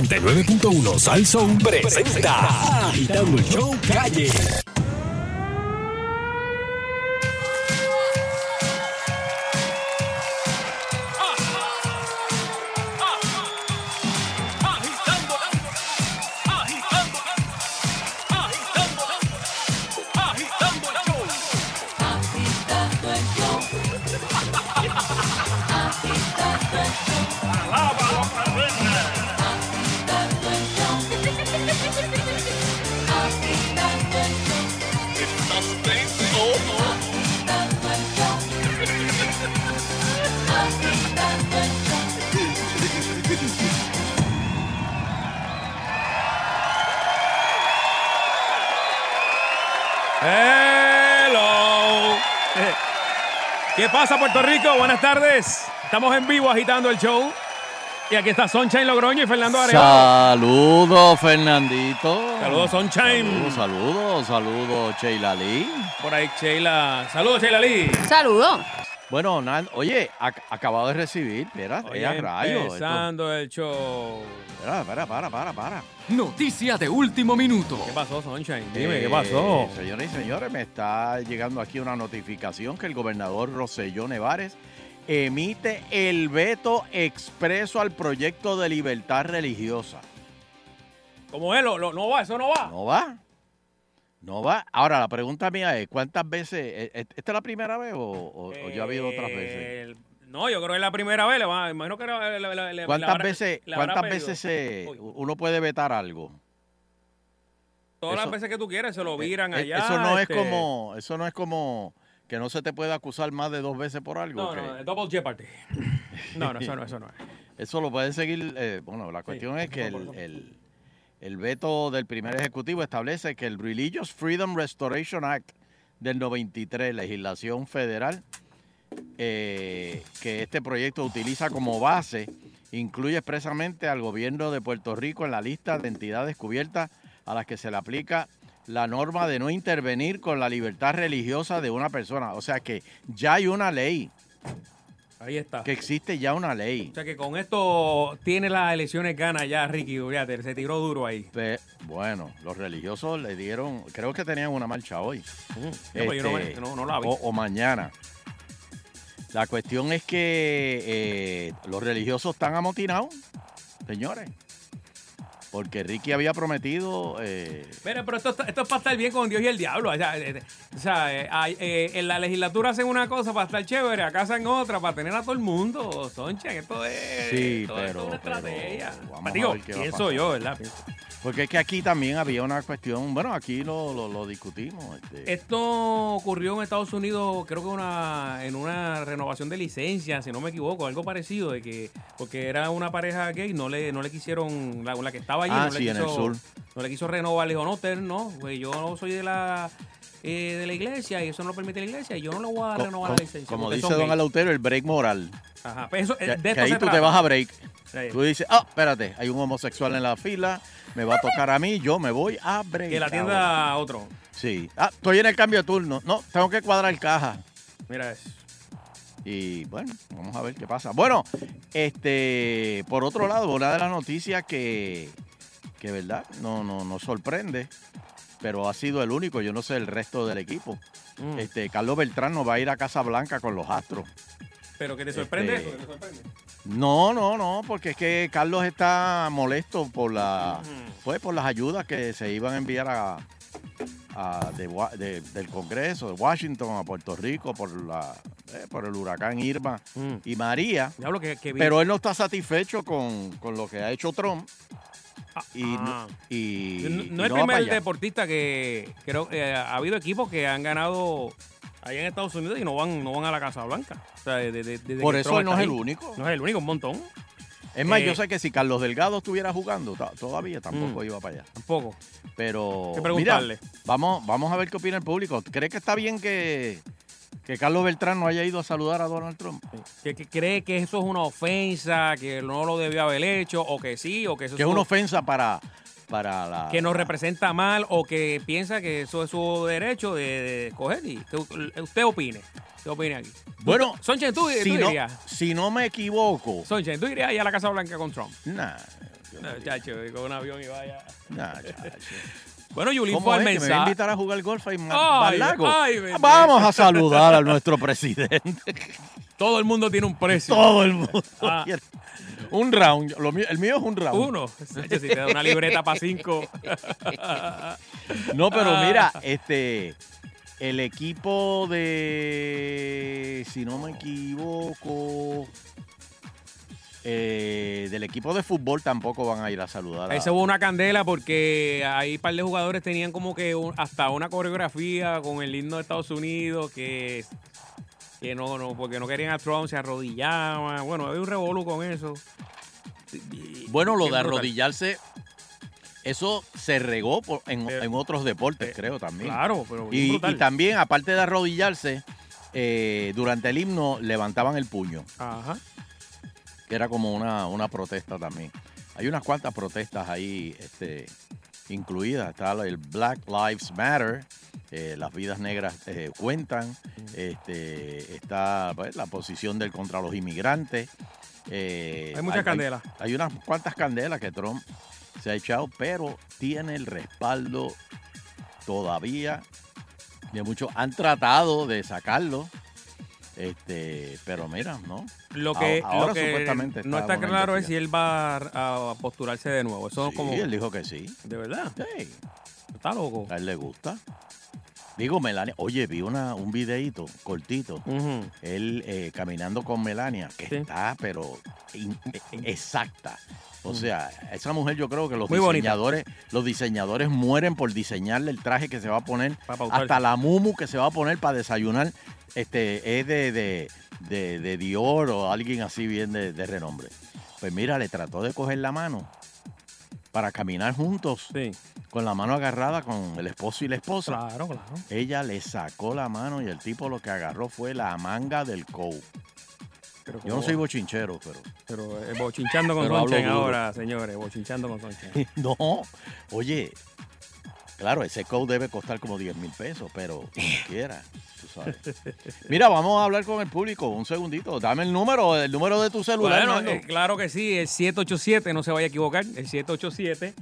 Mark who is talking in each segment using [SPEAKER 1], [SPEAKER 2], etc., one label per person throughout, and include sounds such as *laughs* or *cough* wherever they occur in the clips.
[SPEAKER 1] 99.1 Sal Soul presenta Agitando el Show Calle.
[SPEAKER 2] Agitando, agitando, agitando, agitando el show.
[SPEAKER 3] Agitando el show. Agitando el show. Agitando el show. Agitando el show. Agitando el show. Agitando el show.
[SPEAKER 4] Hello. ¿Qué pasa, Puerto Rico? Buenas tardes. Estamos en vivo agitando el show. Y aquí está Sunshine Logroño y Fernando Arevalo.
[SPEAKER 5] Saludos, Fernandito.
[SPEAKER 4] Saludos, Sunshine.
[SPEAKER 5] Saludos, saludos, saludos, Sheila Lee.
[SPEAKER 4] Por ahí, Sheila. Saludos, Sheila Lee.
[SPEAKER 6] Saludo.
[SPEAKER 5] Bueno, Nan- oye, ac- acabado de recibir, espera, ella rayo. esto-
[SPEAKER 4] empezando el show.
[SPEAKER 5] Espera, espera, para, para, para.
[SPEAKER 7] Noticia de último minuto.
[SPEAKER 4] ¿Qué pasó, Sunshine? Dime, ¿qué
[SPEAKER 5] Eh,
[SPEAKER 4] pasó?
[SPEAKER 5] Señoras y señores, me está llegando aquí una notificación que el gobernador Roselló Nevares emite el veto expreso al proyecto de libertad religiosa.
[SPEAKER 4] ¿Cómo es? Lo- lo- no va, eso no va.
[SPEAKER 5] No va. No va. Ahora, la pregunta mía es, ¿cuántas veces? eh, eh, ¿Esta es la primera vez o, o- o ya ha habido otras veces?
[SPEAKER 4] Eh, No, yo creo que es la primera vez. Le va, imagino que la- la- la- la- la
[SPEAKER 5] ¿Cuántas
[SPEAKER 4] habrá-
[SPEAKER 5] veces,
[SPEAKER 4] la habrá
[SPEAKER 5] cuántas
[SPEAKER 4] pedido.
[SPEAKER 5] veces se,
[SPEAKER 4] Uy,
[SPEAKER 5] uno puede vetar algo?
[SPEAKER 4] todas las
[SPEAKER 5] eso-
[SPEAKER 4] veces que tú quieres se lo viran
[SPEAKER 5] Eh, eh,
[SPEAKER 4] allá.
[SPEAKER 5] Eso no
[SPEAKER 4] este-
[SPEAKER 5] es como, eso no es como que no se te puede acusar más de dos veces por algo.
[SPEAKER 4] No,
[SPEAKER 5] que
[SPEAKER 4] no, double
[SPEAKER 5] *laughs*
[SPEAKER 4] jeopardy. No, no, eso no, eso no. es.
[SPEAKER 5] Eso lo puede seguir. eh, bueno, la cuestión es que
[SPEAKER 4] por
[SPEAKER 5] el,
[SPEAKER 4] favor.
[SPEAKER 5] el- el veto del primer ejecutivo establece que el Religious Freedom Restoration Act del 93, legislación federal, eh, que este proyecto utiliza como base, incluye expresamente al gobierno de Puerto Rico en la lista de entidades cubiertas a las que se le aplica la norma de no intervenir con la libertad religiosa de una persona. O sea que ya hay una ley,
[SPEAKER 4] Ahí está.
[SPEAKER 5] que existe ya una ley.
[SPEAKER 4] O sea que con esto tiene las elecciones ganas ya Ricky Uriate, se tiró duro ahí.
[SPEAKER 5] Pe- bueno, los religiosos le dieron, creo que tenían una marcha hoy.
[SPEAKER 3] 음.
[SPEAKER 5] 예,
[SPEAKER 3] 예,
[SPEAKER 4] No, pero yo no
[SPEAKER 5] Este,
[SPEAKER 4] me- no- no la vi.
[SPEAKER 5] O, o mañana. La cuestión es que eh, los religiosos están amotinados, señores. Porque Ricky había prometido... eh,
[SPEAKER 4] Mira, pero esto, está- esto es para estar bien con Dios y el diablo. O sea, eh, eh, o sea, eh, hay- eh, en la legislatura hacen una cosa para estar chévere, acá hacen otra para tener a todo el mundo. Soncha, esto es.
[SPEAKER 5] Sí,
[SPEAKER 4] todo esto es
[SPEAKER 5] pero-
[SPEAKER 4] una
[SPEAKER 5] pero
[SPEAKER 4] estrategia. Pues
[SPEAKER 5] vamos a
[SPEAKER 4] Digo,
[SPEAKER 5] ver qué va a
[SPEAKER 4] pienso
[SPEAKER 5] pasar.
[SPEAKER 4] yo, ¿verdad? Pienso.
[SPEAKER 5] porque es que aquí también había una cuestión, bueno, aquí lo, lo- lo discutimos. este,
[SPEAKER 4] Esto ocurrió en Estados Unidos, creo que una, en una renovación de licencia, si no me equivoco, algo parecido, de que porque era una pareja gay, no le, no le quisieron, la, la que estaba allí,
[SPEAKER 5] Ah,
[SPEAKER 4] no, le
[SPEAKER 5] sí, en
[SPEAKER 4] quiso,
[SPEAKER 5] el sur.
[SPEAKER 4] no le quiso renovar, le dijo, no, usted no, güey, yo no soy de la eh, de la iglesia y eso no lo permite la iglesia y yo no le voy a
[SPEAKER 5] co-
[SPEAKER 4] renovar
[SPEAKER 5] co-
[SPEAKER 4] la licencia.
[SPEAKER 5] como
[SPEAKER 4] porque
[SPEAKER 5] dice
[SPEAKER 4] son
[SPEAKER 5] don
[SPEAKER 4] gays".
[SPEAKER 5] Alautero, el break moral.
[SPEAKER 4] Ajá, pues eso,
[SPEAKER 5] Que,
[SPEAKER 4] eh, de
[SPEAKER 5] que
[SPEAKER 4] esto
[SPEAKER 5] ahí
[SPEAKER 4] se
[SPEAKER 5] tú te
[SPEAKER 4] trata.
[SPEAKER 5] vas a break.
[SPEAKER 4] Sí.
[SPEAKER 5] Tú dices, ah, espérate, hay un homosexual en la fila, me va a tocar a mí, yo me voy a break.
[SPEAKER 4] Que la
[SPEAKER 5] ahora".
[SPEAKER 4] tienda a otro.
[SPEAKER 5] Sí. Ah, estoy en el cambio de turno. No, tengo que cuadrar caja.
[SPEAKER 4] Mira eso.
[SPEAKER 5] Y bueno, vamos a ver qué pasa. Bueno, este, por otro lado, una de las noticias que, que verdad, no, no, no sorprende, pero ha sido el único, yo no sé, el resto del equipo.
[SPEAKER 4] Mm.
[SPEAKER 5] Este, Carlos Beltrán no va a ir a Casa Blanca con los astros.
[SPEAKER 4] Pero que te sorprende
[SPEAKER 5] Este,
[SPEAKER 4] eso, que te sorprende.
[SPEAKER 5] No, no, no, porque es que Carlos está molesto por la, pues, por las ayudas que se iban a enviar a, a- de Wa- de- del Congreso, de Washington a Puerto Rico por la, eh, por el huracán Irma
[SPEAKER 4] Mm.
[SPEAKER 5] y María.
[SPEAKER 4] Diablo, que, que vi-
[SPEAKER 5] Pero él no está satisfecho con, con lo que ha hecho Trump. Y,
[SPEAKER 4] ah.
[SPEAKER 5] y-
[SPEAKER 4] No,
[SPEAKER 5] y
[SPEAKER 4] no
[SPEAKER 5] va
[SPEAKER 4] es el
[SPEAKER 5] para
[SPEAKER 4] primer
[SPEAKER 5] allá.
[SPEAKER 4] deportista que creo que ha habido equipos que han ganado allá en Estados Unidos y no van, no van a la Casa Blanca. O sea, de- de- de- desde
[SPEAKER 5] Por
[SPEAKER 4] que
[SPEAKER 5] eso
[SPEAKER 4] Trump
[SPEAKER 5] él no
[SPEAKER 4] está
[SPEAKER 5] es el
[SPEAKER 4] ahí.
[SPEAKER 5] único.
[SPEAKER 4] No es el único, un montón.
[SPEAKER 5] Es más,
[SPEAKER 4] eh, Mm.
[SPEAKER 5] yo sé que si Carlos Delgado estuviera jugando, ta- todavía tampoco iba para allá.
[SPEAKER 4] Tampoco.
[SPEAKER 5] Pero
[SPEAKER 4] Hay que
[SPEAKER 5] mira,
[SPEAKER 4] preguntarle.
[SPEAKER 5] vamos, vamos a ver qué opina el público. ¿Cree que está bien que, que Carlos Beltrán no haya ido a saludar a Donald Trump?
[SPEAKER 4] Eh, Que, que cree que eso es una ofensa, que no lo debió haber hecho, o que sí, o que eso
[SPEAKER 5] Que es una ofensa para, para la...
[SPEAKER 4] que nos representa mal, o que piensa que eso es su derecho de, de escoger. Y que u- usted opine. Usted opine aquí.
[SPEAKER 5] Bueno,
[SPEAKER 4] Sonchen, tú,
[SPEAKER 5] si,
[SPEAKER 4] tú
[SPEAKER 5] no,
[SPEAKER 4] irías.
[SPEAKER 5] si no me equivoco...
[SPEAKER 4] Sonchen, tú irías allá a la Casa Blanca con Trump.
[SPEAKER 5] Nah,
[SPEAKER 4] No, chacho, con un avión y vaya.
[SPEAKER 5] Nah, chacho.
[SPEAKER 4] Bueno, Yulín
[SPEAKER 5] ¿Cómo
[SPEAKER 4] fue
[SPEAKER 5] es
[SPEAKER 4] al
[SPEAKER 5] que me va a
[SPEAKER 4] mensaje.
[SPEAKER 5] invitar a jugar golf ahí en
[SPEAKER 4] Ay,
[SPEAKER 5] Malaco?
[SPEAKER 4] ay, bendito.
[SPEAKER 5] Vamos a saludar a
[SPEAKER 4] *laughs*
[SPEAKER 5] nuestro presidente.
[SPEAKER 4] Todo el mundo tiene un precio.
[SPEAKER 5] Todo el mundo.
[SPEAKER 4] Ah.
[SPEAKER 5] quiere- Un round. Lo mío- el mío es un round.
[SPEAKER 4] *laughs* Uno. Chacho, si te da una libreta para cinco.
[SPEAKER 5] *laughs* No, pero
[SPEAKER 4] Ah.
[SPEAKER 5] mira, este. El equipo de. Si no me equivoco. eh, del equipo de fútbol tampoco van a ir a saludar. a-
[SPEAKER 4] Eso hubo una candela porque ahí un par de jugadores tenían como que un- hasta una coreografía con el himno de Estados Unidos que, que no, no, porque no querían a Trump, se arrodillaban. Bueno, había un revolú con eso.
[SPEAKER 5] Bueno, lo
[SPEAKER 4] Bien
[SPEAKER 5] de
[SPEAKER 4] brutal.
[SPEAKER 5] arrodillarse, eso se regó por- en,
[SPEAKER 4] Eh,
[SPEAKER 5] en otros deportes, creo también.
[SPEAKER 4] Claro, pero bien
[SPEAKER 5] Y,
[SPEAKER 4] brutal.
[SPEAKER 5] y también, aparte de arrodillarse, eh, durante el himno levantaban el puño,
[SPEAKER 4] Ajá.
[SPEAKER 5] que era como una, una protesta también. Hay unas cuantas protestas ahí este, incluidas. Está el Black Lives Matter, eh, las vidas negras eh, cuentan, este, está pues, la posición del contra los inmigrantes. eh,
[SPEAKER 4] Hay muchas candelas.
[SPEAKER 5] hay unas cuantas candelas que Trump se ha echado, pero tiene el respaldo todavía de muchos. Han tratado de sacarlo, este, pero mira, ¿no?
[SPEAKER 4] Lo que,
[SPEAKER 5] Ah, ahora
[SPEAKER 4] lo que
[SPEAKER 5] supuestamente
[SPEAKER 4] no
[SPEAKER 5] está
[SPEAKER 4] está
[SPEAKER 5] buena
[SPEAKER 4] claro es si
[SPEAKER 5] investigación.
[SPEAKER 4] él va a, a postularse de nuevo. Eso
[SPEAKER 5] sí,
[SPEAKER 4] como...
[SPEAKER 5] él dijo que sí.
[SPEAKER 4] De verdad,
[SPEAKER 5] Sí,
[SPEAKER 4] está loco.
[SPEAKER 5] a él le gusta. Digo, Melania, oye, vi una, un videíto cortito.
[SPEAKER 4] Ujú.
[SPEAKER 5] Él eh, caminando con Melania, que
[SPEAKER 4] Sí.
[SPEAKER 5] está, pero in- eh, exacta. O sea, esa mujer yo creo que los
[SPEAKER 4] Muy bonita.
[SPEAKER 5] diseñadores, los diseñadores mueren por diseñarle el traje que se va a poner,
[SPEAKER 4] Pa' pautarse.
[SPEAKER 5] hasta la mumu que se va a poner para desayunar, este, es de, de, de- de Dior o alguien así bien de, de renombre. Pues mira, le trató de coger la mano para caminar juntos,
[SPEAKER 4] Sí,
[SPEAKER 5] con la mano agarrada con el esposo y la esposa.
[SPEAKER 4] claro, claro.
[SPEAKER 5] Ella le sacó la mano y el tipo lo que agarró fue la manga del coat.
[SPEAKER 4] Pero
[SPEAKER 5] Yo no
[SPEAKER 4] como-
[SPEAKER 5] soy bochinchero, pero. *laughs*
[SPEAKER 4] Pero eh, bochinchando con
[SPEAKER 5] Pero hablo
[SPEAKER 4] Sonchen
[SPEAKER 5] duro.
[SPEAKER 4] ahora, señores. Bochinchando con Sonchen.
[SPEAKER 5] No. Oye, claro, ese coat debe costar como 10 mil pesos, pero como
[SPEAKER 4] *laughs*
[SPEAKER 5] quiera, tú sabes. Mira, vamos a hablar con el público. Un segundito. Dame el número, el número de tu celular.
[SPEAKER 4] Bueno,
[SPEAKER 5] Nando.
[SPEAKER 4] eh, claro que sí, el 787, no se vaya a equivocar, el 787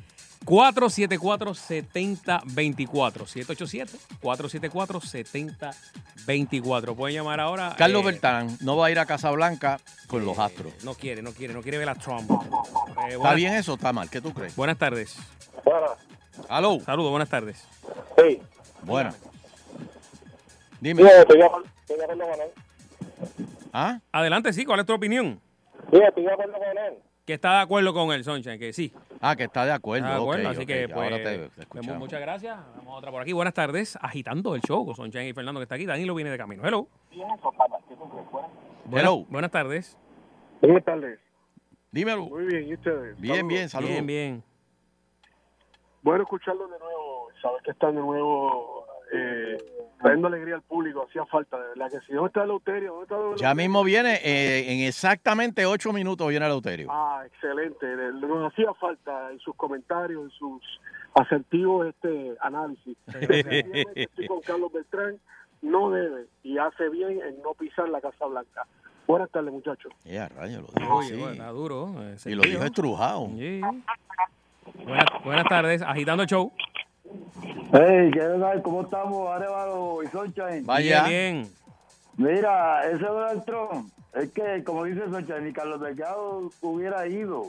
[SPEAKER 4] 474 7024. 787 474 7024. Pueden llamar ahora.
[SPEAKER 5] Carlos
[SPEAKER 4] eh,
[SPEAKER 5] Bertán no va a ir a Casablanca con los
[SPEAKER 4] eh,
[SPEAKER 5] astros.
[SPEAKER 4] No quiere, no quiere, no quiere ver a Trump. Eh,
[SPEAKER 5] ¿Está
[SPEAKER 4] buenas,
[SPEAKER 5] bien eso? o ¿Está mal? ¿Qué tú crees?
[SPEAKER 4] buenas tardes.
[SPEAKER 6] Bueno,
[SPEAKER 5] Aló.
[SPEAKER 4] Saludos, buenas tardes.
[SPEAKER 6] sí.
[SPEAKER 5] Buena. Dime.
[SPEAKER 6] Digo, estoy llamando, estoy de acuerdo con él.
[SPEAKER 5] ¿Ah?
[SPEAKER 4] Adelante, sí, ¿cuál es tu opinión?
[SPEAKER 6] Digo, estoy de acuerdo con él.
[SPEAKER 4] Que está de acuerdo con el Sunshine, que sí.
[SPEAKER 5] Ah, que está de acuerdo.
[SPEAKER 4] Está de acuerdo,
[SPEAKER 5] ok,
[SPEAKER 4] así
[SPEAKER 5] ok.
[SPEAKER 4] que pues,
[SPEAKER 5] Ahora te- te
[SPEAKER 4] vemos,
[SPEAKER 5] escuchamos.
[SPEAKER 4] muchas gracias. Vamos a otra por aquí. Buenas tardes, agitando el show con Sunshine y Fernando que está aquí. Danilo viene de camino. Hello. Buenas-
[SPEAKER 5] Hello.
[SPEAKER 4] Buenas tardes.
[SPEAKER 6] Buenas tardes.
[SPEAKER 5] Dímelo.
[SPEAKER 6] Muy bien, ¿y ustedes?
[SPEAKER 5] Bien,
[SPEAKER 6] Saludos.
[SPEAKER 5] bien, saludos.
[SPEAKER 4] Bien, bien.
[SPEAKER 6] Bueno, escucharlo de nuevo, saber que están de nuevo eh, trayendo alegría al público, hacía falta, de verdad que sí. ¿Dónde está Eleuterio? ¿Dónde está Eleuterio?
[SPEAKER 5] Ya mismo viene, eh, en exactamente ocho minutos viene Eleuterio.
[SPEAKER 6] Ah, excelente, le- nos hacía falta en sus comentarios, en sus asertivos este análisis. Definitivamente Estoy con Carlos Beltrán, no debe y hace bien en no pisar la Casa Blanca. Buenas tardes, muchachos.
[SPEAKER 5] Ya, Eh, rayo, lo dijo
[SPEAKER 4] Oye,
[SPEAKER 5] así.
[SPEAKER 4] bueno, está duro. eh,
[SPEAKER 5] Y
[SPEAKER 4] sentido.
[SPEAKER 5] lo dijo estrujado.
[SPEAKER 4] Sí. Buenas, buenas tardes, agitando el show.
[SPEAKER 8] Hey, ¿qué tal? ¿Cómo estamos, Arevalo y Sunshine?
[SPEAKER 5] Vaya.
[SPEAKER 4] Bien, bien.
[SPEAKER 8] Mira, ese Donald Trump, es que, como dice Sunshine, ni Carlos Delgado hubiera ido.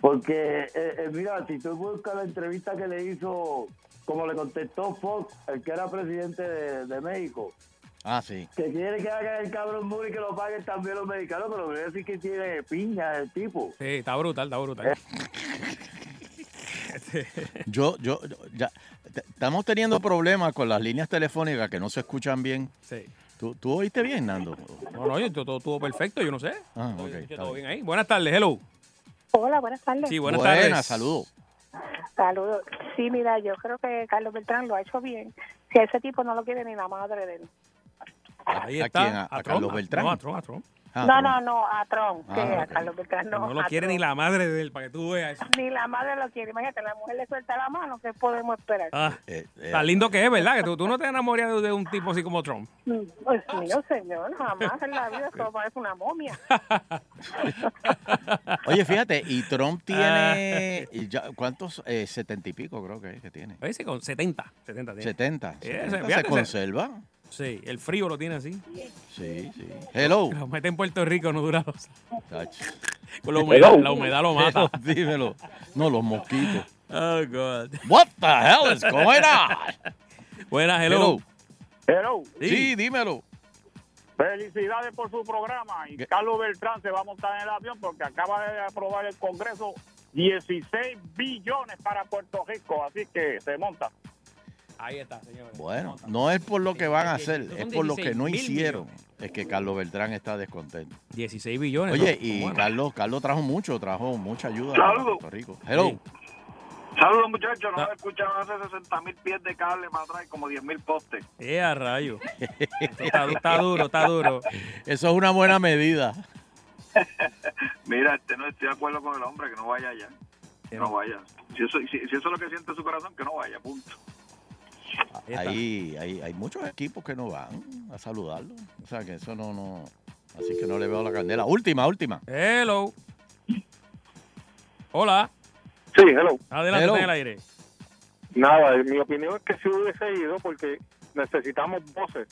[SPEAKER 8] Porque, eh, eh, mira, si tú buscas la entrevista que le hizo, como le contestó Fox, el que era presidente de, de México,
[SPEAKER 5] Ah, sí.
[SPEAKER 8] que quiere que haga el cabrón muro y que lo paguen también los mexicanos, pero voy a decir que tiene piña el tipo.
[SPEAKER 4] Sí, está brutal, está brutal.
[SPEAKER 5] *laughs*
[SPEAKER 4] Este,
[SPEAKER 5] Yo, yo, yo- ya, te- estamos teniendo problemas con las líneas telefónicas que no se escuchan bien.
[SPEAKER 4] Sí.
[SPEAKER 5] ¿Tú, tú oíste bien, Nando?
[SPEAKER 4] No, no, yo, todo todo estuvo perfecto, yo no sé.
[SPEAKER 5] Ah,
[SPEAKER 4] Yo-
[SPEAKER 5] ok,
[SPEAKER 4] yo
[SPEAKER 5] está
[SPEAKER 4] todo
[SPEAKER 5] bien.
[SPEAKER 4] bien ahí. Buenas tardes, hello.
[SPEAKER 9] Hola, buenas tardes.
[SPEAKER 4] Sí,
[SPEAKER 9] Sí.
[SPEAKER 4] buenas
[SPEAKER 5] Buena,
[SPEAKER 4] tardes.
[SPEAKER 5] saludos.
[SPEAKER 9] Saludos. Sí, mira, yo creo que Carlos Beltrán lo ha hecho bien. Si a ese tipo no lo quiere ni la madre de él.
[SPEAKER 5] ¿A-
[SPEAKER 4] Ahí
[SPEAKER 5] a
[SPEAKER 4] está.
[SPEAKER 5] quién? ¿A- a Carlos Beltrán?
[SPEAKER 4] No, a Trump, a Trump.
[SPEAKER 5] Ah,
[SPEAKER 9] no,
[SPEAKER 5] Trump.
[SPEAKER 9] no, no, a Trump,
[SPEAKER 5] Ah,
[SPEAKER 9] sí, a
[SPEAKER 5] ok.
[SPEAKER 9] Carlos Beltrán no.
[SPEAKER 4] No lo
[SPEAKER 9] a
[SPEAKER 4] quiere ni
[SPEAKER 9] Trump.
[SPEAKER 4] la madre de él, para que tú veas.
[SPEAKER 9] Ni la madre lo quiere, imagínate, la mujer le suelta la mano, ¿qué podemos esperar?
[SPEAKER 4] Ah,
[SPEAKER 5] Eh, eh,
[SPEAKER 4] tan lindo que es, ¿verdad? Que tú, tú no te enamoras de, de un tipo así como Trump.
[SPEAKER 3] 음.
[SPEAKER 9] Mm, Pues
[SPEAKER 5] Ah,
[SPEAKER 9] mío, señor, jamás en la vida eso parece una
[SPEAKER 10] *laughs*
[SPEAKER 9] momia.
[SPEAKER 5] Oye, fíjate, y
[SPEAKER 4] Ah.
[SPEAKER 5] Trump tiene. y ya- ¿Cuántos? Eh, Setenta y pico, creo que, es que tiene.
[SPEAKER 4] Dice con 70. 70 tiene.
[SPEAKER 5] 70.
[SPEAKER 4] Sí,
[SPEAKER 5] 70.
[SPEAKER 4] se-
[SPEAKER 5] ¿Se
[SPEAKER 4] fíjate, se-
[SPEAKER 5] conserva?
[SPEAKER 4] Sí, el frío lo tiene así.
[SPEAKER 5] Sí, sí. Hello.
[SPEAKER 4] Lo mete en Puerto Rico, no dura dos.
[SPEAKER 5] Tacho.
[SPEAKER 4] Con Pues la humedad, la humedad lo mata.
[SPEAKER 5] *laughs* Dímelo. No, los mosquitos.
[SPEAKER 4] Oh, God.
[SPEAKER 5] What the hell is going on?
[SPEAKER 4] Buenas, hello.
[SPEAKER 10] Pero
[SPEAKER 5] Sí, dímelo.
[SPEAKER 10] felicidades por su programa. Y
[SPEAKER 5] Gra-
[SPEAKER 10] Carlos Beltrán se va a montar en el avión porque acaba de aprobar el Congreso 16 billones para Puerto Rico. Así que se monta.
[SPEAKER 4] Ahí está, señores.
[SPEAKER 5] Bueno, no es por lo que van a hacer,
[SPEAKER 4] Son
[SPEAKER 5] es por lo que no
[SPEAKER 4] 16 mil
[SPEAKER 5] hicieron. Es que Carlos Beltrán está descontento.
[SPEAKER 4] 16 billones.
[SPEAKER 5] Oye,
[SPEAKER 4] ¿no?
[SPEAKER 5] y
[SPEAKER 4] Bueno.
[SPEAKER 5] Carlos, Carlos trajo mucho, trajo mucha ayuda a
[SPEAKER 6] Saludos.
[SPEAKER 5] Puerto Rico. Hello.
[SPEAKER 6] Saludos, muchachos. No
[SPEAKER 4] Ah.
[SPEAKER 6] me escucharon hace 60 mil pies de cable para atrás y como 10 mil postes.
[SPEAKER 4] Eh,
[SPEAKER 5] *laughs*
[SPEAKER 4] a rayo. Esto está, está duro, está duro.
[SPEAKER 5] Eso es una buena medida.
[SPEAKER 6] Mira, este, no estoy de acuerdo con el hombre, que no vaya allá. Que no vaya. Si eso, si, si eso es lo que siente su corazón, que no vaya, punto.
[SPEAKER 4] Ahí está.
[SPEAKER 5] Ahí, hay, hay muchos equipos que no van a saludarlo. O sea, que eso no, no. Así que no le veo la candela. Última, última.
[SPEAKER 4] Hello. Hola.
[SPEAKER 6] Sí, hello.
[SPEAKER 4] Adelante
[SPEAKER 5] Hello.
[SPEAKER 4] en el aire.
[SPEAKER 6] Nada, eh, mi opinión es que si hubiese ido porque necesitamos voces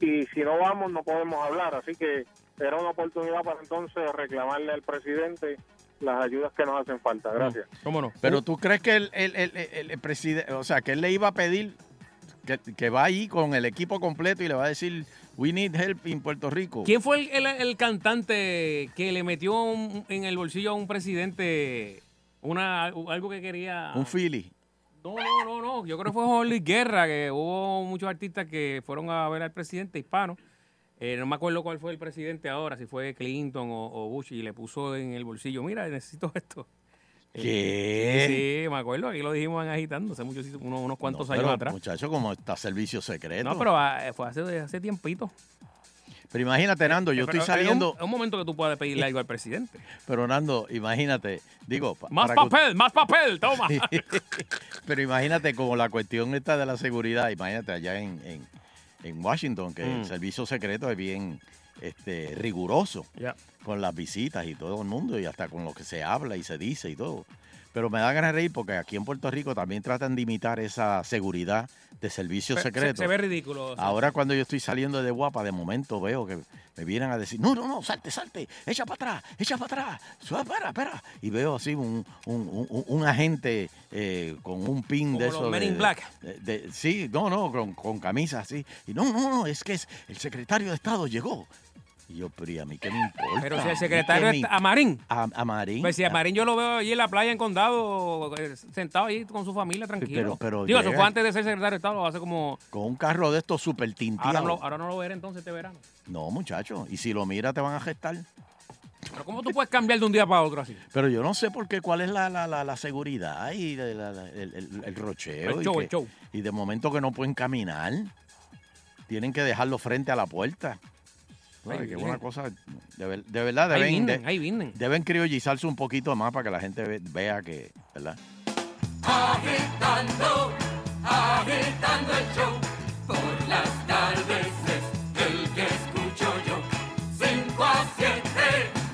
[SPEAKER 6] y si no vamos no podemos hablar, así que era una oportunidad para entonces reclamarle al presidente las ayudas que nos hacen falta. Gracias.
[SPEAKER 4] ¿Cómo no? Uh.
[SPEAKER 5] Pero tú crees que el, el- el- el- el presidente, o sea, que él le iba a pedir que, que va ahí con el equipo completo y le va a decir, we need help in Puerto Rico.
[SPEAKER 4] ¿Quién fue el, el- el cantante que le metió un- en el bolsillo a un presidente una algo que quería?
[SPEAKER 5] Un Philly.
[SPEAKER 4] No, no, no, no. Yo creo que fue Juan Luis Guerra, que hubo muchos artistas que fueron a ver al presidente hispano. Eh, no me acuerdo cuál fue el presidente ahora, si fue Clinton o, o Bush, y le puso en el bolsillo, mira, necesito esto. Eh,
[SPEAKER 5] ¿Qué?
[SPEAKER 4] Sí, me acuerdo, aquí lo dijimos en agitando hace muchos, unos, unos cuantos
[SPEAKER 5] No,
[SPEAKER 4] años
[SPEAKER 5] pero,
[SPEAKER 4] atrás.
[SPEAKER 5] Muchacho, como está servicio secreto.
[SPEAKER 4] No, pero ah, fue hace, hace tiempito.
[SPEAKER 5] Pero imagínate, Nando, yo
[SPEAKER 4] Pero
[SPEAKER 5] estoy
[SPEAKER 4] hay
[SPEAKER 5] saliendo.
[SPEAKER 4] un- Es un, momento que tú puedas pedirle algo al presidente.
[SPEAKER 5] Pero Nando, imagínate, digo, pa-
[SPEAKER 4] Más
[SPEAKER 5] para que-
[SPEAKER 4] papel, más
[SPEAKER 5] *laughs*
[SPEAKER 4] papel, toma.
[SPEAKER 5] pero imagínate como la cuestión esta de la seguridad, imagínate allá en, en- en Washington, que
[SPEAKER 4] Mm.
[SPEAKER 5] el servicio secreto es bien este, riguroso
[SPEAKER 4] Ya.
[SPEAKER 5] con las visitas y todo el mundo, y hasta con lo que se habla y se dice y todo. Pero me da ganas de reír porque aquí en Puerto Rico también tratan de imitar esa seguridad de servicio
[SPEAKER 4] Se-
[SPEAKER 5] secreto.
[SPEAKER 4] Se, se ve ridículo.
[SPEAKER 5] Ahora cuando yo estoy saliendo de guapa, de momento veo que me vienen a decir, no, no, no, salte, salte, echa para atrás, echa para atrás, suave, espera, espera. Y veo así un, un- un- un agente eh, con un pin
[SPEAKER 4] Como
[SPEAKER 5] de
[SPEAKER 4] los
[SPEAKER 5] eso.
[SPEAKER 4] Men
[SPEAKER 5] de-
[SPEAKER 4] in Black.
[SPEAKER 5] de- de- sí, no, no, con, con camisa así. Y no, no, no, es que es, el secretario de Estado llegó. Y yo, pero ¿y a mí qué me importa?
[SPEAKER 4] Pero si
[SPEAKER 5] ¿A
[SPEAKER 4] el
[SPEAKER 5] mí
[SPEAKER 4] secretario
[SPEAKER 5] qué me
[SPEAKER 4] está, a Marín.
[SPEAKER 5] a, a Marín.
[SPEAKER 4] Pues si a Marín yo lo veo allí en la playa en Condado, eh, sentado allí con su familia tranquilo.
[SPEAKER 5] pero- pero
[SPEAKER 4] Digo, eso
[SPEAKER 5] llega-
[SPEAKER 4] fue antes de ser secretario de Estado, hace como...
[SPEAKER 5] Con un carro de estos súper
[SPEAKER 4] Ahora no,
[SPEAKER 5] tinteados.
[SPEAKER 4] lo- ahora no lo veré entonces este verano.
[SPEAKER 5] No, muchacho, y si lo mira te van a gestar.
[SPEAKER 4] Pero ¿cómo tú puedes cambiar de un día para otro así?
[SPEAKER 5] Pero yo no sé por qué, cuál es la, la, la, la seguridad y la- la- la- el, el- el rocheo.
[SPEAKER 4] El
[SPEAKER 5] y
[SPEAKER 4] show,
[SPEAKER 5] que-
[SPEAKER 4] el show.
[SPEAKER 5] Y de momento que no pueden caminar, tienen que dejarlo frente a la puerta. Ay,
[SPEAKER 4] Ay,
[SPEAKER 5] que
[SPEAKER 4] Virgen.
[SPEAKER 5] una cosa, de, ver- de verdad,
[SPEAKER 4] Ahí
[SPEAKER 5] deben,
[SPEAKER 4] vienen,
[SPEAKER 5] de-
[SPEAKER 4] ahí vienen.
[SPEAKER 5] deben criollizarse un poquito más para que la gente ve- vea que, ¿verdad?
[SPEAKER 3] Agitando, agitando el show. Por las tardes es el que escucho yo. 5 a 7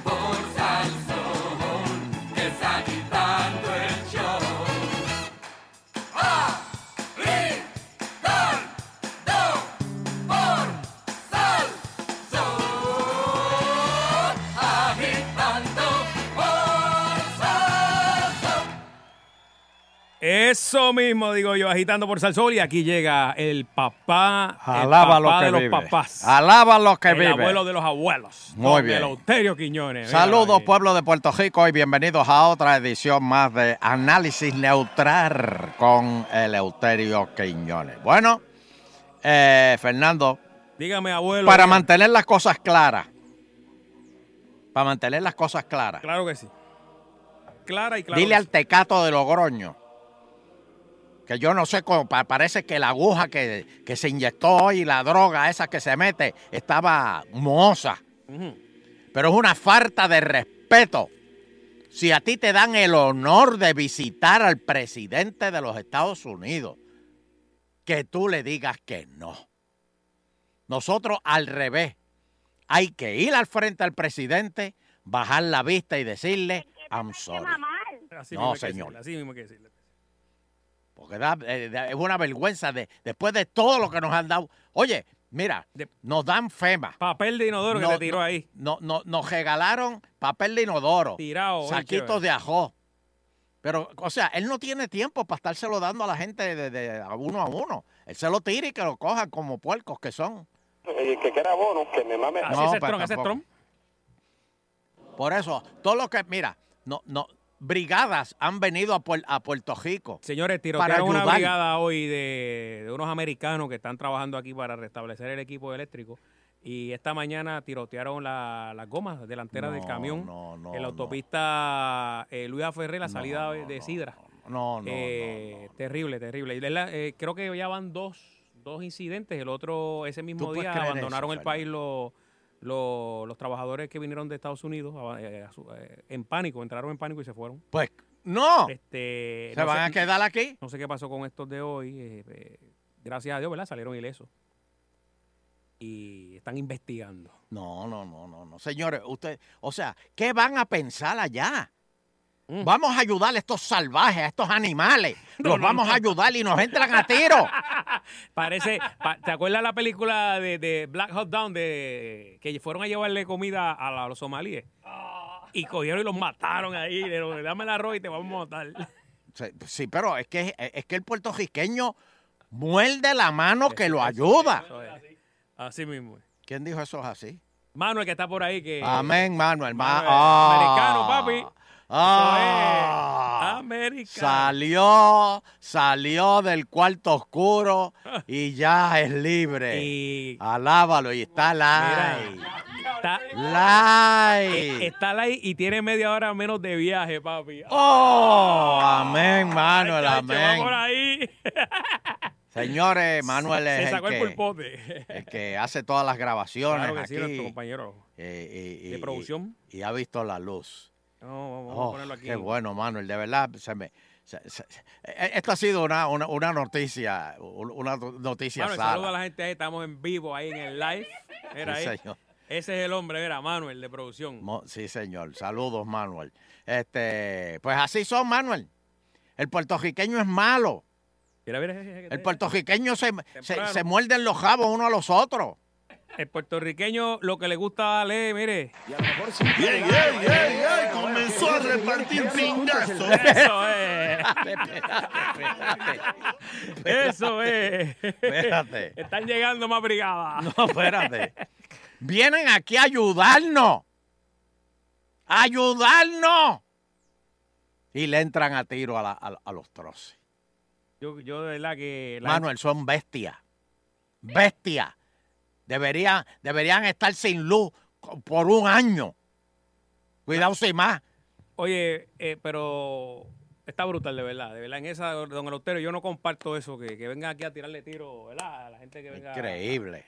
[SPEAKER 3] por Salsón. Es agitando el show. Agitando por Salsón. Agitando por Salsón.
[SPEAKER 4] Eso mismo, digo yo, agitando por Salsol. Y aquí llega el papá,
[SPEAKER 5] Alaba
[SPEAKER 4] el papá de
[SPEAKER 5] los que
[SPEAKER 4] los papás.
[SPEAKER 5] vive. Alaba los que
[SPEAKER 4] el
[SPEAKER 5] vive.
[SPEAKER 4] abuelo de los abuelos.
[SPEAKER 5] Muy
[SPEAKER 4] don
[SPEAKER 5] bien.
[SPEAKER 4] Eleuterio Quiñones. Míralo
[SPEAKER 5] Saludos
[SPEAKER 4] ahí.
[SPEAKER 5] pueblo de Puerto Rico y bienvenidos a otra edición más de Análisis Neutral con Eleuterio Quiñones. Bueno, eh, Fernando,
[SPEAKER 4] Dígame, abuelo.
[SPEAKER 5] para
[SPEAKER 4] dígame.
[SPEAKER 5] mantener las cosas claras, para mantener las cosas claras,
[SPEAKER 4] Claro que sí. Clara y clara.
[SPEAKER 5] dile al tecato de Logroño que yo no sé cómo, pa- parece que la aguja que, que se inyectó hoy, la droga esa que se mete, estaba mohosa. Pero es una falta de respeto. Si a ti te dan el honor de visitar al presidente de los Estados Unidos, que tú le digas que no. Nosotros al revés. Hay que ir al frente al presidente, bajar la vista y decirle, I'm sorry.
[SPEAKER 4] Así
[SPEAKER 5] No,
[SPEAKER 4] mismo hay
[SPEAKER 5] señor.
[SPEAKER 4] que decirlo, Así mismo hay que decirlo.
[SPEAKER 5] Porque da- eh, da- es una vergüenza de, después de todo lo que nos han dado. Oye, mira, nos dan FEMA.
[SPEAKER 4] Papel de inodoro que te tiró ahí.
[SPEAKER 5] No, no, nos regalaron papel de inodoro.
[SPEAKER 4] Tirado, oye,
[SPEAKER 5] Saquitos
[SPEAKER 4] chévere.
[SPEAKER 5] de ajo. Pero, o sea, él no tiene tiempo para estárselo dando a la gente de, de- a uno a uno. Él se lo tira y que lo cojan como puercos que son.
[SPEAKER 11] Y el Eh, que quiera bono, que me mame.
[SPEAKER 5] No, pa- tampoco. Por eso, todo lo que, mira, no, no, brigadas han venido a, Puer- a Puerto Rico.
[SPEAKER 4] Señores,
[SPEAKER 5] para
[SPEAKER 4] tirotearon una
[SPEAKER 5] ayudar.
[SPEAKER 4] brigada hoy de, de unos americanos que están trabajando aquí para restablecer el equipo eléctrico. Y esta mañana tirotearon la- las gomas delanteras del
[SPEAKER 5] No,
[SPEAKER 4] camión
[SPEAKER 5] no, no,
[SPEAKER 4] en
[SPEAKER 5] no.
[SPEAKER 4] la autopista eh, Luis A. Ferré, la salida de- de Sidra.
[SPEAKER 5] No, no,
[SPEAKER 4] Eh, Terrible, terrible. Y de la- eh, creo que ya van dos, dos incidentes. El otro, ese mismo
[SPEAKER 5] puedes
[SPEAKER 4] día,
[SPEAKER 5] creer
[SPEAKER 4] abandonaron
[SPEAKER 5] eso,
[SPEAKER 4] el país los, los, los trabajadores que vinieron de Estados Unidos aba- eh, a su- eh, en pánico, entraron en pánico y se fueron.
[SPEAKER 5] Pues, no.
[SPEAKER 4] Este,
[SPEAKER 5] ¿Se van a quedar aquí?
[SPEAKER 4] No sé qué pasó con estos de hoy. eh, eh, gracias a Dios, ¿verdad? Salieron ilesos. Y están investigando.
[SPEAKER 5] No, no, no, no, no. Señores, usted, o sea, ¿qué van a pensar allá?
[SPEAKER 4] Mm.
[SPEAKER 5] Vamos a ayudar a estos salvajes, a estos
[SPEAKER 4] *laughs*
[SPEAKER 5] animales. Los vamos a ayudar y nos entran a tiro.
[SPEAKER 4] Parece, *laughs* pa- ¿te acuerdas la película de, de Black Hawk Down de que fueron a llevarle comida a, la- a los somalíes? Y cogieron y los mataron ahí. Le dijeron, dame el arroz y te vamos a matar.
[SPEAKER 5] Sí, Sí, pero es que, es que el puertorriqueño muerde la mano que lo ayuda.
[SPEAKER 4] Eso es. Así mismo. es.
[SPEAKER 5] ¿Quién dijo eso es así?
[SPEAKER 4] Manuel, que está por ahí, que.
[SPEAKER 5] Amén, Manuel. Ma-
[SPEAKER 4] Eh, Manuel,
[SPEAKER 5] ah,
[SPEAKER 4] Americano, papi.
[SPEAKER 5] ah, Salió, salió del cuarto
[SPEAKER 4] *laughs*
[SPEAKER 5] oscuro y ya es libre. Alábalo y está live.
[SPEAKER 4] Está,
[SPEAKER 5] Live.
[SPEAKER 4] Eh, está live y tiene media hora menos de viaje, papi.
[SPEAKER 5] Oh, amén, Manuel,
[SPEAKER 4] Ay, chacho, va por
[SPEAKER 5] amén.
[SPEAKER 4] ahí.
[SPEAKER 5] *laughs* Señores, Manuel
[SPEAKER 4] Se
[SPEAKER 5] es el
[SPEAKER 4] sacó el
[SPEAKER 5] que,
[SPEAKER 4] pulpote.
[SPEAKER 5] el que hace todas las grabaciones
[SPEAKER 4] Claro que sí,
[SPEAKER 5] aquí,
[SPEAKER 4] nuestro compañero.
[SPEAKER 5] eh, y- y-
[SPEAKER 4] de producción.
[SPEAKER 5] Y, ha visto la luz.
[SPEAKER 4] No, vamos
[SPEAKER 5] Oh,
[SPEAKER 4] a ponerlo aquí.
[SPEAKER 5] Qué bueno, Manuel, de verdad. se me- se- se- eh, esto ha sido una, una, una noticia, un- una noticia
[SPEAKER 4] Manuel,
[SPEAKER 5] sana.
[SPEAKER 4] saluda a la gente ahí. Estamos en vivo ahí en el live. Era
[SPEAKER 5] Sí,
[SPEAKER 4] ahí.
[SPEAKER 5] señor.
[SPEAKER 4] Ese es el hombre, era Manuel, de producción.
[SPEAKER 5] Mo- Sí, señor. Saludos, Manuel. Este, pues así son, Manuel. El puertorriqueño es malo.
[SPEAKER 4] Mira, mira, mira, mira.
[SPEAKER 5] El puertorriqueño se, se,
[SPEAKER 4] Temprano.
[SPEAKER 5] se muerden los jabos uno a los otros.
[SPEAKER 4] El puertorriqueño lo que le gusta leer, mire. Y a lo mejor
[SPEAKER 12] ¡Ey, ey, ey, ey! Comenzó a repartir pingazos.
[SPEAKER 4] *laughs*
[SPEAKER 5] *laughs*
[SPEAKER 4] Eso es. Eso es.
[SPEAKER 5] Espérate.
[SPEAKER 4] Están llegando más brigadas.
[SPEAKER 5] No, espérate. Vienen aquí a ayudarnos. ¡A ¡Ayudarnos! Y le entran a tiro a, la- a- a los troces.
[SPEAKER 4] Yo, yo de verdad que. la-
[SPEAKER 5] Manuel, son bestias. Bestias. Deberían, deberían estar sin luz co- por un año. Cuidado sin más.
[SPEAKER 4] Oye, eh, pero está brutal, de verdad. De verdad, en esa, don Eleuterio, yo no comparto eso, que, que vengan aquí a tirarle tiro, ¿verdad? A la gente que venga.
[SPEAKER 5] Increíble.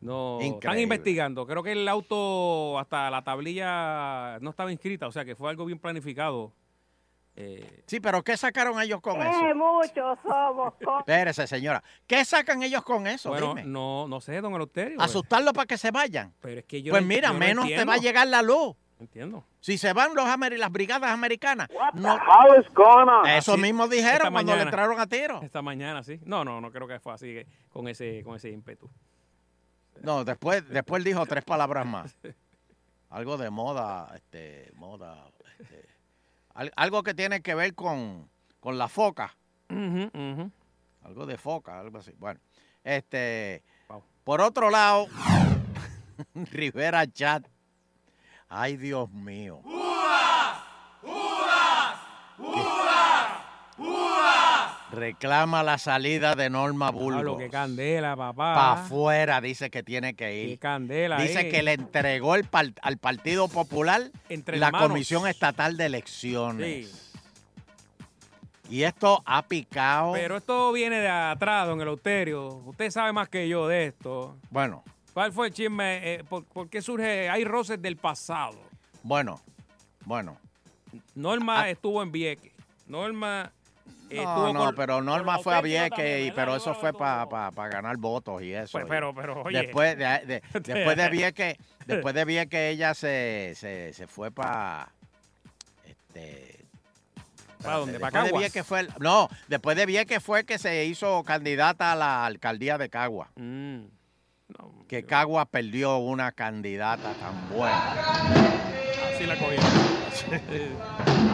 [SPEAKER 4] No, Están
[SPEAKER 5] Increíble.
[SPEAKER 4] investigando. Creo que el auto, hasta la tablilla, no estaba inscrita, o sea que fue algo bien planificado. Eh,
[SPEAKER 5] Sí, pero ¿qué sacaron ellos con eso?
[SPEAKER 13] Eh, muchos
[SPEAKER 5] *laughs*
[SPEAKER 13] somos. co-
[SPEAKER 5] Espérese, señora. ¿Qué sacan ellos con eso?
[SPEAKER 4] bueno,
[SPEAKER 5] Dime.
[SPEAKER 4] no, no sé, don Eleuterio. pues.
[SPEAKER 5] ¿Asustarlos para que se vayan?
[SPEAKER 4] Pero es que yo
[SPEAKER 5] pues
[SPEAKER 4] no-
[SPEAKER 5] mira,
[SPEAKER 4] yo no
[SPEAKER 5] menos te
[SPEAKER 4] entiendo.
[SPEAKER 5] va a llegar la luz.
[SPEAKER 4] Entiendo.
[SPEAKER 5] Si se van los amer- las brigadas americanas. No, Eso Ah,
[SPEAKER 4] Así-
[SPEAKER 5] mismo
[SPEAKER 4] esta
[SPEAKER 5] dijeron cuando le
[SPEAKER 4] mañana.
[SPEAKER 5] entraron a tiro.
[SPEAKER 4] Esta mañana, sí. No, no, no creo que fue así, eh, con ese, con ese ímpetu.
[SPEAKER 5] No, después, después él dijo tres palabras más. Algo de moda, este, moda. este, al- algo que tiene que ver con, con la foca. Algo de foca, algo así. Bueno, este. Por otro lado, *laughs* Rivera Chat. Ay, Dios mío. Reclama la salida de Norma
[SPEAKER 4] Pablo,
[SPEAKER 5] Bulbo.
[SPEAKER 4] qué candela, papá.
[SPEAKER 5] Para afuera dice que tiene que ir.
[SPEAKER 4] Qué candela.
[SPEAKER 5] Dice
[SPEAKER 4] eh.
[SPEAKER 5] que le entregó el par- al Partido Popular
[SPEAKER 4] Entre
[SPEAKER 5] la
[SPEAKER 4] hermanos.
[SPEAKER 5] Comisión Estatal de Elecciones.
[SPEAKER 4] Sí.
[SPEAKER 5] Y esto ha picado.
[SPEAKER 4] Pero esto viene de atrás, don Eleuterio. Usted sabe más que yo de esto.
[SPEAKER 5] bueno,
[SPEAKER 4] ¿Cuál fue el chisme? Eh, ¿por, por qué surge? Hay roces del pasado.
[SPEAKER 5] Bueno, bueno.
[SPEAKER 4] Norma estuvo en Vieques. Norma eh,
[SPEAKER 5] Ah. No,
[SPEAKER 4] estuvo
[SPEAKER 5] no,
[SPEAKER 4] con-
[SPEAKER 5] pero Norma
[SPEAKER 4] con
[SPEAKER 5] fue a
[SPEAKER 4] Ocasio
[SPEAKER 5] Vieques,
[SPEAKER 4] también,
[SPEAKER 5] y-
[SPEAKER 4] ¿verdad?
[SPEAKER 5] pero eso fue para ganar votos y eso.
[SPEAKER 4] Pues,
[SPEAKER 5] y
[SPEAKER 4] pero- pero, oye.
[SPEAKER 5] Después de, de- después
[SPEAKER 4] *laughs*
[SPEAKER 5] de Vieques, después de Vieques ella se, se, se fue para... Este,
[SPEAKER 4] ¿Para dónde?
[SPEAKER 5] después
[SPEAKER 4] ¿Para
[SPEAKER 5] de
[SPEAKER 4] Caguas?
[SPEAKER 5] Vieques fue, no, después de Vieques fue que se hizo candidata a la alcaldía de Cagua.
[SPEAKER 4] Mm.
[SPEAKER 5] que Cagua perdió una candidata tan buena.
[SPEAKER 4] Así la
[SPEAKER 5] *laughs*
[SPEAKER 4] cogí.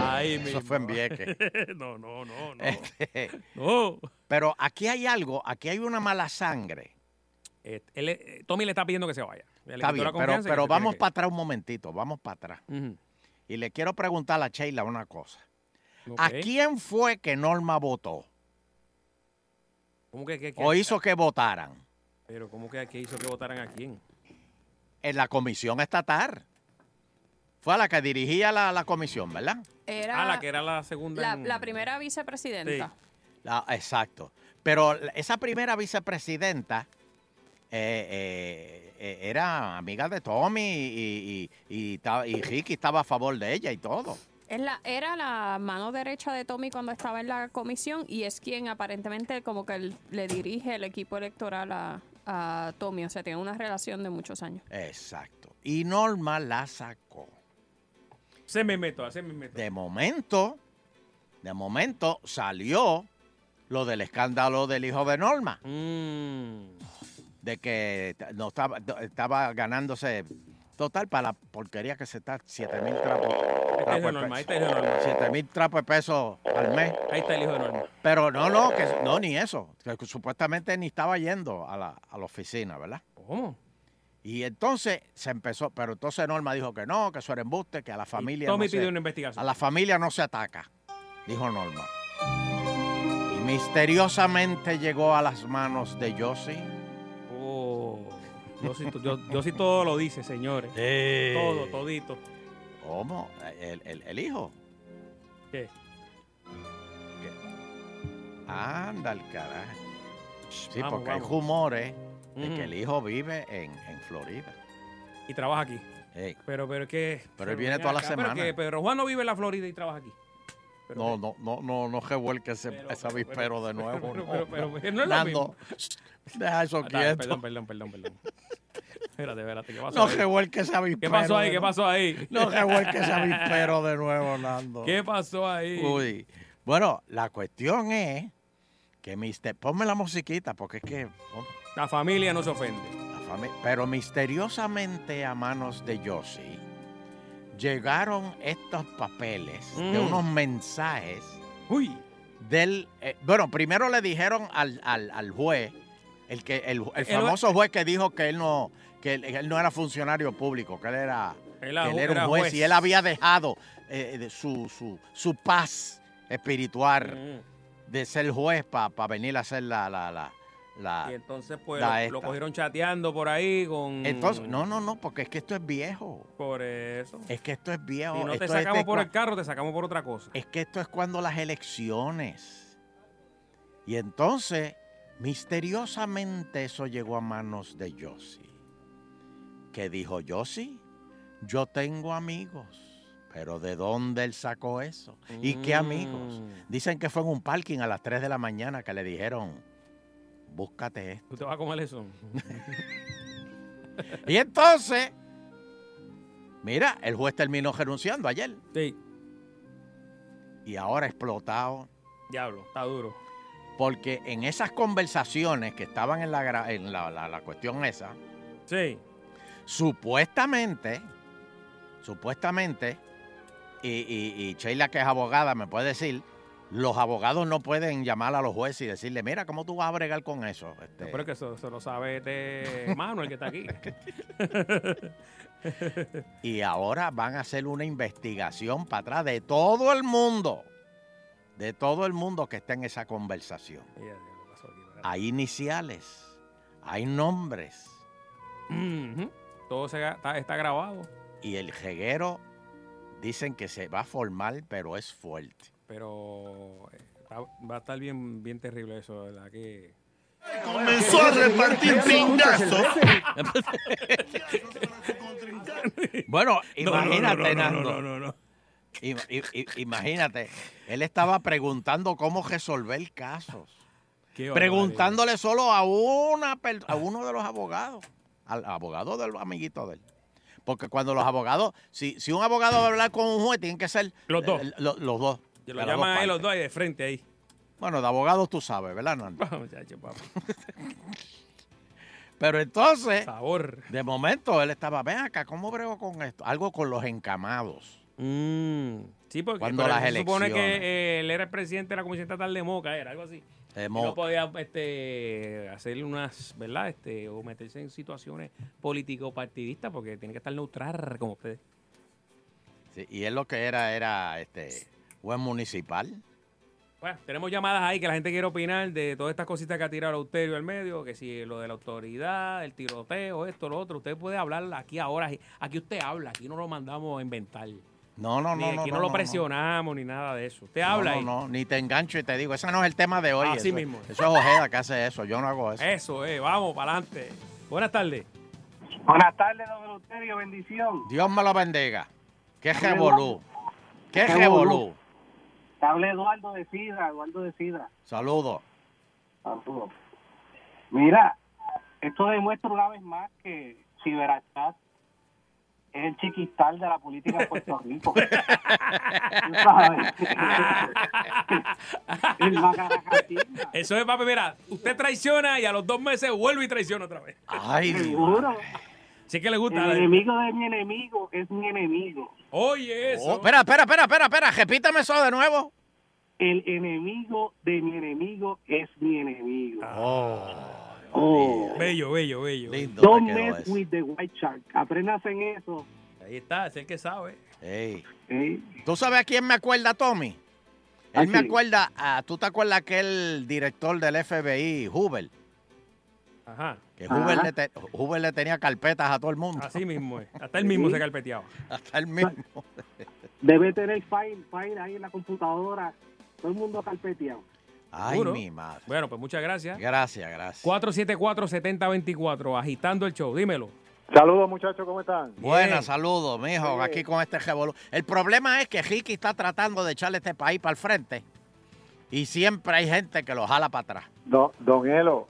[SPEAKER 4] Ahí
[SPEAKER 5] Eso fue en Vieques.
[SPEAKER 4] *laughs* no, no, no, no.
[SPEAKER 5] Este, Pero aquí hay algo, aquí hay una mala sangre.
[SPEAKER 4] Eh, él, eh, Tommy le está pidiendo que se vaya. Le
[SPEAKER 5] Está
[SPEAKER 4] quitó
[SPEAKER 5] bien, pero,
[SPEAKER 4] la confianza y
[SPEAKER 5] pero
[SPEAKER 4] se tiene
[SPEAKER 5] vamos
[SPEAKER 4] que-
[SPEAKER 5] para atrás un momentito, vamos para atrás. Y le quiero preguntar a Sheila una cosa. ¿A
[SPEAKER 4] Ok.
[SPEAKER 5] quién fue que Norma votó?
[SPEAKER 4] ¿Cómo que, que- que-
[SPEAKER 5] ¿O hizo que votaran?
[SPEAKER 4] Pero ¿cómo que, que hizo que votaran a quién?
[SPEAKER 5] En la comisión estatal. Fue a la que dirigía la, la comisión, ¿verdad?
[SPEAKER 14] Era
[SPEAKER 4] Ah, la que era la segunda.
[SPEAKER 14] la,
[SPEAKER 4] en-
[SPEAKER 14] la primera vicepresidenta.
[SPEAKER 5] La- exacto. Pero la- esa primera vicepresidenta eh, eh, eh, era amiga de Tommy y, y, y, ta- y Ricky estaba a favor de ella y todo.
[SPEAKER 14] Es la, era la mano derecha de Tommy cuando estaba en la comisión y es quien aparentemente como que l- le dirige el equipo electoral a, a Tommy. O sea, tiene una relación de muchos años.
[SPEAKER 5] Exacto. Y Norma la sacó.
[SPEAKER 4] Se me meto, se me meto.
[SPEAKER 5] De momento, de momento salió lo del escándalo del hijo de Norma.
[SPEAKER 4] Mm.
[SPEAKER 5] De que t- no estaba, no- estaba ganándose total para la porquería que se está 7 mil trapos.
[SPEAKER 4] Ahí está el hijo Este de
[SPEAKER 5] trapos de
[SPEAKER 4] Norma, ahí
[SPEAKER 5] peso.
[SPEAKER 4] está el hijo de Norma.
[SPEAKER 5] 7 mil trapos de pesos al mes.
[SPEAKER 4] Ahí está el hijo de Norma.
[SPEAKER 5] Pero no, no, que no, ni eso. Que supuestamente ni estaba yendo a la, a la oficina, ¿verdad?
[SPEAKER 4] ¿Cómo?
[SPEAKER 5] Y entonces se empezó, pero entonces Norma dijo que no, que eso era embuste, que a la familia.
[SPEAKER 4] Tommy
[SPEAKER 5] no se-
[SPEAKER 4] pidió em- una investigación.
[SPEAKER 5] A la familia no se ataca, dijo Norma. Y misteriosamente llegó a las manos de Josie.
[SPEAKER 4] Oh, yo sí, yo, yo sí todo lo dice, señores.
[SPEAKER 5] Eh.
[SPEAKER 4] Todo, todito.
[SPEAKER 5] ¿Cómo? ¿El, el- el hijo?
[SPEAKER 4] ¿Qué?
[SPEAKER 5] Anda el carajo. Sí,
[SPEAKER 4] Vamos,
[SPEAKER 5] porque
[SPEAKER 4] vamos.
[SPEAKER 5] hay rumores de
[SPEAKER 4] Ujú.
[SPEAKER 5] que el hijo vive en, en Florida.
[SPEAKER 4] Y trabaja aquí.
[SPEAKER 5] Ey,
[SPEAKER 4] Pero, pero es que.
[SPEAKER 5] Pero él viene toda la
[SPEAKER 4] acá, pero
[SPEAKER 5] semana.
[SPEAKER 4] que- pero Juan no vive en la Florida y trabaja aquí.
[SPEAKER 5] No, no, no, no, no revuelque ese, ese avispero de nuevo.
[SPEAKER 4] pero-
[SPEAKER 5] no,
[SPEAKER 4] pero- pero- pero no es lo
[SPEAKER 5] Nando,
[SPEAKER 4] mismo.
[SPEAKER 5] Deja eso
[SPEAKER 4] Ah,
[SPEAKER 5] quieto.
[SPEAKER 4] Perdón, perdón, perdón, perdón. Espérate, espérate, ¿qué pasó?
[SPEAKER 5] No
[SPEAKER 4] ahí?
[SPEAKER 5] revuelque ese avispero.
[SPEAKER 4] ¿Qué pasó ahí?
[SPEAKER 5] de
[SPEAKER 4] ¿Qué
[SPEAKER 5] nuevo.
[SPEAKER 4] pasó ahí?
[SPEAKER 5] No revuelque
[SPEAKER 4] *laughs*
[SPEAKER 5] ese avispero de nuevo, Nando.
[SPEAKER 4] ¿Qué pasó ahí?
[SPEAKER 5] Uy. Bueno, la cuestión es que Mister... Ponme la musiquita, porque es que... pon-
[SPEAKER 4] La familia no se ofende.
[SPEAKER 5] la fami- Pero misteriosamente a manos de Josie llegaron estos papeles de
[SPEAKER 15] Mm.
[SPEAKER 5] unos mensajes del... eh, bueno, primero le dijeron al, al- al juez, el, que, el, el
[SPEAKER 4] El-
[SPEAKER 5] famoso juez que dijo que él no, que él, él no era funcionario público, que él era,
[SPEAKER 4] Él
[SPEAKER 5] que
[SPEAKER 4] era-
[SPEAKER 5] él era
[SPEAKER 4] era
[SPEAKER 5] un juez,
[SPEAKER 4] juez.
[SPEAKER 5] y él había dejado eh, de su, su- su paz espiritual
[SPEAKER 4] Mm.
[SPEAKER 5] de ser juez para venir a hacer la... la, la- la-
[SPEAKER 4] Y entonces, pues,
[SPEAKER 5] la
[SPEAKER 4] lo, lo
[SPEAKER 5] esta.
[SPEAKER 4] cogieron chateando por ahí con.
[SPEAKER 5] Entonces, no, no, no, porque es que esto es viejo.
[SPEAKER 4] Por eso.
[SPEAKER 5] Es que esto es viejo.
[SPEAKER 4] Si no
[SPEAKER 5] esto
[SPEAKER 4] te
[SPEAKER 5] es-
[SPEAKER 4] sacamos
[SPEAKER 5] esto
[SPEAKER 4] por
[SPEAKER 5] es
[SPEAKER 4] el carro, te sacamos por otra cosa.
[SPEAKER 5] Es que esto es cuando las elecciones. Y entonces, misteriosamente eso llegó a manos de Yossi. Que dijo Yossi, yo tengo amigos. Pero ¿de dónde él sacó eso? ¿Y qué amigos?
[SPEAKER 4] Mm.
[SPEAKER 5] Dicen que fue en un parking a las 3 de la mañana que le dijeron, búscate esto.
[SPEAKER 4] Tú te vas a
[SPEAKER 5] *laughs*
[SPEAKER 4] comer eso.
[SPEAKER 5] Y entonces, mira, el juez terminó renunciando ayer.
[SPEAKER 4] Sí.
[SPEAKER 5] Y ahora explotado.
[SPEAKER 4] Diablo, está duro.
[SPEAKER 5] Porque en esas conversaciones que estaban en la, gra- en la, la- la cuestión esa,
[SPEAKER 4] sí.
[SPEAKER 5] supuestamente, supuestamente, y, y- y Sheila que es abogada me puede decir, los abogados no pueden llamar a los jueces y decirle, mira, ¿cómo tú vas a bregar con eso? Este,
[SPEAKER 4] Pero es que eso, eso lo sabe este Manuel que
[SPEAKER 5] *laughs*
[SPEAKER 4] está aquí. *laughs*
[SPEAKER 5] Y ahora van a hacer una investigación para atrás de todo el mundo. De todo el mundo que está en esa conversación. Hay iniciales, hay nombres.
[SPEAKER 4] Ujú. Todo se ga- está, está grabado.
[SPEAKER 5] Y el jeguero dicen que se va a formar, pero es fuerte.
[SPEAKER 4] Pero eh, está- va a estar bien, bien terrible eso, de ¿verdad? Que
[SPEAKER 12] Comenzó a repartir pingazos.
[SPEAKER 4] *laughs*
[SPEAKER 5] Bueno,
[SPEAKER 12] *laughs* No, no, no,
[SPEAKER 5] imagínate,
[SPEAKER 12] no, no,
[SPEAKER 5] Nando.
[SPEAKER 12] no, no,
[SPEAKER 5] Ima- i- i- imagínate, él estaba preguntando cómo resolver casos.
[SPEAKER 4] Qué
[SPEAKER 5] Preguntándole solo a una per- a uno de los abogados, al abogado del amiguito de él. Porque cuando los abogados, si, si un abogado va a hablar con un juez, tienen que ser
[SPEAKER 4] Los dos.
[SPEAKER 5] eh, lo- los dos.
[SPEAKER 4] Que
[SPEAKER 5] de
[SPEAKER 4] lo
[SPEAKER 5] las dos
[SPEAKER 4] llaman ahí
[SPEAKER 5] partes.
[SPEAKER 4] los dos ahí de frente ahí.
[SPEAKER 5] Bueno, de abogados tú sabes, ¿verdad, Nando?
[SPEAKER 4] Muchacho, papá.
[SPEAKER 5] *laughs* Pero entonces, de momento él estaba, ven acá, ¿cómo brego con esto? Algo con los encamados.
[SPEAKER 4] Mm, sí, porque
[SPEAKER 5] cuando
[SPEAKER 4] pero
[SPEAKER 5] las
[SPEAKER 4] se supone
[SPEAKER 5] elecciones.
[SPEAKER 4] que eh, él era el presidente de la Comisión Estatal de Moca, era algo así.
[SPEAKER 5] De
[SPEAKER 4] Y
[SPEAKER 5] Moca.
[SPEAKER 4] no podía este, hacer unas, ¿verdad? Este, o meterse en situaciones político-partidistas porque tiene que estar neutral como ustedes.
[SPEAKER 5] Sí, y él lo que era, era este juez municipal.
[SPEAKER 4] Bueno, tenemos llamadas ahí que la gente quiere opinar de todas estas cositas que ha tirado Austerio al medio, que si lo de la autoridad, el tiroteo, esto, lo otro. Usted puede hablar aquí ahora. Aquí usted habla, aquí no lo mandamos a inventar.
[SPEAKER 5] No, no,
[SPEAKER 4] Ni
[SPEAKER 5] no. no,
[SPEAKER 4] aquí no,
[SPEAKER 5] no,
[SPEAKER 4] lo
[SPEAKER 5] no, no.
[SPEAKER 4] presionamos ni nada de eso. Usted
[SPEAKER 5] No,
[SPEAKER 4] habla
[SPEAKER 5] no,
[SPEAKER 4] ahí.
[SPEAKER 5] no, ni te engancho y te digo, ese no es el tema de hoy.
[SPEAKER 4] Así
[SPEAKER 5] eso-
[SPEAKER 4] mismo.
[SPEAKER 5] Eso es Ojeda que hace eso, yo no hago eso.
[SPEAKER 4] Eso, eh, vamos, para adelante. Buenas tardes.
[SPEAKER 15] Buenas tardes, don Eleuterio, bendición.
[SPEAKER 5] Dios me lo bendiga. Qué revolú. Qué
[SPEAKER 15] Qué
[SPEAKER 5] revolú.
[SPEAKER 15] Te habla Eduardo de Sidra, Eduardo de Sidra.
[SPEAKER 5] Saludos.
[SPEAKER 15] Saludos. Mira, esto demuestra una vez más que Ciberachat es el chiquistal de la política en Puerto Rico. Tú sabes.
[SPEAKER 4] *laughs*
[SPEAKER 15] El macaracatismo.
[SPEAKER 4] Eso es, papi, mira, usted traiciona y a los dos meses vuelve y traiciona otra vez.
[SPEAKER 5] Ay,
[SPEAKER 15] Seguro.
[SPEAKER 4] Sí que le gusta.
[SPEAKER 15] El
[SPEAKER 4] la-
[SPEAKER 15] enemigo de mi enemigo es mi enemigo.
[SPEAKER 4] Oye, eso.
[SPEAKER 5] Oh, espera, espera, espera, espera, espera, repítame eso de nuevo.
[SPEAKER 15] El enemigo de mi enemigo es mi enemigo.
[SPEAKER 4] Ah.
[SPEAKER 15] Oh,
[SPEAKER 4] Oh. Bello, bello, bello.
[SPEAKER 5] Oh, Lindo.
[SPEAKER 15] Don't
[SPEAKER 5] te quedó
[SPEAKER 15] mess
[SPEAKER 5] eso.
[SPEAKER 15] with the white shark. Apréndanse en eso.
[SPEAKER 4] Ahí está, es el que sabe.
[SPEAKER 5] Ey.
[SPEAKER 15] Ey.
[SPEAKER 5] ¿Tú sabes a quién me acuerda, Tommy?
[SPEAKER 15] ¿A
[SPEAKER 5] Él me
[SPEAKER 15] quién?
[SPEAKER 5] acuerda, a, ¿tú te acuerdas aquel director del FBI, Hoover?
[SPEAKER 4] Ajá.
[SPEAKER 5] Que Hoover
[SPEAKER 4] Ajá.
[SPEAKER 5] le, te- Hoover le tenía carpetas a todo el mundo.
[SPEAKER 4] Así mismo es. Hasta él mismo se carpeteaba.
[SPEAKER 5] Hasta el mismo.
[SPEAKER 15] Debe tener file, file ahí en la computadora. Todo el mundo carpeteado.
[SPEAKER 5] Ay,
[SPEAKER 4] Seguro.
[SPEAKER 5] mi madre.
[SPEAKER 4] Bueno, pues muchas gracias.
[SPEAKER 5] Gracias, gracias.
[SPEAKER 4] 474-7024, agitando el show, dímelo.
[SPEAKER 6] Saludos, muchachos, ¿cómo están?
[SPEAKER 5] Buenas, saludos, mijo,
[SPEAKER 6] Bien.
[SPEAKER 5] aquí con este revolú. El problema es que Ricky está tratando de echarle este país para el frente y siempre hay gente que lo jala para atrás.
[SPEAKER 6] Don, don Elo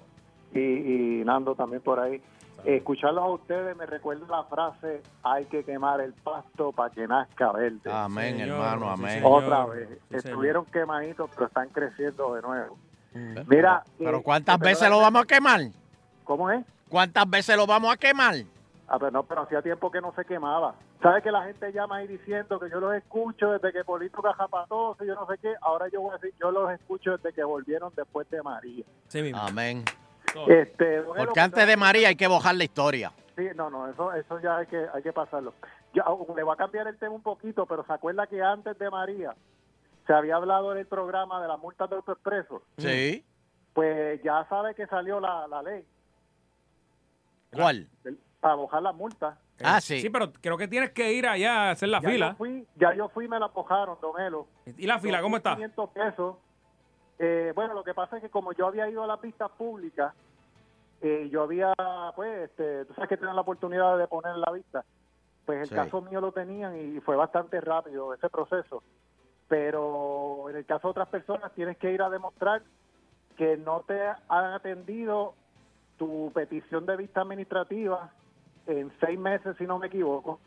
[SPEAKER 6] y, y Nando también por ahí. Escucharlos a ustedes me recuerda la frase, hay que quemar el pasto para que nazca verde.
[SPEAKER 5] Amén, Señor, hermano, sí, amén. señor.
[SPEAKER 6] Otra vez.
[SPEAKER 5] Sí,
[SPEAKER 6] Estuvieron quemaditos, pero están creciendo de nuevo.
[SPEAKER 5] ¿Eh?
[SPEAKER 6] Mira,
[SPEAKER 5] Pero, pero
[SPEAKER 6] eh,
[SPEAKER 5] ¿cuántas
[SPEAKER 6] pero
[SPEAKER 5] veces
[SPEAKER 6] la-
[SPEAKER 5] lo vamos a quemar?
[SPEAKER 6] ¿Cómo es?
[SPEAKER 5] ¿Cuántas veces lo vamos a quemar?
[SPEAKER 6] Ah, pero no, pero hacía tiempo que no se quemaba. ¿Sabes que la gente llama ahí diciendo que yo los escucho desde que Polito Cajapatoso, yo no sé qué? Ahora yo voy a decir, yo los escucho desde que volvieron después de María.
[SPEAKER 5] Amén.
[SPEAKER 6] Este, don Elo,
[SPEAKER 5] Porque antes de María hay que bojar la historia.
[SPEAKER 6] Sí, no, no, eso, eso ya hay que, hay que pasarlo. Yo, ah, le voy a cambiar el tema un poquito, pero se acuerda que antes de María se había hablado en el programa de las multas de autoexpresos.
[SPEAKER 5] Sí.
[SPEAKER 6] Pues ya sabe que salió la, la ley
[SPEAKER 5] ¿Cuál?
[SPEAKER 6] para mojar las multas.
[SPEAKER 5] Ah, sí.
[SPEAKER 4] Eh, Sí, pero creo que tienes que ir allá a hacer la
[SPEAKER 6] ya Yo
[SPEAKER 4] fila.
[SPEAKER 6] fui, ya yo fui y me la mojaron, don Elo.
[SPEAKER 4] ¿Y la fila cómo está?
[SPEAKER 6] 500 pesos. Eh, bueno, lo que pasa es que como yo había ido a la pista pública, eh, yo había, pues, este, tú sabes que tienen la oportunidad de poner la vista. Pues el
[SPEAKER 5] Sí.
[SPEAKER 6] caso mío lo tenían y fue bastante rápido ese proceso. Pero en el caso de otras personas tienes que ir a demostrar que no te han atendido tu petición de vista administrativa en seis meses, si no me equivoco,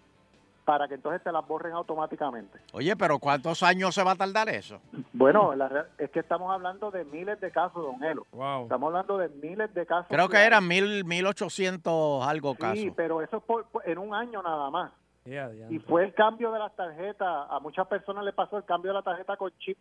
[SPEAKER 6] para que entonces te las borren automáticamente.
[SPEAKER 5] Oye, pero ¿cuántos años se va a tardar eso?
[SPEAKER 6] Bueno, la real- es que estamos hablando de miles de casos, don Elo. Estamos hablando de miles de casos.
[SPEAKER 5] Creo que eran mil, 1800 algo
[SPEAKER 6] Sí,
[SPEAKER 5] casos.
[SPEAKER 6] pero eso es por- por- en un año nada más. Y fue el cambio de las tarjetas. A muchas personas le pasó el cambio de la tarjeta con chip.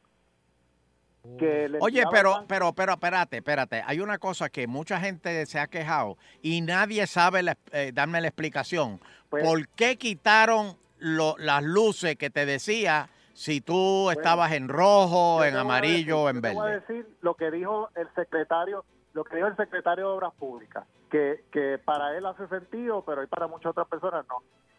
[SPEAKER 6] Que le
[SPEAKER 5] Oye,
[SPEAKER 6] enviaba el
[SPEAKER 5] pero,
[SPEAKER 6] banco.
[SPEAKER 5] pero, pero, espérate, espérate. Hay una cosa que mucha gente se ha quejado y nadie sabe la- eh, darme la explicación.
[SPEAKER 6] Pues-
[SPEAKER 5] ¿Por qué quitaron lo- las luces que te decía si tú estabas en rojo,
[SPEAKER 6] Yo
[SPEAKER 5] en
[SPEAKER 6] te voy a
[SPEAKER 5] amarillo o
[SPEAKER 6] decir- yo
[SPEAKER 5] en
[SPEAKER 6] te voy a
[SPEAKER 5] verde?
[SPEAKER 6] decir lo que dijo el secretario, lo que dijo el secretario de Obras Públicas, que, que para él hace sentido, pero y para muchas otras personas no.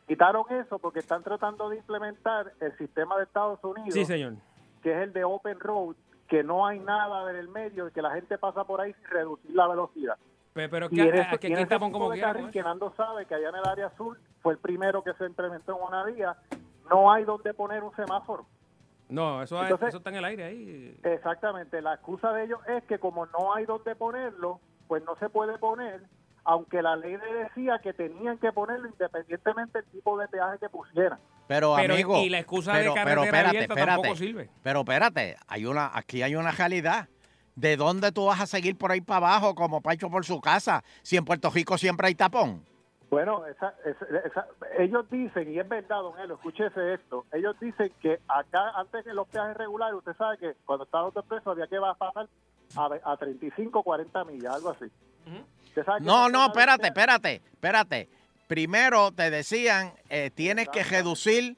[SPEAKER 6] Quitaron eso porque están tratando de implementar el sistema de Estados Unidos,
[SPEAKER 4] Sí, señor.
[SPEAKER 6] que es el de Open Road, que no hay nada en el medio y que la gente pasa por ahí sin reducir la velocidad.
[SPEAKER 4] Pe- Pero
[SPEAKER 6] Y
[SPEAKER 4] que,
[SPEAKER 6] en
[SPEAKER 4] a-
[SPEAKER 6] ese-
[SPEAKER 4] que
[SPEAKER 6] y en
[SPEAKER 4] aquí
[SPEAKER 6] ese
[SPEAKER 4] estamos
[SPEAKER 6] tipo
[SPEAKER 4] como ¿eh?
[SPEAKER 6] de
[SPEAKER 4] quiera. pues.
[SPEAKER 6] carril que Nando sabe que allá en el área azul fue el primero que se implementó en una vía, no hay donde poner un semáforo.
[SPEAKER 4] No, eso, es-
[SPEAKER 6] Entonces-
[SPEAKER 4] eso está en el aire ahí.
[SPEAKER 6] Exactamente, la excusa de ellos es que como no hay donde ponerlo, pues no se puede poner, aunque la ley le decía que tenían que ponerlo independientemente del tipo de peaje que pusieran.
[SPEAKER 5] Pero,
[SPEAKER 4] Pero,
[SPEAKER 5] amigo,
[SPEAKER 4] y la excusa de carretera abierta tampoco sirve.
[SPEAKER 5] Pero espérate, hay una, aquí hay una realidad. ¿De dónde tú vas a seguir por ahí para abajo como Pacho por su casa si en Puerto Rico siempre hay tapón?
[SPEAKER 6] Bueno, esa- esa- esa- ellos dicen, y es verdad, don Elo, escúchese esto, ellos dicen que acá, antes que los peajes regulares, usted sabe que cuando estaba autopreso había que pasar a, ve- a 35, 40 millas, algo así. Usted sabe que
[SPEAKER 5] No,
[SPEAKER 6] los
[SPEAKER 5] no,
[SPEAKER 6] peajes-
[SPEAKER 5] espérate, espérate, espérate. Primero te decían, eh, tienes que reducir,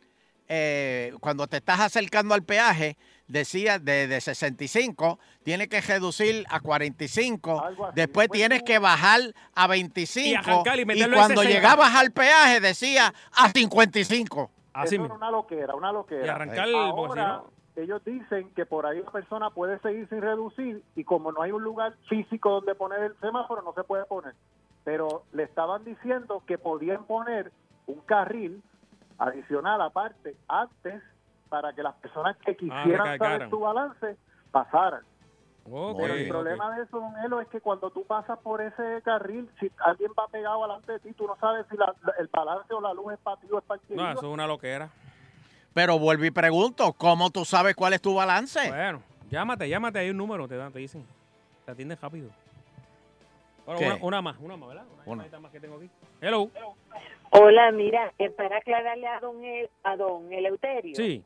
[SPEAKER 5] eh, cuando te estás acercando al peaje, decía de, de 65, tienes que reducir a 45, después tienes que bajar a 25
[SPEAKER 4] Y arrancar y meterlo en
[SPEAKER 5] cuando
[SPEAKER 4] 60.
[SPEAKER 5] llegabas al peaje decía a 55.
[SPEAKER 6] Eso era una loquera, una loquera.
[SPEAKER 5] Y arrancar, porque si
[SPEAKER 6] Ahora,
[SPEAKER 5] no-
[SPEAKER 6] ellos dicen que por ahí la persona puede seguir sin reducir y como no hay un lugar físico donde poner el semáforo, no se puede poner. Pero le estaban diciendo que podían poner un carril adicional aparte antes para que las personas
[SPEAKER 4] Ah,
[SPEAKER 6] que quisieran saber
[SPEAKER 4] recargaran.
[SPEAKER 6] su balance pasaran.
[SPEAKER 4] Ok,
[SPEAKER 6] Pero el
[SPEAKER 4] ok.
[SPEAKER 6] problema de eso, don Elo, es que cuando tú pasas por ese carril, si alguien va pegado delante de ti, tú no sabes si la- la- el balance o la luz es para ti o es para el que
[SPEAKER 4] No,
[SPEAKER 6] iba.
[SPEAKER 4] eso es una loquera.
[SPEAKER 5] Pero vuelvo y pregunto, ¿cómo tú sabes cuál es tu balance?
[SPEAKER 4] Bueno, llámate, llámate, hay un número, te dan, te dicen. Te atienden rápido. Bueno,
[SPEAKER 5] ¿Qué?
[SPEAKER 4] una, una más, una más, ¿verdad? Una
[SPEAKER 5] Una.
[SPEAKER 4] llamadita más que tengo aquí. Hello.
[SPEAKER 13] Hola, mira, eh, para aclararle a don, El- a don Eleuterio,
[SPEAKER 4] Sí.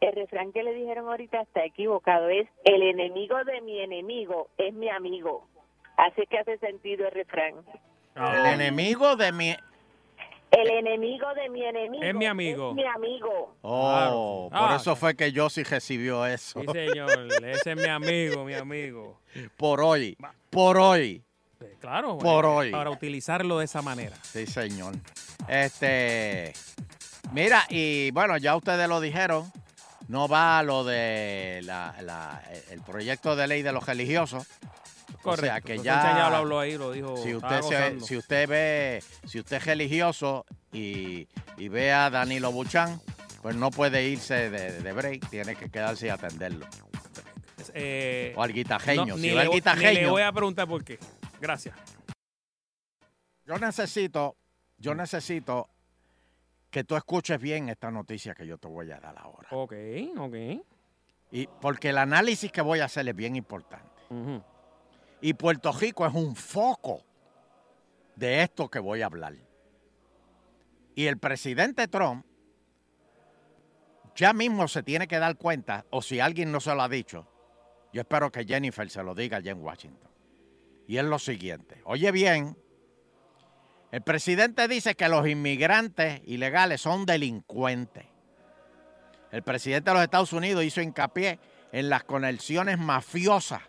[SPEAKER 13] el refrán que le dijeron ahorita está equivocado, es el enemigo de mi enemigo es mi amigo. Así que hace sentido el refrán.
[SPEAKER 5] El enemigo de mi...
[SPEAKER 13] El enemigo de mi enemigo
[SPEAKER 5] Es mi amigo.
[SPEAKER 13] es mi amigo.
[SPEAKER 5] Oh,
[SPEAKER 4] Claro.
[SPEAKER 5] por
[SPEAKER 4] Ah,
[SPEAKER 5] eso fue que yo sí recibió eso.
[SPEAKER 4] Sí,
[SPEAKER 5] *laughs*
[SPEAKER 4] señor. Ese es mi amigo, mi amigo.
[SPEAKER 5] Por hoy, por hoy.
[SPEAKER 4] Eh, Claro.
[SPEAKER 5] Por
[SPEAKER 4] bueno,
[SPEAKER 5] hoy.
[SPEAKER 4] Para utilizarlo de esa manera.
[SPEAKER 5] Sí, señor. Este, mira, y bueno, ya ustedes lo dijeron, no va lo de la, la- el proyecto de ley de los religiosos. o sea,
[SPEAKER 4] Correcto,
[SPEAKER 5] que
[SPEAKER 4] entonces
[SPEAKER 5] ya,
[SPEAKER 4] ya lo habló ahí, lo dijo,
[SPEAKER 5] Si usted,
[SPEAKER 4] estaba
[SPEAKER 5] se-
[SPEAKER 4] gozando.
[SPEAKER 5] si usted ve, si usted es religioso y, y ve a Danilo Buchan, pues no puede irse de, de break, tiene que quedarse y atenderlo.
[SPEAKER 4] Eh,
[SPEAKER 5] O al guitajeño,
[SPEAKER 4] no,
[SPEAKER 5] si
[SPEAKER 4] ni
[SPEAKER 5] va
[SPEAKER 4] le
[SPEAKER 5] el
[SPEAKER 4] voy- Ni le
[SPEAKER 5] guitajeño.
[SPEAKER 4] voy a preguntar por qué. Gracias.
[SPEAKER 5] Yo necesito,
[SPEAKER 4] Mm.
[SPEAKER 5] yo necesito que tú escuches bien esta noticia que yo te voy a dar ahora.
[SPEAKER 4] Ok, ok.
[SPEAKER 5] Y porque el análisis que voy a hacer es bien importante. Y Puerto Rico es un foco de esto que voy a hablar. Y el presidente Trump ya mismo se tiene que dar cuenta, o si alguien no se lo ha dicho, yo espero que Jennifer se lo diga allá en Washington. Y es lo siguiente, oye bien, el presidente dice que los inmigrantes ilegales son delincuentes. El presidente de los Estados Unidos hizo hincapié en las conexiones mafiosas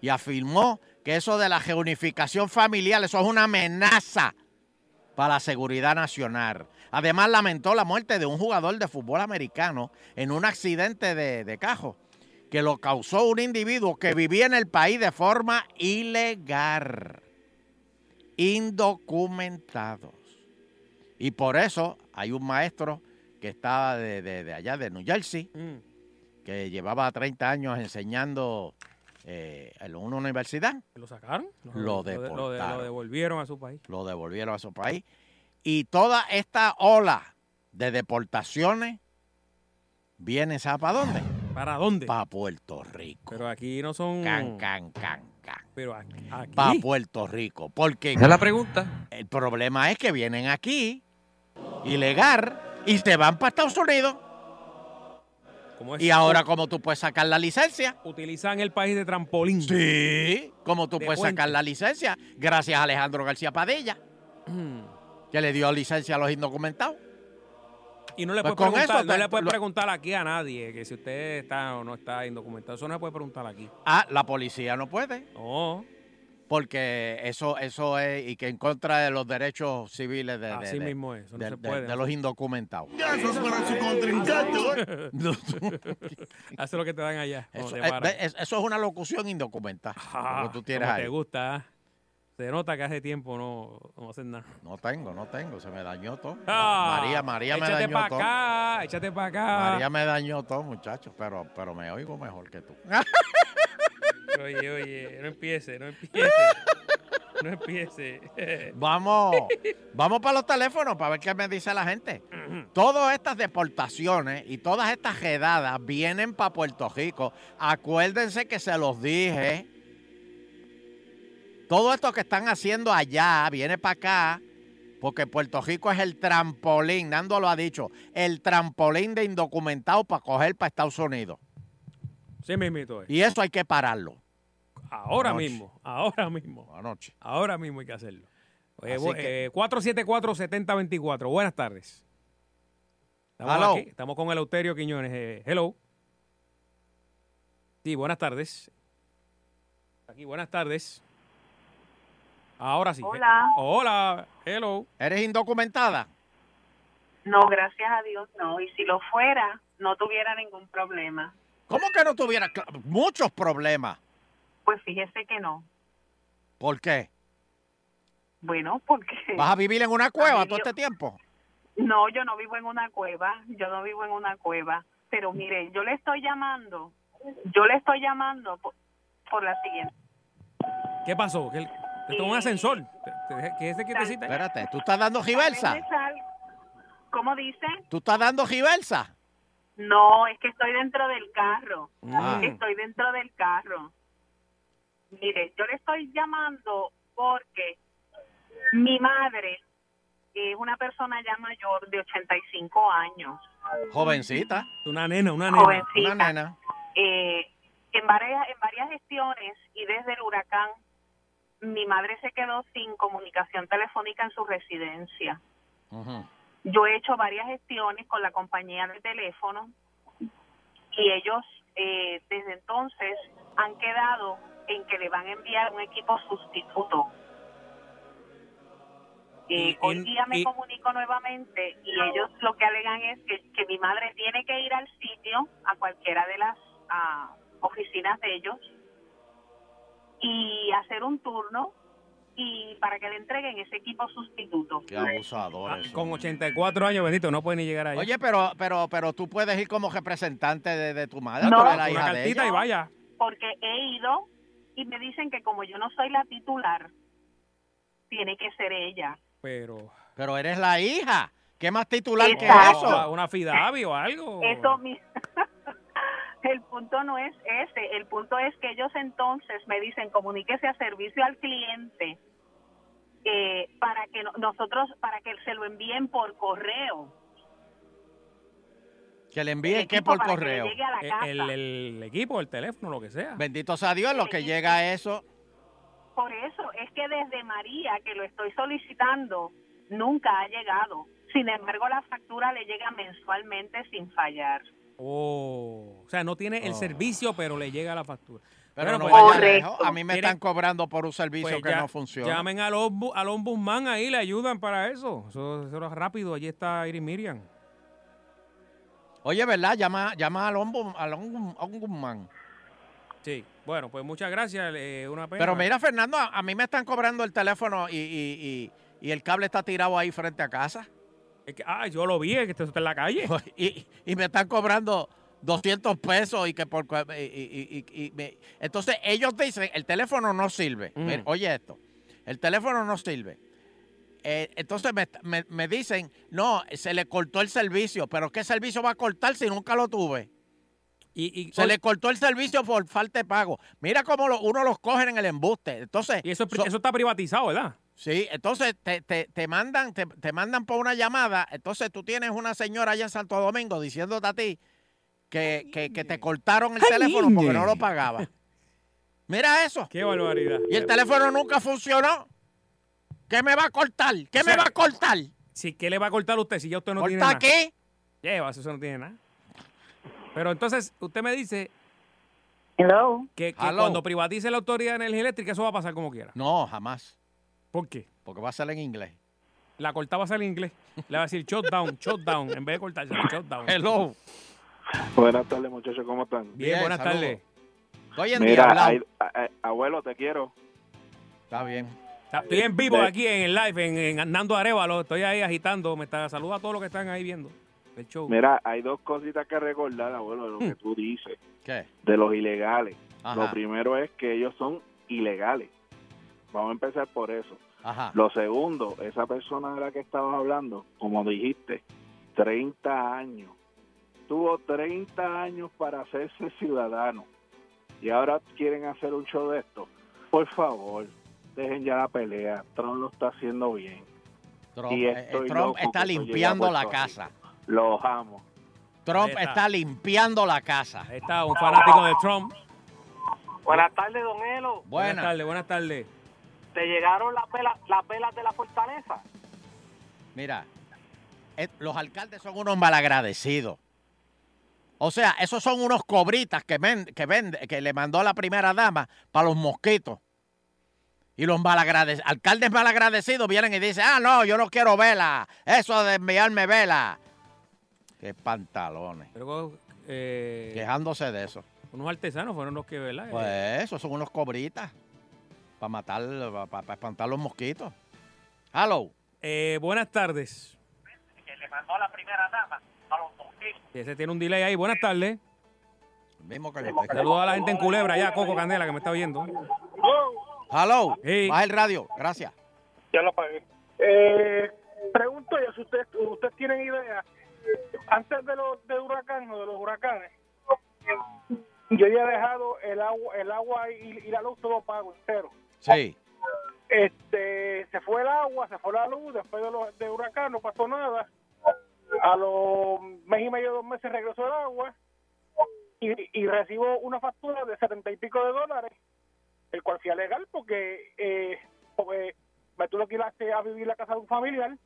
[SPEAKER 5] y afirmó que eso de la reunificación familiar, eso es una amenaza para la seguridad nacional. Además, lamentó la muerte de un jugador de fútbol americano en un accidente de, de cajo que lo causó un individuo que vivía en el país de forma ilegal, indocumentados. Y por eso hay un maestro que estaba de, de- de allá, de New Jersey,
[SPEAKER 4] Mm.
[SPEAKER 5] que llevaba 30 años enseñando eh, en una universidad,
[SPEAKER 4] ¿Lo sacaron?
[SPEAKER 5] Lo
[SPEAKER 4] de- de-
[SPEAKER 5] deportaron.
[SPEAKER 4] lo devolvieron a su país.
[SPEAKER 5] lo devolvieron a su país. Y toda esta ola de deportaciones viene, ¿sabe para dónde?
[SPEAKER 4] ¿Para dónde?
[SPEAKER 5] Para Puerto Rico.
[SPEAKER 4] Pero aquí no son.
[SPEAKER 5] Can, can, can, can.
[SPEAKER 4] Pero aquí. aquí-
[SPEAKER 5] Para Puerto Rico. Porque.
[SPEAKER 4] Esa es la pregunta.
[SPEAKER 5] El problema es que vienen aquí, ilegal, y se van para Estados Unidos.
[SPEAKER 4] como es-
[SPEAKER 5] Y ahora, ¿cómo tú puedes sacar la licencia?
[SPEAKER 4] Pues Utilizan el país de trampolín.
[SPEAKER 5] Sí. ¿Cómo tú
[SPEAKER 4] De
[SPEAKER 5] puedes
[SPEAKER 4] puente.
[SPEAKER 5] sacar la licencia? Gracias a Alejandro García Padilla,
[SPEAKER 4] *clears throat*
[SPEAKER 5] que le dio licencia a los indocumentados.
[SPEAKER 4] Y no le
[SPEAKER 5] Pues
[SPEAKER 4] puedes,
[SPEAKER 5] con
[SPEAKER 4] preguntar,
[SPEAKER 5] eso
[SPEAKER 4] no
[SPEAKER 5] te-
[SPEAKER 4] le puedes
[SPEAKER 5] lo-
[SPEAKER 4] preguntar aquí a nadie que si usted está o no está indocumentado. Eso no le puede preguntar aquí. Oh.
[SPEAKER 5] Ah, la policía no puede.
[SPEAKER 4] No.
[SPEAKER 5] Porque eso, eso es, y que en contra de los derechos civiles de, de-
[SPEAKER 4] Así
[SPEAKER 5] de-
[SPEAKER 4] mismo es, eso no
[SPEAKER 5] de- de-
[SPEAKER 4] se puede,
[SPEAKER 5] de
[SPEAKER 4] no
[SPEAKER 5] los
[SPEAKER 4] se-
[SPEAKER 5] indocumentados.
[SPEAKER 12] Eso es para
[SPEAKER 4] *laughs*
[SPEAKER 12] su contrincante.
[SPEAKER 5] No.
[SPEAKER 4] Hace lo que te dan allá. cuando
[SPEAKER 5] Eso,
[SPEAKER 4] te
[SPEAKER 5] eh,
[SPEAKER 4] paran.
[SPEAKER 5] ve, es- eso es una locución indocumentada.
[SPEAKER 4] Ah,
[SPEAKER 5] lo que tú tienes
[SPEAKER 4] como
[SPEAKER 5] ahí.
[SPEAKER 4] te gusta. ¿ah? Se nota que hace tiempo no, no haces nada.
[SPEAKER 5] No tengo, no tengo, se me dañó todo.
[SPEAKER 4] Ah,
[SPEAKER 5] María, María me
[SPEAKER 4] échate
[SPEAKER 5] dañó
[SPEAKER 4] pa'
[SPEAKER 5] todo.
[SPEAKER 4] acá, échate para acá.
[SPEAKER 5] María me dañó todo, muchachos, pero, pero me oigo mejor que tú.
[SPEAKER 4] Oye, oye, no empiece,
[SPEAKER 5] *laughs*
[SPEAKER 4] no empiece. No empiece. *laughs*
[SPEAKER 5] Vamos, vamos para los teléfonos para ver qué me dice la gente. Todas estas deportaciones y todas estas redadas vienen para Puerto Rico. Acuérdense que se los dije. Todo esto que están haciendo allá viene para acá. Porque Puerto Rico es el trampolín, Nando lo ha dicho, el trampolín de indocumentados para coger para Estados Unidos.
[SPEAKER 4] Sí, mismito es.
[SPEAKER 5] Y eso hay que pararlo.
[SPEAKER 4] Ahora
[SPEAKER 5] Anoche.
[SPEAKER 4] mismo, ahora mismo.
[SPEAKER 5] Anoche.
[SPEAKER 4] Ahora mismo hay que hacerlo. Oye,
[SPEAKER 5] Así
[SPEAKER 4] bo-
[SPEAKER 5] que-
[SPEAKER 4] eh, 474-7024. Buenas tardes. Estamos
[SPEAKER 5] Hello.
[SPEAKER 4] aquí, estamos con Eleuterio Quiñones. eh, hello. Sí, buenas tardes. Aquí, buenas tardes. Ahora sí. eh.
[SPEAKER 16] Hola.
[SPEAKER 4] Hola, hello.
[SPEAKER 5] ¿Eres indocumentada?
[SPEAKER 16] No, gracias a Dios no. Y si lo fuera, no tuviera ningún problema.
[SPEAKER 5] ¿Cómo que no tuviera cl- muchos problemas?
[SPEAKER 16] Pues fíjese que no.
[SPEAKER 5] ¿Por qué?
[SPEAKER 16] Bueno, porque...
[SPEAKER 5] ¿Vas a vivir en una
[SPEAKER 16] A
[SPEAKER 5] cueva
[SPEAKER 16] mí
[SPEAKER 5] todo
[SPEAKER 16] Dios-
[SPEAKER 5] este tiempo?
[SPEAKER 16] No, yo no vivo en una cueva. Yo no vivo en una cueva. Pero mire, yo le estoy llamando. Yo le estoy llamando por, por la siguiente.
[SPEAKER 4] ¿Qué pasó? ¿Qué, te tomó un ascensor. Te- te dejé- ¿Qué es de quietecita?
[SPEAKER 5] Espérate, ¿tú estás dando giversa?
[SPEAKER 16] ¿Vende sal? ¿Cómo dice?
[SPEAKER 5] ¿Tú estás dando giversa?
[SPEAKER 16] No, es que estoy dentro del carro.
[SPEAKER 5] Ah.
[SPEAKER 16] Estoy dentro del carro. Mire, yo le estoy llamando porque mi madre es una persona ya mayor de 85 años.
[SPEAKER 5] Jovencita.
[SPEAKER 4] Una nena, una nena.
[SPEAKER 16] Jovencita.
[SPEAKER 5] Una nena.
[SPEAKER 16] Eh, en, varias, en varias gestiones y desde el huracán, mi madre se quedó sin comunicación telefónica en su residencia. Yo he hecho varias gestiones con la compañía de teléfono y ellos eh, desde entonces han quedado en que le van a enviar un equipo sustituto. Eh,
[SPEAKER 4] Y-
[SPEAKER 16] hoy
[SPEAKER 4] y-
[SPEAKER 16] día me
[SPEAKER 4] y-
[SPEAKER 16] comunico nuevamente y ellos lo que alegan es que, que mi madre tiene que ir al sitio, a cualquiera de las ah, oficinas de ellos, y hacer un turno y para que le entreguen ese equipo sustituto.
[SPEAKER 5] Qué abusadores.
[SPEAKER 4] Ah, Con 84 años, bendito, no puede ni llegar ahí.
[SPEAKER 5] Oye, pero, pero, pero tú puedes ir como representante de, de tu madre,
[SPEAKER 4] No.
[SPEAKER 5] tú eres la
[SPEAKER 4] Una
[SPEAKER 5] hija de
[SPEAKER 4] cartita
[SPEAKER 5] ella.
[SPEAKER 4] y vaya.
[SPEAKER 16] porque he ido y me dicen que como yo no soy la titular, tiene que ser ella.
[SPEAKER 4] Pero.
[SPEAKER 5] Pero eres la hija. ¿Qué más titular
[SPEAKER 16] Exacto.
[SPEAKER 5] que eso?
[SPEAKER 4] Una fidavi o algo.
[SPEAKER 16] Eso mi- *laughs* El punto no es ese, el punto es que ellos entonces me dicen comuníquese a servicio al cliente eh, para que no- nosotros, para que se lo envíen por correo.
[SPEAKER 5] Que le envíe qué
[SPEAKER 16] equipo
[SPEAKER 5] por
[SPEAKER 16] para que
[SPEAKER 5] correo.
[SPEAKER 16] llegue a la casa.
[SPEAKER 4] El, el equipo, el teléfono, lo que sea.
[SPEAKER 5] Bendito sea Dios, lo que llega a eso.
[SPEAKER 16] Por eso es que desde María, que lo estoy solicitando, nunca ha llegado. Sin embargo, la factura le llega mensualmente sin fallar.
[SPEAKER 4] Oh, o sea, no tiene el servicio, pero le llega la factura.
[SPEAKER 5] Pero no
[SPEAKER 4] Bueno,
[SPEAKER 5] vaya
[SPEAKER 4] pues-
[SPEAKER 5] lejos. A mí me
[SPEAKER 4] Tienen-
[SPEAKER 5] están cobrando por un servicio
[SPEAKER 4] pues
[SPEAKER 5] que
[SPEAKER 4] ya-
[SPEAKER 5] no funciona.
[SPEAKER 4] Llamen al, ombu- al ombudsman ahí, le ayudan para eso. Eso, eso es rápido. Allí está Iris Miriam.
[SPEAKER 5] Oye, ¿verdad? Llama, llama al ombu- al ombu- ombudsman.
[SPEAKER 4] Sí. Bueno, pues muchas gracias. eh, una pena.
[SPEAKER 5] Pero mira, Fernando, a, a mí me están cobrando el teléfono y, y- y- y el cable está tirado ahí frente a casa.
[SPEAKER 4] Es que, ah, yo lo vi, es que esto está en la calle.
[SPEAKER 5] *laughs* Y, y me están cobrando 200 pesos y que por... cua- y- y- y- y- y me- entonces ellos dicen, el teléfono no sirve.
[SPEAKER 17] Mm.
[SPEAKER 5] Mira, oye esto, el teléfono no sirve. Eh, entonces me, me- me dicen, no, se le cortó el servicio, pero ¿qué servicio va a cortar si nunca lo tuve?
[SPEAKER 4] Y, y-
[SPEAKER 5] se le cortó el servicio por falta de pago. Mira cómo lo- uno los cogen en el embuste. Entonces,
[SPEAKER 4] y eso, es pri- eso está privatizado, ¿verdad?
[SPEAKER 5] Sí, entonces te, te- te mandan te, te mandan por una llamada, entonces tú tienes una señora allá en Santo Domingo diciéndote a ti que, que- que te cortaron el
[SPEAKER 4] Ay,
[SPEAKER 5] teléfono porque
[SPEAKER 4] niñe.
[SPEAKER 5] no lo pagaba. Mira eso.
[SPEAKER 4] Qué barbaridad.
[SPEAKER 5] Y el teléfono nunca funcionó. ¿Qué me va a cortar? ¿Qué
[SPEAKER 4] O sea,
[SPEAKER 5] me va a cortar?
[SPEAKER 4] Si, ¿Qué le va a cortar a usted si ya usted no tiene
[SPEAKER 5] ¿Corta
[SPEAKER 4] nada?
[SPEAKER 5] qué?
[SPEAKER 4] Lleva, eso no tiene nada. Pero entonces, usted me dice
[SPEAKER 18] Hello.
[SPEAKER 4] Que, que
[SPEAKER 5] Hello.
[SPEAKER 4] cuando privatice la Autoridad de Energía Eléctrica, eso va a pasar como quiera.
[SPEAKER 5] No, jamás.
[SPEAKER 4] ¿Por qué?
[SPEAKER 5] Porque va a salir en inglés.
[SPEAKER 4] La corta va a salir en inglés. Le va a decir shutdown, shutdown. En vez de cortarse, shutdown.
[SPEAKER 5] Hello.
[SPEAKER 11] Buenas tardes, muchachos, ¿cómo están?
[SPEAKER 4] Bien, buenas tardes.
[SPEAKER 5] Estoy
[SPEAKER 11] Mira, ay- ay- abuelo, te quiero.
[SPEAKER 5] Está bien.
[SPEAKER 4] Estoy en vivo
[SPEAKER 5] Este
[SPEAKER 11] De-
[SPEAKER 4] aquí en el live, en, en Nando Arevalo. Estoy ahí agitando. Me está, saluda a todos los que están ahí viendo el show.
[SPEAKER 11] Mira, hay dos cositas que recordar, abuelo, de lo
[SPEAKER 4] Hmm.
[SPEAKER 11] que tú dices,
[SPEAKER 5] ¿Qué?
[SPEAKER 11] de los ilegales.
[SPEAKER 5] Ajá.
[SPEAKER 11] Lo primero es que ellos son ilegales. Vamos a empezar por eso.
[SPEAKER 5] Ajá.
[SPEAKER 11] Lo segundo, esa persona de la que estabas hablando, como dijiste, 30 años. Tuvo 30 años para hacerse ciudadano. Y ahora quieren hacer un show de esto. Por favor, dejen ya la pelea. Trump lo está haciendo bien.
[SPEAKER 5] Trump,
[SPEAKER 11] Y
[SPEAKER 5] eh,
[SPEAKER 11] estoy
[SPEAKER 5] Trump
[SPEAKER 11] loco
[SPEAKER 5] está
[SPEAKER 11] que esto
[SPEAKER 5] limpiando
[SPEAKER 11] llegue a
[SPEAKER 5] la
[SPEAKER 11] Puerto
[SPEAKER 5] casa.
[SPEAKER 11] Los amo.
[SPEAKER 5] Trump
[SPEAKER 11] Ahí está.
[SPEAKER 5] está limpiando la casa.
[SPEAKER 4] Está un fanático de Trump.
[SPEAKER 2] Buenas tardes, don Elo.
[SPEAKER 4] Buenas tardes, buenas tardes.
[SPEAKER 2] ¿Te llegaron las velas, las velas de la fortaleza?
[SPEAKER 5] Mira, eh, los alcaldes son unos malagradecidos. O sea, esos son unos cobritas que, men- que, vende- que le mandó la primera dama para los mosquitos. Y los malagrade- alcaldes malagradecidos vienen y dicen, ah, no, yo no quiero vela. Eso de enviarme vela. Qué pantalones.
[SPEAKER 4] Pero, eh,
[SPEAKER 5] Quejándose de eso.
[SPEAKER 4] unos artesanos fueron los que, ¿verdad? Eh,
[SPEAKER 5] Pues esos son unos cobritas. Para matar, para espantar los mosquitos. Hello.
[SPEAKER 4] eh, buenas tardes.
[SPEAKER 2] Que le mandó la primera dama a los mosquitos.
[SPEAKER 4] Ese tiene un delay ahí. Buenas tardes.
[SPEAKER 5] Mismo
[SPEAKER 4] Saludos a la gente en Culebra, ya, Coco Candela, que me está viendo.
[SPEAKER 5] Hello. Baja el radio. Gracias.
[SPEAKER 10] Ya lo pagué. Eh, pregunto yo si ustedes ustedes tienen idea, antes de los de huracán o de los huracanes, yo ya he dejado el agua, el agua y, y la luz todo pago entero.
[SPEAKER 5] Sí.
[SPEAKER 10] Este, se fue el agua, se fue la luz, después de los de huracán no pasó nada. A los mes y medio, dos meses regresó el agua y, y recibo una factura de setenta y pico de dólares, el cual fui a legal porque, eh, porque me tuve que ir a, a vivir la casa de un familiar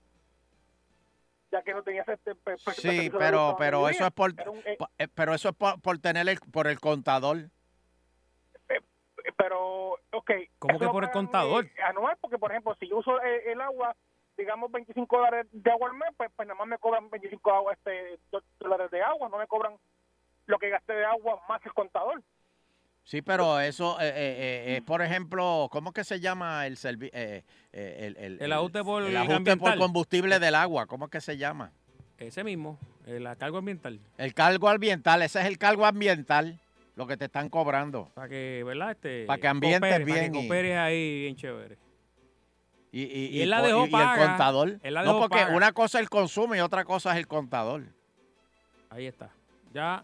[SPEAKER 10] ya que no tenía este pues, pues,
[SPEAKER 5] Sí,
[SPEAKER 10] permiso de
[SPEAKER 5] pero,
[SPEAKER 10] uso
[SPEAKER 5] pero
[SPEAKER 10] donde
[SPEAKER 5] eso
[SPEAKER 10] vivía.
[SPEAKER 5] es por,
[SPEAKER 10] Era un- eh,
[SPEAKER 5] po- eh, pero eso es por, por tener el, por el contador.
[SPEAKER 10] pero, ok.
[SPEAKER 5] ¿Cómo
[SPEAKER 10] eso
[SPEAKER 5] que
[SPEAKER 10] lo
[SPEAKER 5] por el
[SPEAKER 10] pagan,
[SPEAKER 5] contador?
[SPEAKER 10] eh, anual, porque, por ejemplo, si yo uso eh, el agua, digamos, 25 dólares de agua al mes, pues, pues nada más me cobran 25 agua, este, do- dólares de agua, no me cobran lo que gasté de agua más el contador.
[SPEAKER 5] Sí, pero eso eh, eh, eh, es, por ejemplo, ¿cómo que se llama el servi- eh, eh, el, el-
[SPEAKER 4] El ajuste por
[SPEAKER 5] el ajuste
[SPEAKER 4] ambiental.
[SPEAKER 5] por combustible del agua? ¿Cómo que se llama?
[SPEAKER 4] Ese mismo, el cargo ambiental.
[SPEAKER 5] El cargo ambiental, ese es el cargo ambiental, lo que te están cobrando.
[SPEAKER 4] Para que, ¿verdad? Este,
[SPEAKER 5] Pa' que ambientes
[SPEAKER 4] coopere,
[SPEAKER 5] bien
[SPEAKER 4] Para
[SPEAKER 5] y-
[SPEAKER 4] que cooperes ahí bien chévere.
[SPEAKER 5] Y, y-
[SPEAKER 4] Y
[SPEAKER 5] y
[SPEAKER 4] él la
[SPEAKER 5] por-
[SPEAKER 4] dejó
[SPEAKER 5] y- y
[SPEAKER 4] paga.
[SPEAKER 5] el contador.
[SPEAKER 4] Él la
[SPEAKER 5] no,
[SPEAKER 4] dejó
[SPEAKER 5] porque
[SPEAKER 4] paga.
[SPEAKER 5] una cosa es el consumo y otra cosa es el contador.
[SPEAKER 4] Ahí está. Ya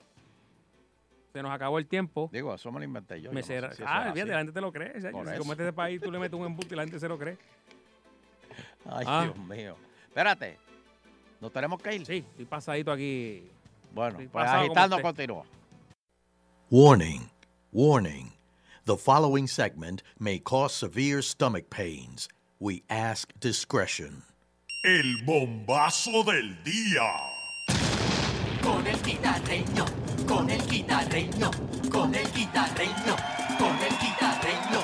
[SPEAKER 4] se nos acabó el tiempo.
[SPEAKER 5] Digo, eso me lo inventé yo.
[SPEAKER 4] Me
[SPEAKER 5] yo no sé
[SPEAKER 4] cerra-
[SPEAKER 5] si eso es
[SPEAKER 4] ah,
[SPEAKER 5] así.
[SPEAKER 4] fíjate, la gente te lo cree. ya,
[SPEAKER 5] Por
[SPEAKER 4] si
[SPEAKER 5] eso.
[SPEAKER 4] como este país tú le metes un embuste y la gente se lo cree.
[SPEAKER 5] Ay,
[SPEAKER 4] Ah.
[SPEAKER 5] Dios mío. Espérate. ¿Nos tenemos que ir?
[SPEAKER 4] Sí, estoy pasadito aquí.
[SPEAKER 5] Bueno,
[SPEAKER 4] Estoy
[SPEAKER 5] pues
[SPEAKER 4] pasado como
[SPEAKER 5] agitando
[SPEAKER 4] usted.
[SPEAKER 5] continúa.
[SPEAKER 1] Warning, warning. The following segment may cause severe stomach pains. We ask discretion.
[SPEAKER 19] El bombazo del día.
[SPEAKER 3] Con el guitarreño, con el guitarreño, con el guitarreño, con el guitarreño.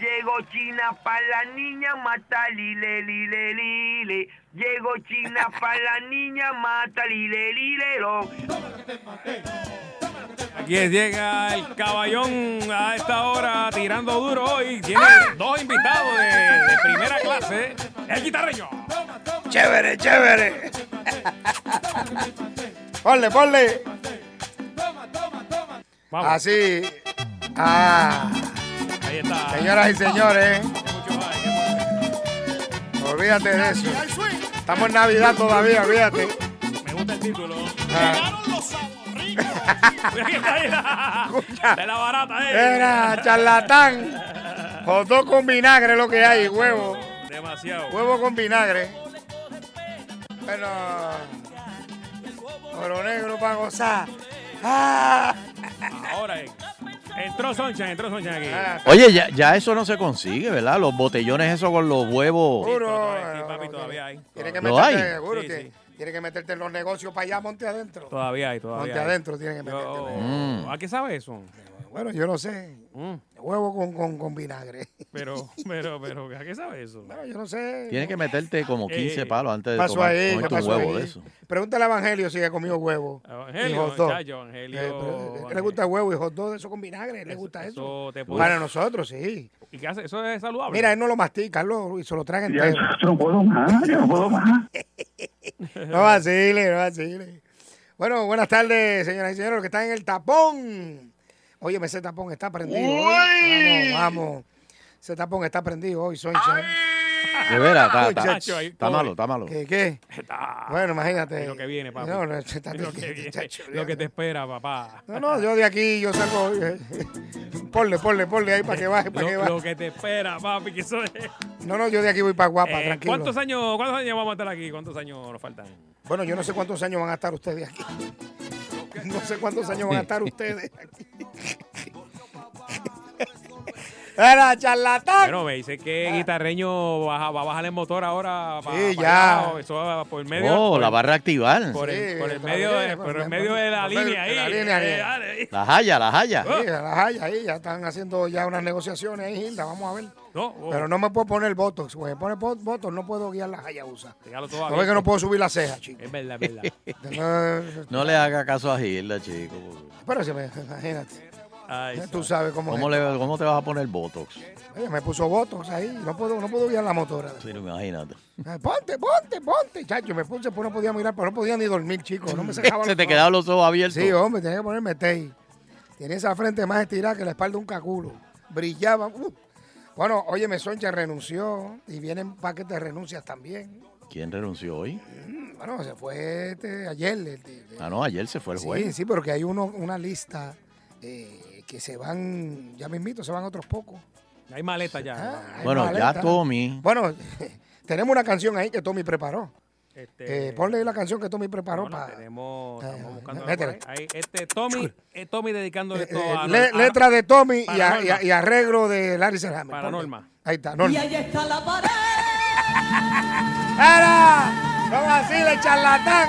[SPEAKER 8] Llegó China pa' la niña, mata lile, lile, lile. Llegó China pa' la niña, mata lile, lile, lo.
[SPEAKER 4] Aquí llega el caballón a esta hora tirando duro hoy. Tiene
[SPEAKER 5] ¡Ah!
[SPEAKER 4] dos invitados de, de primera clase. El guitarreño.
[SPEAKER 20] Chévere, chévere. ponle, ponle. Así. Ah.
[SPEAKER 4] Ahí está.
[SPEAKER 20] Señoras y señores. Olvídate de eso. Estamos en Navidad todavía, olvídate.
[SPEAKER 4] Me gusta el título.
[SPEAKER 20] Ah.
[SPEAKER 4] *laughs* De la barata, eh.
[SPEAKER 20] Era charlatán. Jodó con vinagre lo que hay, huevo.
[SPEAKER 4] Demasiado.
[SPEAKER 20] Huevo con vinagre. Bueno. Oro negro para gozar. Ah.
[SPEAKER 4] Ahora, eh. Entró Soncha, entró Soncha aquí.
[SPEAKER 5] Oye, ya, ya eso no se consigue, ¿verdad? Los botellones esos con los huevos.
[SPEAKER 20] Tiene que
[SPEAKER 5] ¿Lo
[SPEAKER 20] meterte,
[SPEAKER 5] hay?
[SPEAKER 20] seguro,
[SPEAKER 4] Sí,
[SPEAKER 20] que- tiene que meterte en los negocios para allá, monte adentro.
[SPEAKER 4] Todavía hay, todavía.
[SPEAKER 20] Monte
[SPEAKER 4] hay.
[SPEAKER 20] adentro tiene que meterte.
[SPEAKER 4] Yo- oh, ¿A qué sabe eso?
[SPEAKER 20] Bueno, yo no sé.
[SPEAKER 5] Mm.
[SPEAKER 20] Huevo con, con, con vinagre.
[SPEAKER 4] Pero, *laughs* pero, pero, ¿a qué sabe eso?
[SPEAKER 20] Yo no sé.
[SPEAKER 5] Tienes que meterte como 15
[SPEAKER 4] Eh,
[SPEAKER 5] palos antes de
[SPEAKER 20] pasó
[SPEAKER 5] tomar,
[SPEAKER 20] ahí?
[SPEAKER 5] comerte
[SPEAKER 20] ¿Qué
[SPEAKER 5] un
[SPEAKER 20] pasó
[SPEAKER 5] huevo
[SPEAKER 20] ahí?
[SPEAKER 5] de eso.
[SPEAKER 20] Pregúntale a Evangelio si ha comido huevo.
[SPEAKER 4] Evangelio,
[SPEAKER 20] y hot dog.
[SPEAKER 4] muchacho, Evangelio,
[SPEAKER 20] Eh, pero, ¿qué le gusta el huevo y hot dog, eso con vinagre, le gusta eso.
[SPEAKER 4] te puede-
[SPEAKER 20] Para nosotros, sí.
[SPEAKER 4] ¿Y qué hace? ¿Eso es saludable?
[SPEAKER 20] Mira, él no lo mastica, él lo, y se lo traga
[SPEAKER 4] Ya,
[SPEAKER 20] entero.
[SPEAKER 4] yo no puedo más, yo no puedo
[SPEAKER 20] más. *laughs* no vacile, no vacile. Bueno, buenas tardes, señoras y señores, los que están en el tapón. Oye, pues ese tapón está prendido. hoy.
[SPEAKER 12] Uy.
[SPEAKER 20] Vamos, vamos. Ese tapón está prendido hoy, Soncha.
[SPEAKER 5] De veras, está, está-
[SPEAKER 20] Muchacho, ahí,
[SPEAKER 5] está
[SPEAKER 20] pobre.
[SPEAKER 5] malo, está malo. Oh,
[SPEAKER 20] ¿Qué? qué? Bueno, imagínate.
[SPEAKER 4] Lo que viene, papi.
[SPEAKER 20] No, no, está- *laughs*
[SPEAKER 4] lo, que viene, lo que te espera, papá.
[SPEAKER 20] No, no, yo de aquí yo salgo. eh, Ponle, ponle, ponle ahí para que baje, para que
[SPEAKER 4] Lo,
[SPEAKER 20] baje.
[SPEAKER 4] lo que te espera, papi, que eso es.
[SPEAKER 20] No, no, yo de aquí voy para Guapa,
[SPEAKER 4] Eh,
[SPEAKER 20] tranquilo.
[SPEAKER 4] ¿Cuántos años, ¿Cuántos años vamos a estar aquí? ¿Cuántos años nos faltan?
[SPEAKER 20] Bueno, yo no sé cuántos años van a estar ustedes aquí. No sé cuántos años van a estar ustedes aquí. ¡Era charlatán!
[SPEAKER 4] Bueno, me dice que Guitarreño baja- va a bajar el motor ahora. pa-
[SPEAKER 20] Sí,
[SPEAKER 4] pa
[SPEAKER 20] ya.
[SPEAKER 4] allá, o eso va por el medio.
[SPEAKER 5] oh,
[SPEAKER 4] por
[SPEAKER 5] la
[SPEAKER 4] el-
[SPEAKER 5] va a reactivar.
[SPEAKER 4] Por el, por el
[SPEAKER 20] otra
[SPEAKER 4] medio,
[SPEAKER 20] vez,
[SPEAKER 4] de-
[SPEAKER 20] por-
[SPEAKER 4] por el
[SPEAKER 20] por-
[SPEAKER 4] medio de la
[SPEAKER 20] por-
[SPEAKER 4] línea
[SPEAKER 20] de
[SPEAKER 4] ahí.
[SPEAKER 20] la línea ahí.
[SPEAKER 4] Eh, dale.
[SPEAKER 5] La jaya, la jaya.
[SPEAKER 20] Sí, las hay ahí, ya están haciendo ya unas negociaciones ahí, Gilda, vamos a ver.
[SPEAKER 4] No, oh,
[SPEAKER 20] Pero no me puedo poner botox, porque poner po- botox no puedo guiar las Hayabusa.
[SPEAKER 4] déjalo todo
[SPEAKER 20] No
[SPEAKER 4] abierto.
[SPEAKER 20] ves que no puedo subir las cejas, chico.
[SPEAKER 4] Es verdad, es
[SPEAKER 20] *laughs*
[SPEAKER 4] verdad.
[SPEAKER 5] *laughs* No le haga caso a Gilda, chico.
[SPEAKER 20] Pero se me, imagínate.
[SPEAKER 4] Ay,
[SPEAKER 20] Ya tú sabes cómo,
[SPEAKER 5] ¿Cómo,
[SPEAKER 20] es.
[SPEAKER 5] le- cómo te vas a poner botox?
[SPEAKER 20] Oye, me puso botox ahí, no puedo, no puedo guiar la motora.
[SPEAKER 5] Sí, no, imagínate.
[SPEAKER 20] Ay, Eh, Ponte, ponte, ponte, chacho. Me puse, pues no podía mirar, pero no podía ni dormir, chico.
[SPEAKER 5] *laughs*
[SPEAKER 20] No me secaba
[SPEAKER 5] Mm. Se
[SPEAKER 20] los
[SPEAKER 5] te
[SPEAKER 20] ojos.
[SPEAKER 5] quedaban los ojos abiertos.
[SPEAKER 20] Sí, hombre, tenía que ponerme tei. Tiene esa frente más estirada que la espalda de un caculo. Brillaba. uh. Bueno, oye, me Soncha renunció y vienen paquetes de renuncias también.
[SPEAKER 5] ¿Quién renunció hoy?
[SPEAKER 20] Bueno, se fue este, ayer. el de-
[SPEAKER 5] Ah, no, ayer se fue el juez.
[SPEAKER 20] sí, sí, porque hay uno, una lista eh, que se van, ya mismito, se van otros pocos.
[SPEAKER 4] Hay maleta ya.
[SPEAKER 20] Ah, Hay
[SPEAKER 5] Bueno,
[SPEAKER 20] maleta.
[SPEAKER 5] ya Tommy.
[SPEAKER 20] Bueno, *laughs* tenemos una canción ahí que Tommy preparó.
[SPEAKER 4] Este,
[SPEAKER 20] Eh, ponle la canción que Tommy preparó
[SPEAKER 4] bueno,
[SPEAKER 20] para...
[SPEAKER 4] tenemos, estamos buscando
[SPEAKER 20] Eh, métele.
[SPEAKER 4] algo por ahí. Ahí, este Tommy, eh, Tommy dedicándole esto
[SPEAKER 20] Eh,
[SPEAKER 4] a,
[SPEAKER 20] le-
[SPEAKER 4] a-
[SPEAKER 20] letra de Tommy y, a- y a-
[SPEAKER 4] Paranormal.
[SPEAKER 20] y arreglo de Larry Serrano.
[SPEAKER 4] Paranormal.
[SPEAKER 20] Ahí está, Norma.
[SPEAKER 12] está la pared.
[SPEAKER 20] ¡Era! ¡No vacile, charlatán!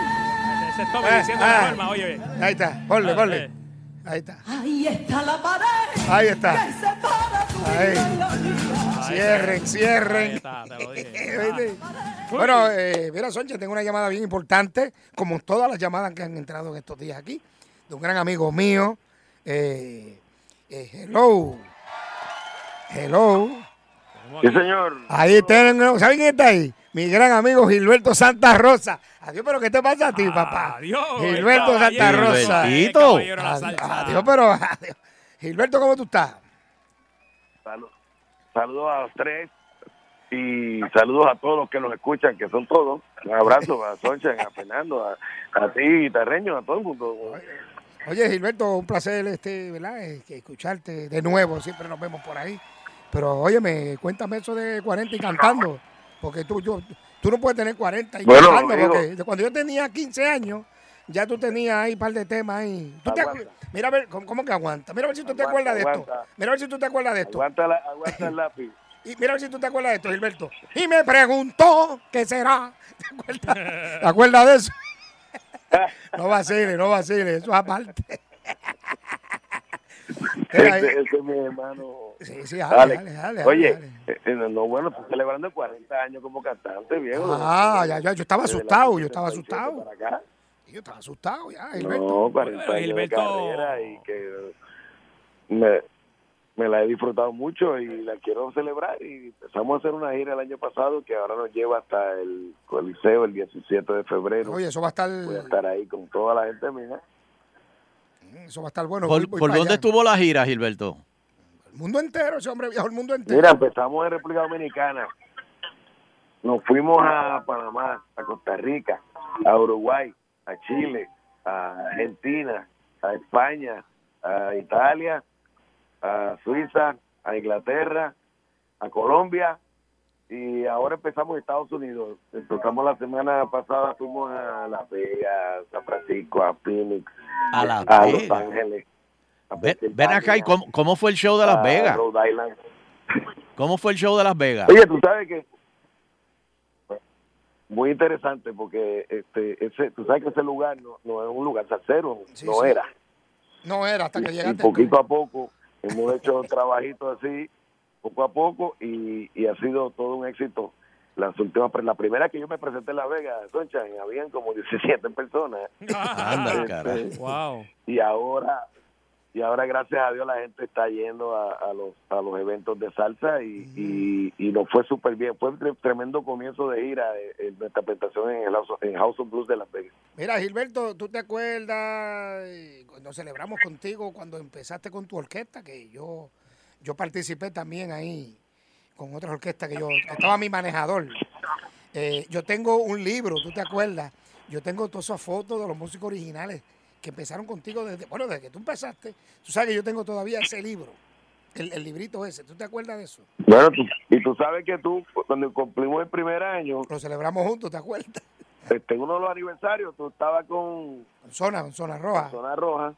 [SPEAKER 4] Ese es Tommy
[SPEAKER 20] Eh,
[SPEAKER 4] diciendo
[SPEAKER 20] eh.
[SPEAKER 4] Paranormal, oye. oye.
[SPEAKER 20] Ahí está, ponle,
[SPEAKER 4] Ah,
[SPEAKER 20] ponle.
[SPEAKER 4] eh.
[SPEAKER 20] Ahí está,
[SPEAKER 12] Ahí está la pared.
[SPEAKER 20] ahí está.
[SPEAKER 12] Que separa tu
[SPEAKER 20] Ahí.
[SPEAKER 12] vida y la mía.
[SPEAKER 20] Cierren,
[SPEAKER 4] Ahí
[SPEAKER 20] cierren.
[SPEAKER 4] está, te lo dije.
[SPEAKER 20] *laughs* ¿Viste? Bueno, eh, mira, Sonche, tengo una llamada bien importante, como todas las llamadas que han entrado en estos días aquí, de un gran amigo mío. Eh, eh, hello. Hello.
[SPEAKER 17] Sí, señor.
[SPEAKER 20] Ahí tengo, ¿saben quién está ahí? Mi gran amigo Gilberto Santa Rosa. Adiós, pero ¿qué te pasa a ti, papá?
[SPEAKER 4] Adiós.
[SPEAKER 20] Gilberto
[SPEAKER 4] el
[SPEAKER 20] Santa
[SPEAKER 4] caballero.
[SPEAKER 20] Rosa.
[SPEAKER 5] Gilbertito.
[SPEAKER 4] El caballero de la salsa.
[SPEAKER 20] Adiós, pero *laughs* adiós. Gilberto, ¿cómo tú estás?
[SPEAKER 17] Salud- Saludos a los tres y saludos a todos los que nos escuchan, que son todos. Un abrazo a Soncha, a Fernando, a, a ti, Terreño, a todo el mundo.
[SPEAKER 20] Oye, Gilberto, un placer este, ¿verdad? Eh, que escucharte de nuevo, siempre nos vemos por ahí. Pero óyeme, cuéntame eso de 40 y cantando, porque tú yo tú no puedes tener 40 y
[SPEAKER 17] Bueno,
[SPEAKER 20] cantando
[SPEAKER 17] amigo.
[SPEAKER 20] porque de cuando yo tenía 15 años ya tú tenías ahí un par de temas ahí. Tú te acu- mira a ver ¿cómo, cómo que aguanta. Mira a ver si tú te
[SPEAKER 17] Aguanta,
[SPEAKER 20] acuerdas de
[SPEAKER 17] aguanta.
[SPEAKER 20] esto. Mira a ver si tú te acuerdas de esto.
[SPEAKER 17] Aguanta, la- aguanta el lápiz.
[SPEAKER 20] *laughs* Y mira a ver si tú te acuerdas de esto, Gilberto. Y me preguntó qué será. *laughs* ¿Te acuerdas de eso? no vaciles, no vaciles, eso es aparte. Mira,
[SPEAKER 17] Ese, ese es mi hermano.
[SPEAKER 20] Sí, sí, dale, dale, dale, dale,
[SPEAKER 17] Oye,
[SPEAKER 20] dale.
[SPEAKER 17] eh, eh, no, bueno, estás celebrando 40 años como cantante, viejo.
[SPEAKER 20] Ah, ya, ya, yo estaba
[SPEAKER 17] Desde la
[SPEAKER 20] asustado, yo
[SPEAKER 17] 1977
[SPEAKER 20] estaba asustado.
[SPEAKER 17] para acá.
[SPEAKER 20] Yo estaba asustado ya,
[SPEAKER 17] No,
[SPEAKER 20] Gilberto.
[SPEAKER 17] 40 años
[SPEAKER 4] Gilberto-
[SPEAKER 17] de carrera y que me, me la he disfrutado mucho y la quiero celebrar. Y empezamos a hacer una gira el año pasado que ahora nos lleva hasta el Coliseo el 17 de febrero.
[SPEAKER 20] Oye, eso va a estar,
[SPEAKER 17] Voy a estar ahí con toda la gente mía.
[SPEAKER 20] eso va a estar bueno. voy-
[SPEAKER 5] ¿Por,
[SPEAKER 20] voy
[SPEAKER 5] por
[SPEAKER 20] para
[SPEAKER 5] dónde
[SPEAKER 20] allá.
[SPEAKER 5] estuvo la gira, Gilberto?
[SPEAKER 20] El mundo entero, ese hombre viajó el mundo entero.
[SPEAKER 17] Mira, empezamos en República Dominicana. Nos fuimos a Panamá, a Costa Rica, a Uruguay, a Chile, a Argentina, a España, a Italia, a Suiza, a Inglaterra, a Colombia y ahora empezamos en Estados Unidos. Empezamos la semana pasada, fuimos a Las Vegas, a San Francisco, a Phoenix,
[SPEAKER 5] A Las
[SPEAKER 17] a Los
[SPEAKER 5] Vegas.
[SPEAKER 17] Ángeles,
[SPEAKER 5] Ven, ven acá, ¿y cómo, cómo fue el show de Las
[SPEAKER 17] a
[SPEAKER 5] Vegas?
[SPEAKER 17] Rhode Island.
[SPEAKER 5] ¿Cómo fue el show de Las Vegas?
[SPEAKER 17] Oye, tú sabes que muy interesante porque este ese tú sabes que ese lugar no, no es un lugar salsero,
[SPEAKER 20] Sí,
[SPEAKER 17] no
[SPEAKER 20] sí.
[SPEAKER 17] era.
[SPEAKER 20] No era hasta que
[SPEAKER 17] Y
[SPEAKER 20] llegaste.
[SPEAKER 17] poquito a poco hemos hecho un trabajito así, poco a poco y, y ha sido todo un éxito. Las últimas, pre- la primera que yo me presenté en Las Vegas, Sonchan, habían como 17 personas.
[SPEAKER 5] Anda,
[SPEAKER 4] Ah.
[SPEAKER 17] Este,
[SPEAKER 5] carajo.
[SPEAKER 20] *laughs*
[SPEAKER 4] Wow.
[SPEAKER 17] y ahora y ahora gracias a Dios la gente está yendo a, a los a los eventos de salsa y, y, y nos fue súper bien fue un tre- tremendo comienzo de gira eh, eh, nuestra presentación en el House, of- en House of Blues de Las Vegas
[SPEAKER 20] Mira, Gilberto, ¿tú te acuerdas? eh, Nos celebramos contigo cuando empezaste con tu orquesta, que yo, yo participé también ahí con otras orquestas que yo que estaba mi manejador. Eh, yo tengo un libro, ¿tú te acuerdas? Yo tengo todas esas fotos de los músicos originales que empezaron contigo desde, bueno, desde que tú empezaste. Tú sabes que yo tengo todavía ese libro, el, el librito ese. ¿Tú te acuerdas de eso?
[SPEAKER 17] bueno y tú sabes que tú cuando cumplimos el primer año
[SPEAKER 20] lo celebramos juntos ¿te acuerdas?
[SPEAKER 17] este uno de los aniversarios tú estabas con
[SPEAKER 20] Con Zona, con Zona Roja.
[SPEAKER 17] Zona Roja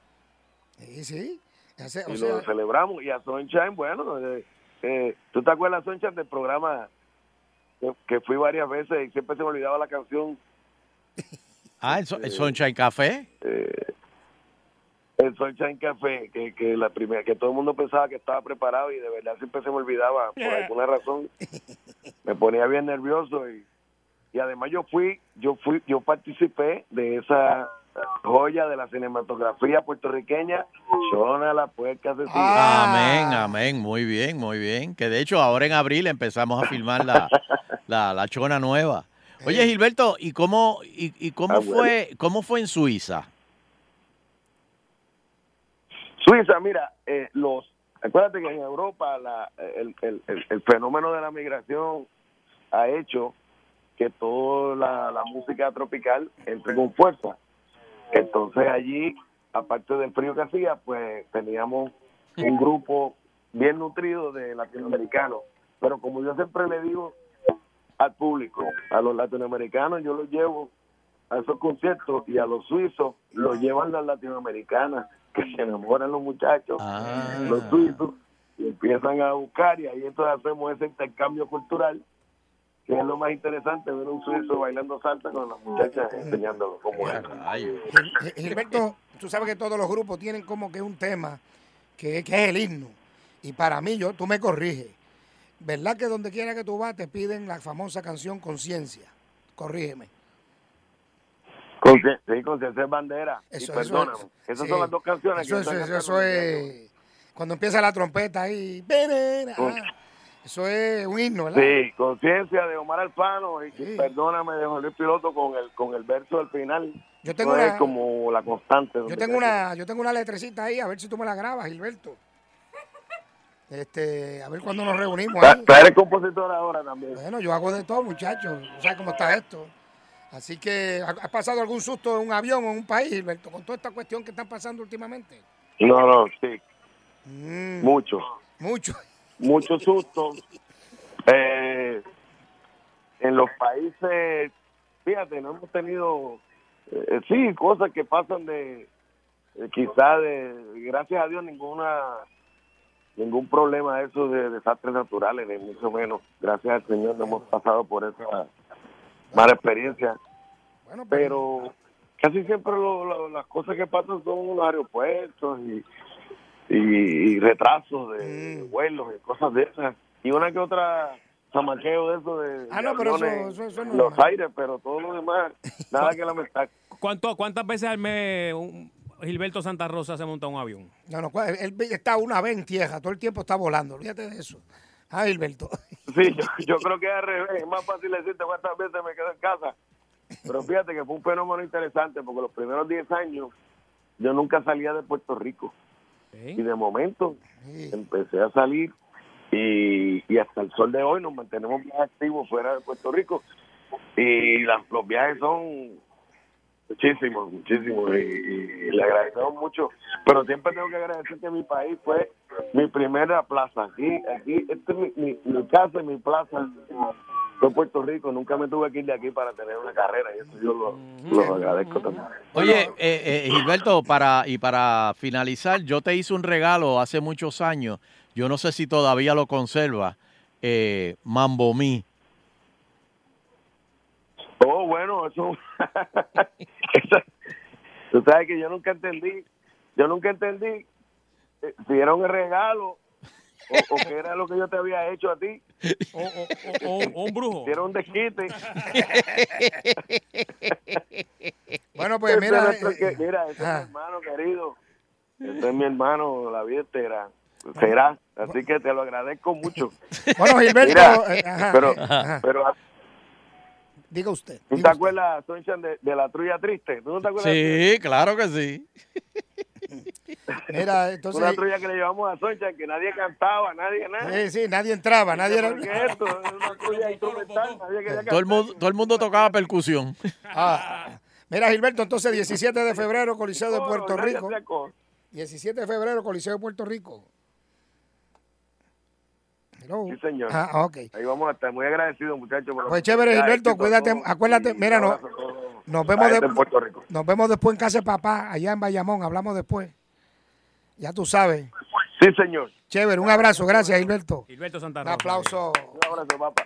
[SPEAKER 20] Sí, sí. Ya sé, o
[SPEAKER 17] y
[SPEAKER 20] sea,
[SPEAKER 17] lo celebramos y a Sunshine bueno eh, eh, tú te acuerdas Sunshine del programa que, que fui varias veces y siempre se me olvidaba la canción
[SPEAKER 5] Ah, el, so- el Sunshine Café.
[SPEAKER 17] eh, el Sunshine Café, que, que la primera, que todo el mundo pensaba que estaba preparado y de verdad siempre se me olvidaba
[SPEAKER 20] *laughs*
[SPEAKER 17] por alguna razón. Me ponía bien nervioso y, y además yo fui, yo fui, yo participé de esa joya de la cinematografía puertorriqueña, Chona la puerca asesina.
[SPEAKER 5] Amén,
[SPEAKER 17] ah.
[SPEAKER 5] amén. Muy bien, muy bien. Que de hecho ahora en abril empezamos a filmar
[SPEAKER 17] *laughs*
[SPEAKER 5] la, la, la chona nueva.
[SPEAKER 20] Eh.
[SPEAKER 5] Oye, Gilberto, ¿y cómo, y, y cómo
[SPEAKER 17] Ah, bueno.
[SPEAKER 5] fue cómo fue en Suiza?
[SPEAKER 17] Suiza, mira, eh, los, acuérdate que en Europa la- el, el- el- el fenómeno de la migración ha hecho que toda la, la música tropical entre con fuerza. Entonces allí, aparte del frío que hacía, pues teníamos un grupo bien nutrido de latinoamericanos. Pero como yo siempre le digo al público, a los latinoamericanos yo los llevo a esos conciertos y a los suizos los llevan las latinoamericanas que se enamoran los muchachos, los suizos, y empiezan a buscar y ahí entonces hacemos ese intercambio cultural que es lo más interesante, ver un suizo bailando salsa con las muchachas enseñándolo cómo es.
[SPEAKER 20] Gil- Eh, Gilberto, tú sabes que todos los grupos tienen como que un tema que, que es el himno. Y para mí, yo, tú me corriges. ¿Verdad que donde quiera que tú vas te piden la famosa canción Conciencia? Corrígeme.
[SPEAKER 17] Consci- Sí, conciencia es bandera.
[SPEAKER 20] Eso-
[SPEAKER 17] y
[SPEAKER 20] eso es-
[SPEAKER 17] perdóname. Esas
[SPEAKER 20] sí.
[SPEAKER 17] son las dos canciones
[SPEAKER 20] Eso,
[SPEAKER 17] que
[SPEAKER 20] es-
[SPEAKER 17] están
[SPEAKER 20] eso- eso
[SPEAKER 17] cantando.
[SPEAKER 20] es. Cuando empieza la trompeta ahí. verena, ah, Eso es un himno, ¿verdad?
[SPEAKER 17] Sí, conciencia de Omar Alfano y perdóname de José Luis Piloto con el con el verso del final.
[SPEAKER 20] Yo tengo
[SPEAKER 17] No es
[SPEAKER 20] una-
[SPEAKER 17] como la constante.
[SPEAKER 20] Yo
[SPEAKER 17] donde
[SPEAKER 20] tengo
[SPEAKER 17] quiera que-
[SPEAKER 20] una, yo tengo una letrecita ahí, a ver si tú me la grabas, Gilberto. Este, a ver cuándo nos reunimos.
[SPEAKER 17] Tú-
[SPEAKER 20] ahí.
[SPEAKER 17] tú eres compositor ahora también.
[SPEAKER 20] Bueno, yo hago de todo, muchachos. Tú ¿Sabes cómo está esto? Así que, ¿ha- ¿has pasado algún susto en un avión o en un país, Gilberto, con toda esta cuestión que están pasando últimamente?
[SPEAKER 17] No, no, sí. Mucho.
[SPEAKER 20] Mm. Mucho.
[SPEAKER 17] Mucho susto. Eh, en los países, fíjate, no hemos tenido, eh, sí, cosas que pasan de, eh, quizá de, gracias a Dios, ninguna ningún problema de esos de desastres naturales, ni mucho menos. Gracias al Señor no hemos pasado por esa mala experiencia.
[SPEAKER 20] pues,
[SPEAKER 17] pero casi siempre lo- lo- las cosas que pasan son los aeropuertos y, y, y retrasos de, de
[SPEAKER 20] Mm.
[SPEAKER 17] vuelos y cosas de esas. Y una que otra zamaqueo de eso de,
[SPEAKER 20] Ah,
[SPEAKER 17] de
[SPEAKER 20] no, pero eso-
[SPEAKER 17] aviones
[SPEAKER 20] eso- eso
[SPEAKER 17] en
[SPEAKER 20] no es
[SPEAKER 17] los
[SPEAKER 20] normal.
[SPEAKER 17] aires, pero todo lo
[SPEAKER 20] *laughs*
[SPEAKER 17] demás, nada que lamentar.
[SPEAKER 4] ¿Cuánto, ¿Cuántas veces al mes un- Gilberto Santa Rosa se monta un avión?
[SPEAKER 20] No, no, cua- él está una vez en tierra, todo el tiempo está volando, olvídate de eso. Ah,
[SPEAKER 17] *laughs*
[SPEAKER 20] Gilberto.
[SPEAKER 17] Sí, yo, yo creo que es al revés. Es más fácil decirte cuántas veces me quedo en casa. Pero fíjate que fue un fenómeno interesante porque los primeros 10 años yo nunca salía de Puerto Rico. Y de momento empecé a salir y, y hasta el sol de hoy nos mantenemos bien activos fuera de Puerto Rico. Y las- los viajes son muchísimos, muchísimos. Y, y- y le agradecemos mucho. Pero siempre tengo que agradecer que mi país fue este mi primera plaza. Aquí, aquí, esta es mi, mi, mi casa y mi plaza. Yo en Puerto Rico nunca me tuve que ir de aquí para tener una carrera y eso yo lo, lo agradezco también.
[SPEAKER 5] Oye, eh, eh, Gilberto, para, y para finalizar, yo te hice un regalo hace muchos años. Yo no sé si todavía lo conserva. Eh, Mambo Mi.
[SPEAKER 17] Oh, bueno, eso, *laughs* eso- Tú sabes que yo nunca entendí, yo nunca entendí eh, si era un regalo o, o qué era lo que yo te había hecho a ti.
[SPEAKER 4] O, un brujo.
[SPEAKER 17] Si era un desquite.
[SPEAKER 20] *laughs* Bueno, pues,
[SPEAKER 17] Ese
[SPEAKER 20] mira,
[SPEAKER 17] no es el
[SPEAKER 20] eh,
[SPEAKER 17] que- mira, ese
[SPEAKER 20] ah.
[SPEAKER 17] es mi hermano querido. Ese es mi hermano, la vietera. Será. Así que te lo agradezco mucho.
[SPEAKER 20] *laughs* Bueno, Gilberto,
[SPEAKER 17] Mira,
[SPEAKER 20] eh, ajá,
[SPEAKER 17] pero,
[SPEAKER 20] ajá.
[SPEAKER 17] pero ah,
[SPEAKER 20] Diga usted.
[SPEAKER 17] ¿Tú te acuerdas, Sonchan, de, de la trulla triste? ¿Tú no te acuerdas?
[SPEAKER 5] Sí, claro que sí.
[SPEAKER 20] Mira, entonces.
[SPEAKER 17] Una trulla que le llevamos a Sonchan, que nadie cantaba, nadie, nada.
[SPEAKER 20] Sí, sí, nadie entraba, nadie era.
[SPEAKER 17] ¿Por qué esto? Es una trulla instrumental, nadie quería
[SPEAKER 5] Todo el mundo, todo el mundo tocaba percusión.
[SPEAKER 20] Ah, mira, Gilberto, entonces 17 de febrero, Coliseo de Puerto Rico. 17 de febrero, Coliseo de Puerto Rico. Hello.
[SPEAKER 17] Sí, señor.
[SPEAKER 20] Ah, ok.
[SPEAKER 17] Ahí vamos a estar muy agradecidos, muchachos. por la
[SPEAKER 20] Pues chévere,
[SPEAKER 17] oportunidad,
[SPEAKER 20] Gilberto,
[SPEAKER 17] éxito a
[SPEAKER 20] cuídate,
[SPEAKER 17] todos.
[SPEAKER 20] acuérdate,
[SPEAKER 17] Y
[SPEAKER 20] mira,
[SPEAKER 17] un
[SPEAKER 20] no-
[SPEAKER 17] abrazo a todos.
[SPEAKER 20] Nos
[SPEAKER 17] La
[SPEAKER 20] vemos,
[SPEAKER 17] gente
[SPEAKER 20] de-
[SPEAKER 17] en Puerto Rico.
[SPEAKER 20] nos vemos después en casa de papá, allá en Bayamón, hablamos después. Ya tú sabes.
[SPEAKER 17] Sí, señor.
[SPEAKER 20] Chévere, un abrazo, gracias Gilberto.
[SPEAKER 4] Gilberto Santa
[SPEAKER 20] Un
[SPEAKER 4] Rosa.
[SPEAKER 20] aplauso. Un
[SPEAKER 17] abrazo, papá.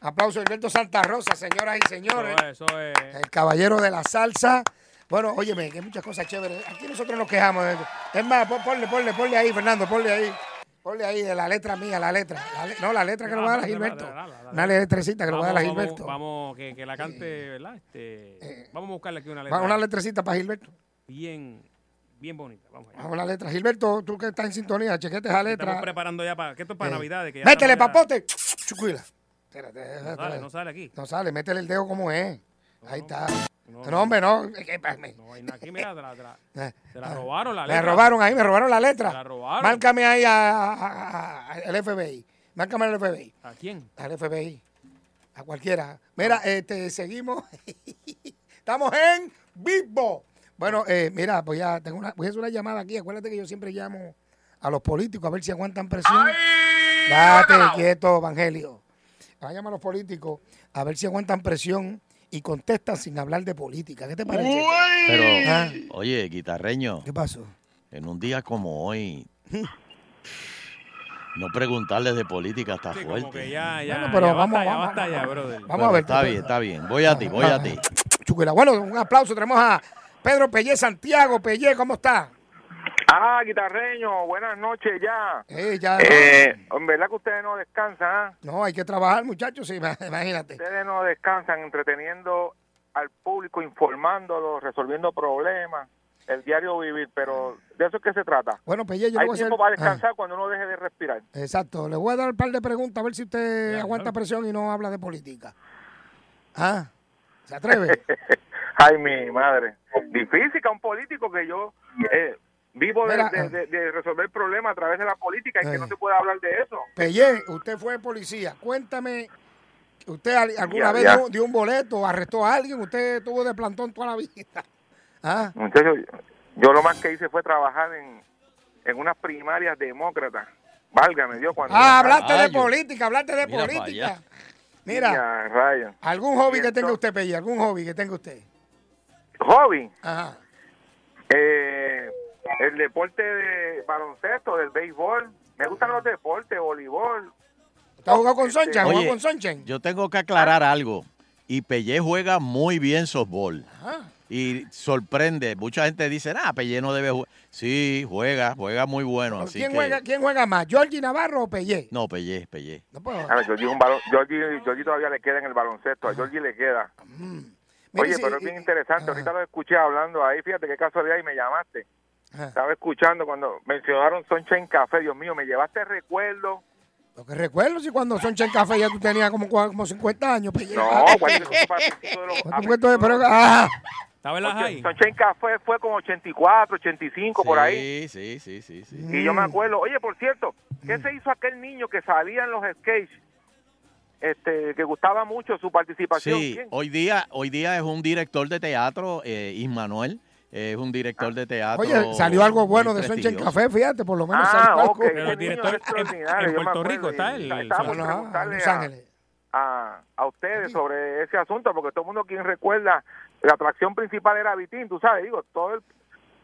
[SPEAKER 20] Aplauso Gilberto Santa Rosa, señoras y señores.
[SPEAKER 4] Eso es.
[SPEAKER 20] El caballero de la salsa. Bueno, óyeme, que hay muchas cosas chéveres. Aquí nosotros nos quejamos de esto. Es más, pon- ponle, ponle, ponle ahí, Fernando, ponle ahí. Ponle ahí de la letra mía, la letra. La le- no, la letra que nos va a dar a Gilberto. Una letrecita que nos va a dar a
[SPEAKER 4] Vamos,
[SPEAKER 20] Gilberto. Eh,
[SPEAKER 4] Vamos, que, que la cante, ¿verdad? Este, vamos a buscarle aquí una letra.
[SPEAKER 20] Va- Una letrecita para Gilberto.
[SPEAKER 4] Bien, bien bonita. Vamos allá.
[SPEAKER 20] Ah, Una letra. Gilberto, tú que estás en sintonía, chequete esa
[SPEAKER 4] Estamos
[SPEAKER 20] letra.
[SPEAKER 4] preparando ya para. que esto es para
[SPEAKER 20] Eh,
[SPEAKER 4] Navidades? Que ya
[SPEAKER 20] Métele,
[SPEAKER 4] estamos
[SPEAKER 20] papote. Chucuila. Espérate,
[SPEAKER 4] ya- No
[SPEAKER 20] espérate.
[SPEAKER 4] sale, no sale aquí.
[SPEAKER 20] No sale, métele el dedo como es. Ahí está.
[SPEAKER 4] no,
[SPEAKER 20] No, hombre, no. Eh, eh, eh,
[SPEAKER 4] No, hay nada aquí mira, te la, te la-
[SPEAKER 20] eh.
[SPEAKER 4] te la robaron la
[SPEAKER 20] Me
[SPEAKER 4] letra.
[SPEAKER 20] robaron ahí, me robaron la
[SPEAKER 4] Me la
[SPEAKER 20] letra.
[SPEAKER 4] robaron.
[SPEAKER 20] Márcame ahí a- a- a- al FBI. Márcame al FBI.
[SPEAKER 4] ¿A quién?
[SPEAKER 20] Al FBI. A cualquiera. Mira,
[SPEAKER 5] Ah.
[SPEAKER 20] este, seguimos. *laughs* Estamos en vivo. Bueno, eh, mira, pues ya tengo una, voy a hacer una llamada aquí. Acuérdate que yo siempre llamo a los políticos a ver si aguantan presión. Date quieto, Evangelio. Voy a llamar a los políticos a ver si aguantan presión y contestan sin hablar de política. ¿Qué te parece?
[SPEAKER 5] Pero,
[SPEAKER 20] Ah,
[SPEAKER 5] oye, guitarreño,
[SPEAKER 20] ¿Qué pasó?
[SPEAKER 5] en un día como hoy, no preguntarles de política está fuerte.
[SPEAKER 4] Como que ya, ya.
[SPEAKER 20] Bueno, pero
[SPEAKER 4] ya
[SPEAKER 20] vamos,
[SPEAKER 4] basta, ya
[SPEAKER 20] vamos,
[SPEAKER 4] basta ya, brother.
[SPEAKER 20] Vamos a ver.
[SPEAKER 5] Está bien, está bien. Voy a ti, voy a ti.
[SPEAKER 20] Chucuela. Bueno, un aplauso. Tenemos a Pedro Pellé Santiago. Pellé, ¿cómo está?
[SPEAKER 21] Ah, guitarreño, buenas noches ya.
[SPEAKER 20] Eh, ya.
[SPEAKER 21] Eh, en verdad que ustedes no descansan, ¿ah?
[SPEAKER 20] No, hay que trabajar, muchachos, sí, *laughs* imagínate.
[SPEAKER 21] Ustedes no descansan entreteniendo al público, informándolo, resolviendo problemas, el diario vivir, pero de eso es que se trata.
[SPEAKER 20] Ah. Bueno, Pellé, yo le
[SPEAKER 21] Hay
[SPEAKER 20] voy a
[SPEAKER 21] tiempo
[SPEAKER 20] hacer-
[SPEAKER 21] para descansar cuando uno deje de respirar.
[SPEAKER 20] Ah, exacto, le voy a dar un par de preguntas a ver si usted aguanta presión y no habla de política. Ah, ¿se atreve?
[SPEAKER 21] *laughs* Ay, mi madre. Difícil que a un político que yo eh, vivo de,
[SPEAKER 20] Mira,
[SPEAKER 21] de-
[SPEAKER 20] ah.
[SPEAKER 21] de- de resolver problemas a través de la política y
[SPEAKER 20] Eh.
[SPEAKER 21] que no se puede hablar de eso.
[SPEAKER 20] Pellé, usted fue policía. Cuéntame, ¿usted al- alguna
[SPEAKER 21] Ya,
[SPEAKER 20] vez
[SPEAKER 21] ya.
[SPEAKER 20] Dio, dio un boleto, arrestó a alguien? ¿Usted estuvo de plantón toda la
[SPEAKER 21] *laughs*
[SPEAKER 20] vida? Ah,
[SPEAKER 21] Muchachos, yo lo más que hice fue trabajar en, en unas primarias demócratas. Válgame Dios, cuando...
[SPEAKER 20] Ah, hablaste de política, hablaste de
[SPEAKER 21] Mira pa'
[SPEAKER 20] política.
[SPEAKER 21] allá.
[SPEAKER 20] Mira,
[SPEAKER 21] Ya, rayo.
[SPEAKER 20] algún hobby
[SPEAKER 21] Y
[SPEAKER 20] que tenga
[SPEAKER 21] entonces-
[SPEAKER 20] usted, Pellé, algún hobby que tenga usted.
[SPEAKER 21] Hobby.
[SPEAKER 20] Ajá.
[SPEAKER 21] Eh, el deporte de baloncesto, del béisbol. Me gustan los deportes, voleibol.
[SPEAKER 20] ¿Usted ha jugado con Soncha? ¿Jugó
[SPEAKER 5] Oye,
[SPEAKER 20] con Sonchen?
[SPEAKER 5] Yo tengo que aclarar algo. Y Pellé juega muy bien softball.
[SPEAKER 20] Ajá.
[SPEAKER 5] Y sorprende. Mucha gente dice, ah, Pellé no debe jugar. Sí, juega, juega muy bueno. Así
[SPEAKER 20] ¿Quién
[SPEAKER 5] que...
[SPEAKER 20] juega, ¿Quién juega más, Georgie Navarro o Pellé?
[SPEAKER 21] Oh,
[SPEAKER 5] No, Pellé, Pellé.
[SPEAKER 20] pues,
[SPEAKER 21] A ver, Georgie, es Ah, un balon... Georgie, Georgie todavía le queda en el baloncesto. A Georgie le queda.
[SPEAKER 20] Mire,
[SPEAKER 21] Oye,
[SPEAKER 20] Mm. si-
[SPEAKER 21] pero es bien interesante. Ahorita lo escuché hablando ahí. Fíjate qué casualidad y me llamaste.
[SPEAKER 20] Ajá.
[SPEAKER 21] Estaba escuchando cuando mencionaron Sunshine Café. Dios mío, me llevaste recuerdos
[SPEAKER 20] Lo que recuerdo si cuando Soncha en café ya tú tenías como, cua- como 50 años, Pellé.
[SPEAKER 5] *laughs*
[SPEAKER 21] No,
[SPEAKER 20] *laughs*
[SPEAKER 21] cuando eso fue a principios de los- a
[SPEAKER 20] ¿Cuánto cuesta de- pero- ah,
[SPEAKER 4] ¿Estaba en las
[SPEAKER 21] Ocho-
[SPEAKER 4] high?
[SPEAKER 21] Sunshine Café fue como 84, 85 por ahí.
[SPEAKER 5] Sí, sí, sí, sí. sí.
[SPEAKER 21] Y yo me acuerdo, oye, por cierto, ¿qué se hizo aquel niño que salía en los skates? Este, que gustaba mucho su participación.
[SPEAKER 5] Sí,
[SPEAKER 21] ¿Quién?
[SPEAKER 5] hoy día, hoy día es un director de teatro, eh, Ismanuel. Es un director de teatro.
[SPEAKER 20] Oye, salió algo bueno
[SPEAKER 5] muy
[SPEAKER 20] de Soncha en
[SPEAKER 5] prestigioso.
[SPEAKER 20] café, fíjate, por lo menos
[SPEAKER 21] Ah,
[SPEAKER 20] salió algo.
[SPEAKER 21] ok. Ese niño es extraordinario, yo me
[SPEAKER 4] Puerto
[SPEAKER 21] acuerdo.
[SPEAKER 4] Rico está el-
[SPEAKER 21] Estaba por
[SPEAKER 20] Ajá,
[SPEAKER 21] preguntarle
[SPEAKER 20] Los
[SPEAKER 21] a,
[SPEAKER 20] Ángeles.
[SPEAKER 21] a, a, a ustedes sobre ese asunto, porque todo el mundo quien recuerda, la atracción principal era Vitín, tú sabes, digo, todo el...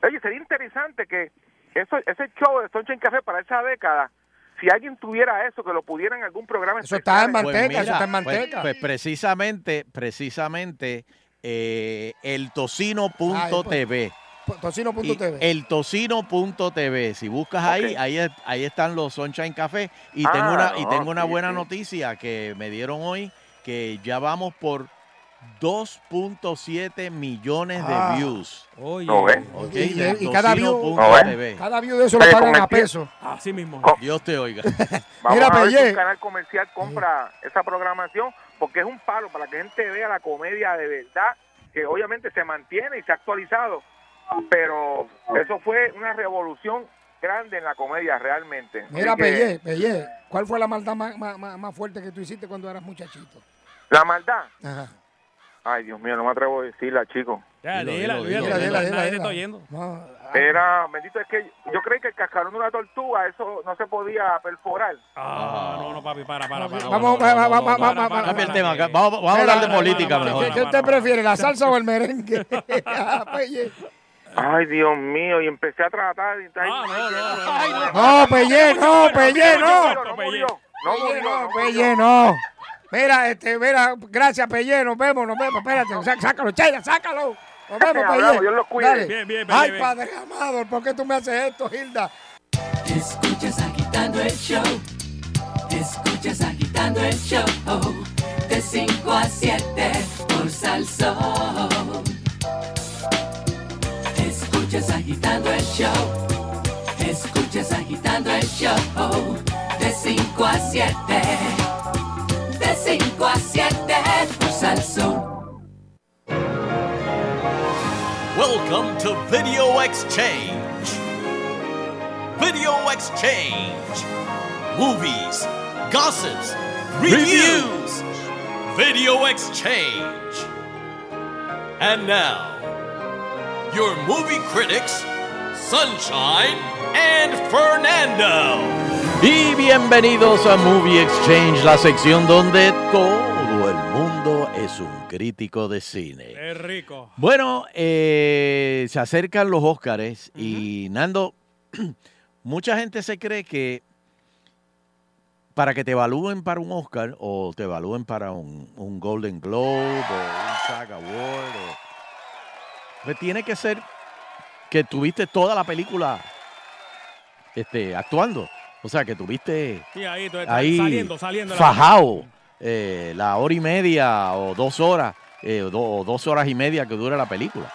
[SPEAKER 21] Oye, sería interesante que eso, ese show de Soncha en Café para esa década, si alguien tuviera eso, que lo pudiera en algún programa
[SPEAKER 20] Eso está en
[SPEAKER 21] especial.
[SPEAKER 20] manteca, eso está en
[SPEAKER 5] Pues-
[SPEAKER 20] manteca.
[SPEAKER 5] Pues, precisamente, precisamente, eh, el
[SPEAKER 20] pues,
[SPEAKER 5] tocino.tv.
[SPEAKER 20] Tocino.tv.
[SPEAKER 5] El tocino.tv. Si buscas ahí,
[SPEAKER 20] Ok.
[SPEAKER 5] ahí, es- ahí están los Sunshine Café. Y
[SPEAKER 20] Ah,
[SPEAKER 5] tengo una, y
[SPEAKER 20] no,
[SPEAKER 5] tengo una
[SPEAKER 20] sí,
[SPEAKER 5] buena
[SPEAKER 20] sí.
[SPEAKER 5] noticia que me dieron hoy, que ya vamos por 2.7 millones de
[SPEAKER 20] Ah.
[SPEAKER 5] views.
[SPEAKER 4] Oye.
[SPEAKER 20] ¿No ves?
[SPEAKER 5] Ok,
[SPEAKER 20] Y- y-
[SPEAKER 5] del
[SPEAKER 20] y cada view-
[SPEAKER 5] tocino.tv.
[SPEAKER 20] cada view de eso lo Oye, pagan con el a pie- peso.
[SPEAKER 12] Ah,
[SPEAKER 4] Así mismo.
[SPEAKER 5] Dios te
[SPEAKER 20] *laughs*
[SPEAKER 5] oiga. pues,
[SPEAKER 21] Vamos
[SPEAKER 20] Mira,
[SPEAKER 21] a ver si
[SPEAKER 20] Pelle.
[SPEAKER 21] un canal comercial compra esa programación, porque es un palo para que gente vea la comedia de verdad, que obviamente se mantiene y se ha actualizado, pero eso fue una revolución grande en la comedia realmente.
[SPEAKER 20] Mira,
[SPEAKER 21] Así que
[SPEAKER 20] Pelle, Pelle, ¿cuál fue la maldad más, más- más- más fuerte que tú hiciste cuando eras muchachito?
[SPEAKER 21] La maldad.
[SPEAKER 20] Ajá.
[SPEAKER 21] Ay, Dios mío, no me atrevo a decirla, chico.
[SPEAKER 4] Ya,
[SPEAKER 21] Dilo,
[SPEAKER 4] dila,
[SPEAKER 21] dilo,
[SPEAKER 4] dila, dila,
[SPEAKER 21] dilo, dila,
[SPEAKER 4] nadie
[SPEAKER 21] dila,
[SPEAKER 4] te
[SPEAKER 21] dila.
[SPEAKER 4] está oyendo.
[SPEAKER 5] Ah.
[SPEAKER 21] Era, bendito, es que yo creí que el cascarón de una tortuga, eso no se podía perforar.
[SPEAKER 4] Ah, no, no, papi, para, para, para.
[SPEAKER 20] Vamos,
[SPEAKER 4] para,
[SPEAKER 20] va- va- va- va-
[SPEAKER 4] para, para,
[SPEAKER 20] va-
[SPEAKER 4] para,
[SPEAKER 5] Cambia el
[SPEAKER 4] para.
[SPEAKER 5] tema. acá. Vamos, vamos a
[SPEAKER 20] Mira,
[SPEAKER 5] hablar de
[SPEAKER 20] para,
[SPEAKER 5] política
[SPEAKER 20] ¿Qué,
[SPEAKER 5] mejor.
[SPEAKER 20] qué usted prefiere, la salsa o
[SPEAKER 5] *laughs*
[SPEAKER 20] el merengue? Ah, Pelle.
[SPEAKER 21] Ay, Dios mío, y empecé a tratar. Y ay, ay,
[SPEAKER 20] No, Pelle, no, Pelle, no.
[SPEAKER 21] No murió, no murió, no
[SPEAKER 20] Pelle, no. Mira, este, mira, gracias, Pelle, nos vemos, nos vemos, espérate, sá- sácalo, Chaya, sácalo. Nos vemos,
[SPEAKER 21] *laughs* Hablamos,
[SPEAKER 20] Pelle.
[SPEAKER 21] Dios los cuide.
[SPEAKER 20] Dale.
[SPEAKER 21] Bien, bien, Pelle,
[SPEAKER 20] Ay,
[SPEAKER 21] bien.
[SPEAKER 20] padre amado, ¿por qué tú me haces esto, Hilda?
[SPEAKER 22] Escuchas agitando el show. Escuchas agitando el show. De 5 a 7 por Salsón. Escuchas agitando el show. Escuchas agitando el show. De 5 a 7. De 5 a 7 por Salsón.
[SPEAKER 1] Welcome to Video Exchange. Video Exchange. Movies, gossips, reviews. Video Exchange. And now, your movie critics, Sunshine and Fernando.
[SPEAKER 5] Y bienvenidos a Movie Exchange, la sección donde todo el mundo es un crítico de cine.
[SPEAKER 4] Es rico.
[SPEAKER 5] Bueno, eh, se acercan los Óscares y Nando, *clears throat* mucha gente se cree que para que te evalúen para un Óscar o te evalúen para un, un Golden Globe o un SAG Award, o- pues tiene que ser que tuviste toda la película este, actuando. O sea, que tuviste
[SPEAKER 4] Sí, ahí, tú estás
[SPEAKER 5] ahí
[SPEAKER 4] saliendo, saliendo. la-
[SPEAKER 5] fajao eh, la hora y media o dos horas eh, o do- o dos horas y media que dura la película.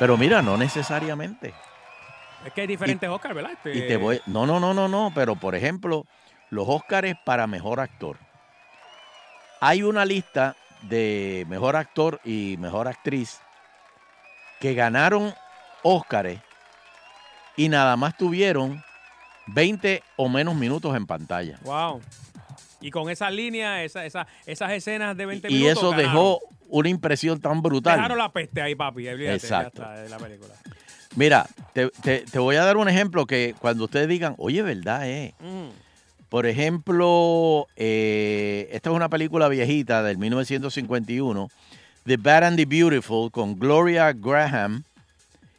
[SPEAKER 5] Pero mira, no necesariamente.
[SPEAKER 4] Es que hay diferentes Oscars, ¿verdad? Este-
[SPEAKER 5] Y te voy, no, no, no, no, no. Pero por ejemplo, los Óscares para mejor actor. Hay una lista de mejor actor y mejor actriz que ganaron Óscares y nada más tuvieron 20 o menos minutos en pantalla.
[SPEAKER 4] Wow. Y con esa línea, esa, esa, esas escenas de 20
[SPEAKER 5] Y
[SPEAKER 4] minutos.
[SPEAKER 5] eso
[SPEAKER 4] ganaron.
[SPEAKER 5] dejó una impresión tan brutal.
[SPEAKER 4] Dejaron la peste ahí, papi. olvídate,
[SPEAKER 5] Exacto.
[SPEAKER 4] Ya está, de la película.
[SPEAKER 5] Mira, te, te- te voy a dar un ejemplo que cuando ustedes digan, oye, ¿verdad? Eh? Por ejemplo, eh, esta es una película viejita del 1951, The Bad and the Beautiful, con Gloria Graham.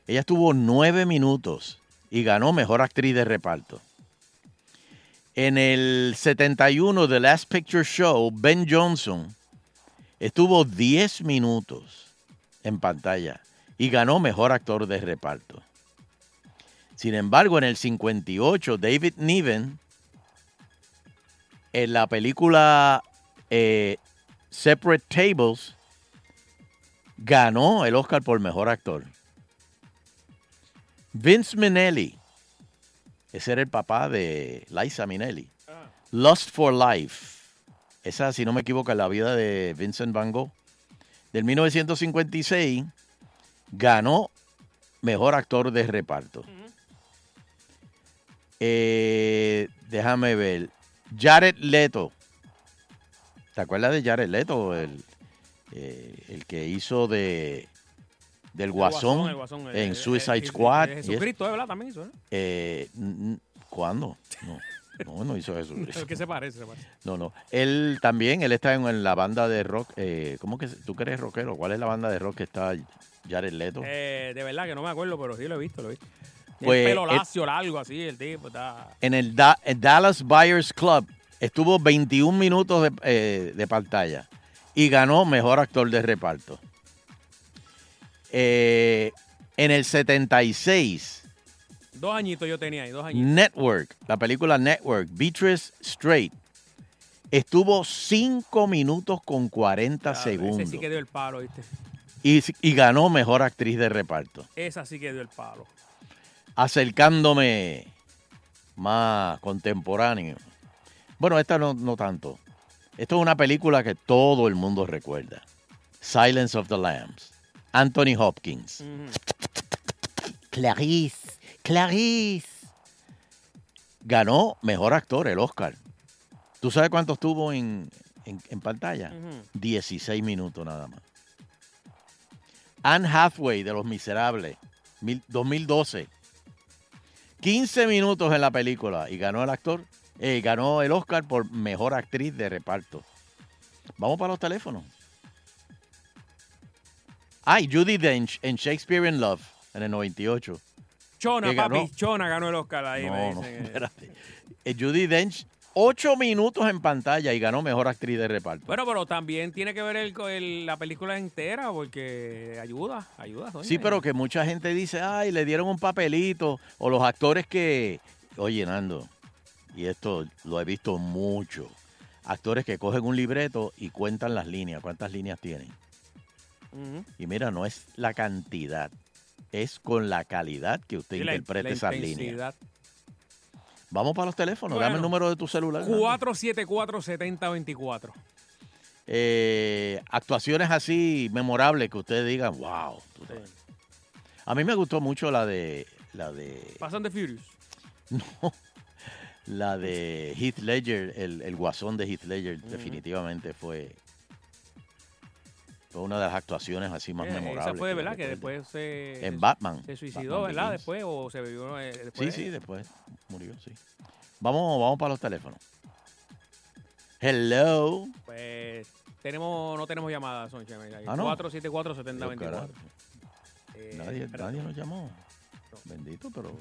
[SPEAKER 5] Ella estuvo nueve minutos y ganó Mejor Actriz de Reparto. En el 71, The Last Picture Show, Ben Johnson estuvo 10 minutos en pantalla y ganó Mejor Actor de Reparto. Sin embargo, en el 58, David Niven, en la película eh, Separate Tables, ganó el Oscar por Mejor Actor. Vince Minnelli, ese era el papá de Liza Minnelli.
[SPEAKER 4] Ah.
[SPEAKER 5] Lust for Life, esa, si no me equivoco, es la vida de Vincent Van Gogh. Del 1956, ganó Mejor Actor de Reparto. Eh, déjame ver. Jared Leto. ¿Te acuerdas de Jared Leto? El, eh, el que hizo de del Guasón,
[SPEAKER 4] el Guasón, el-
[SPEAKER 5] en
[SPEAKER 4] el-
[SPEAKER 5] Suicide
[SPEAKER 4] el- el-
[SPEAKER 5] Squad.
[SPEAKER 4] el
[SPEAKER 5] y es-
[SPEAKER 4] Jesucristo, ¿eh? ¿verdad? También hizo, ¿eh?
[SPEAKER 5] eh, n- n- ¿Cuándo? No. No, no hizo
[SPEAKER 4] *laughs*
[SPEAKER 5] eso.
[SPEAKER 4] Es que se parece, se parece.
[SPEAKER 5] No, no. Él también, él está en, en la banda de rock. eh, ¿Cómo que se- tú que eres rockero? ¿Cuál es la banda de rock que está Jared Leto?
[SPEAKER 4] Eh, de verdad que no me acuerdo, pero sí lo he visto, lo he visto.
[SPEAKER 5] Pues,
[SPEAKER 4] el pelo
[SPEAKER 5] eh,
[SPEAKER 4] lacio, largo, así, el tipo está...
[SPEAKER 5] En el, Da- el Dallas Buyers Club estuvo 21 minutos de, eh, de pantalla y ganó mejor actor de reparto. Eh, en el 76,
[SPEAKER 4] Dos añitos yo tenía ahí, dos añitos.
[SPEAKER 5] Network, la película Network, Beatrice Straight, estuvo 5 minutos con 40
[SPEAKER 4] Ese
[SPEAKER 5] segundos
[SPEAKER 4] sí que dio el palo, ¿viste?
[SPEAKER 5] y, y ganó mejor actriz de reparto.
[SPEAKER 4] Esa sí que dio el palo.
[SPEAKER 5] acercándome más contemporáneo. Bueno, esta no, no tanto. Esto es una película que todo el mundo recuerda. Silence of the Lambs. Anthony Hopkins.
[SPEAKER 4] Mm.
[SPEAKER 5] Clarice, Clarice. Ganó mejor actor el Oscar. ¿Tú sabes cuánto estuvo en, en- en pantalla?
[SPEAKER 4] Ujú.
[SPEAKER 5] 16 minutos nada más. Anne Hathaway de Los Miserables, mil- 2012. 15 minutos en la película y ganó el actor, eh, ganó el Oscar por mejor actriz de reparto. Vamos para los teléfonos. Ay, Judy Dench en Shakespeare in Love en el 98.
[SPEAKER 4] Chona,
[SPEAKER 5] que
[SPEAKER 4] papi,
[SPEAKER 5] ganó-
[SPEAKER 4] Chona ganó el Oscar ahí, me
[SPEAKER 5] No, no, *laughs*
[SPEAKER 4] dicen.
[SPEAKER 5] espérate. Eh, Judy Dench, 8 minutos en pantalla y ganó mejor actriz de reparto.
[SPEAKER 4] Bueno, pero también tiene que ver el, el- la película entera porque ayuda, ayuda. coño.
[SPEAKER 5] Sí, pero que mucha gente dice, ay, le dieron un papelito. O los actores que, oye, Nando, y esto lo he visto mucho. Actores que cogen un libreto y cuentan las líneas, cuántas líneas tienen.
[SPEAKER 4] Ujú.
[SPEAKER 5] Y mira, no es la cantidad, es con la calidad que usted
[SPEAKER 4] Y la-
[SPEAKER 5] interprete
[SPEAKER 4] la
[SPEAKER 5] esas líneas.
[SPEAKER 4] intensidad.
[SPEAKER 5] Vamos para los teléfonos, dame el
[SPEAKER 4] Bueno.
[SPEAKER 5] número de tu celular. Nando.
[SPEAKER 4] 474-7024.
[SPEAKER 5] Eh, actuaciones así memorables que ustedes digan, wow. tú te- A mí me gustó mucho la de la de
[SPEAKER 4] Pasan de Furious.
[SPEAKER 5] la de Heath Ledger, el, el guasón de Heath Ledger,
[SPEAKER 4] Ujú.
[SPEAKER 5] definitivamente fue, fue una de las actuaciones así más
[SPEAKER 4] Eh,
[SPEAKER 5] memorables.
[SPEAKER 4] Esa fue de
[SPEAKER 5] que
[SPEAKER 4] verdad que
[SPEAKER 5] recuerdo.
[SPEAKER 4] después se.
[SPEAKER 5] En Batman,
[SPEAKER 4] Se suicidó,
[SPEAKER 5] Batman
[SPEAKER 4] ¿verdad?
[SPEAKER 5] Begins.
[SPEAKER 4] Después o se vivió. eh,
[SPEAKER 5] Sí,
[SPEAKER 4] después.
[SPEAKER 5] sí, después murió, sí. Vamos, vamos para los teléfonos. Hello.
[SPEAKER 4] Pues tenemos, no tenemos llamadas, Sonche. mira,
[SPEAKER 5] Ah, ¿no?
[SPEAKER 4] 474-7024. Eh,
[SPEAKER 5] Nadie,
[SPEAKER 4] espérate.
[SPEAKER 5] nadie nos llamó. Bendito, pero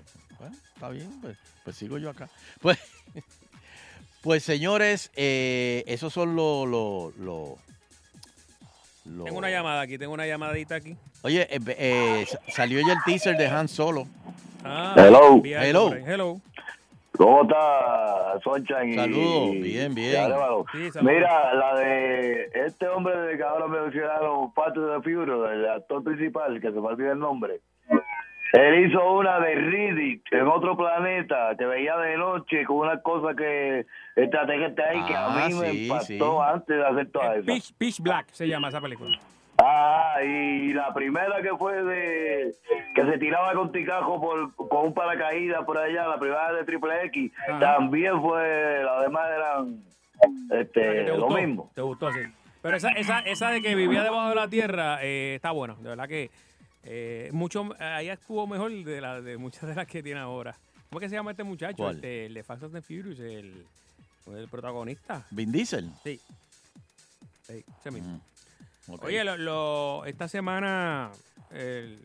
[SPEAKER 5] bueno, está bien, pues, pues sigo yo acá. *laughs* Pues, pues señores, eh, esos son los... los- los- los-
[SPEAKER 4] Tengo una llamada aquí, tengo una llamadita aquí.
[SPEAKER 5] Oye, eh, eh, sa- salió ya el teaser de Han Solo.
[SPEAKER 4] Ah,
[SPEAKER 8] Hello.
[SPEAKER 4] vi algo
[SPEAKER 5] Hello.
[SPEAKER 4] por ahí. Hello.
[SPEAKER 8] ¿Cómo está, Sonchan?
[SPEAKER 5] Saludos, bien, bien.
[SPEAKER 8] Arevalo?
[SPEAKER 5] Sí, saludos.
[SPEAKER 8] Mira, la de este hombre de que ahora mencionaron, Patrick de Fibro, el actor principal, que se me olvida el nombre. Él hizo una de Riddick en otro planeta, te veía de noche con una cosa que estrategia ahí que
[SPEAKER 4] Ah,
[SPEAKER 8] a mí me
[SPEAKER 4] sí,
[SPEAKER 8] impactó
[SPEAKER 4] sí.
[SPEAKER 8] antes de hacer toda esa.
[SPEAKER 4] Pitch, Pitch Black se llama esa película.
[SPEAKER 8] Ah, y la primera que fue de que se tiraba con ticajo por, con un paracaídas por allá, la primera de Triple X,
[SPEAKER 4] Ajá.
[SPEAKER 8] también fue, las demás eran
[SPEAKER 4] ¿Te
[SPEAKER 8] este, lo
[SPEAKER 4] gustó?
[SPEAKER 8] mismo.
[SPEAKER 4] Te gustó, sí. Pero esa, esa, esa de que vivía debajo de la tierra eh, está buena. De verdad que eh, mucho, ahí actuó mejor de, la, de muchas de las que tiene ahora. ¿Cómo es que se llama este muchacho?
[SPEAKER 5] ¿Cuál?
[SPEAKER 4] Este, el de Fast and the Furious, el, el protagonista.
[SPEAKER 5] Vin Diesel.
[SPEAKER 4] Sí. Sí, ese mismo.
[SPEAKER 5] Mm, Ok.
[SPEAKER 4] Oye, lo- lo- esta semana el-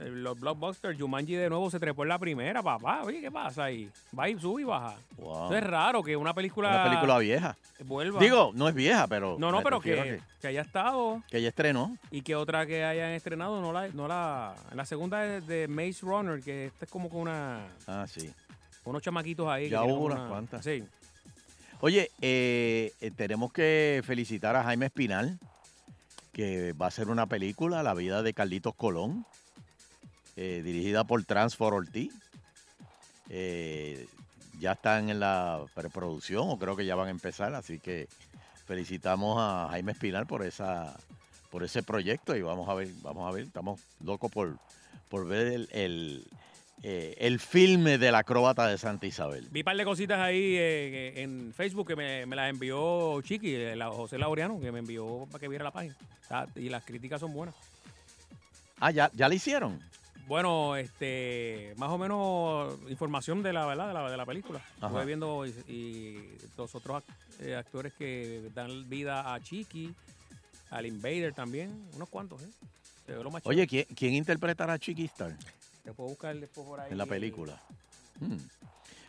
[SPEAKER 4] el- los blockbusters, Jumanji de nuevo se trepó en la primera, papá. Oye, ¿qué pasa ahí? Va y sube y baja.
[SPEAKER 5] Wow.
[SPEAKER 4] Eso es raro que una película...
[SPEAKER 5] Una película vieja.
[SPEAKER 4] Vuelva.
[SPEAKER 5] Digo, no es vieja, pero...
[SPEAKER 4] No, no,
[SPEAKER 5] me
[SPEAKER 4] pero que,
[SPEAKER 5] refiero a
[SPEAKER 4] que, haya estado
[SPEAKER 5] que ella estrenó.
[SPEAKER 4] y que otra que hayan estrenado, no la... No la, la segunda es de Maze Runner, que esta es como con una...
[SPEAKER 5] Ah, sí.
[SPEAKER 4] Unos chamaquitos ahí. que
[SPEAKER 5] Ya
[SPEAKER 4] tienen
[SPEAKER 5] hubo
[SPEAKER 4] como
[SPEAKER 5] unas cuantas.
[SPEAKER 4] Sí.
[SPEAKER 5] Oye, eh, eh, tenemos que felicitar a Jaime Espinal, que va a hacer una película, La vida de Carlitos Colón, eh, dirigida por Transfor Ortiz. Eh, ya están en la preproducción, o creo que ya van a empezar, así que felicitamos a Jaime Espinal por esa por ese proyecto y vamos a ver, vamos a ver, estamos locos por, por ver el, el, eh, el filme del acróbata de Santa Isabel.
[SPEAKER 4] Vi un par de cositas ahí eh, que- en Facebook que me, me las envió Chiqui, eh, la- José Laureano, que me envió para que viera la página. Está- Y las críticas son buenas.
[SPEAKER 5] Ah, ya, ya la hicieron.
[SPEAKER 4] Bueno, este, más o menos información de la, ¿verdad? De la, de la película.
[SPEAKER 5] Ajá.
[SPEAKER 4] Estuve viendo y, y los otros ac- eh, actores que dan vida a Chiqui, al Invader también, unos cuantos, ¿eh? Te veo lo más
[SPEAKER 5] Oye,
[SPEAKER 4] chévere.
[SPEAKER 5] ¿quién, quién interpretará a Chiqui Star
[SPEAKER 4] Te puedo buscar después por ahí.
[SPEAKER 5] en la película? Hmm.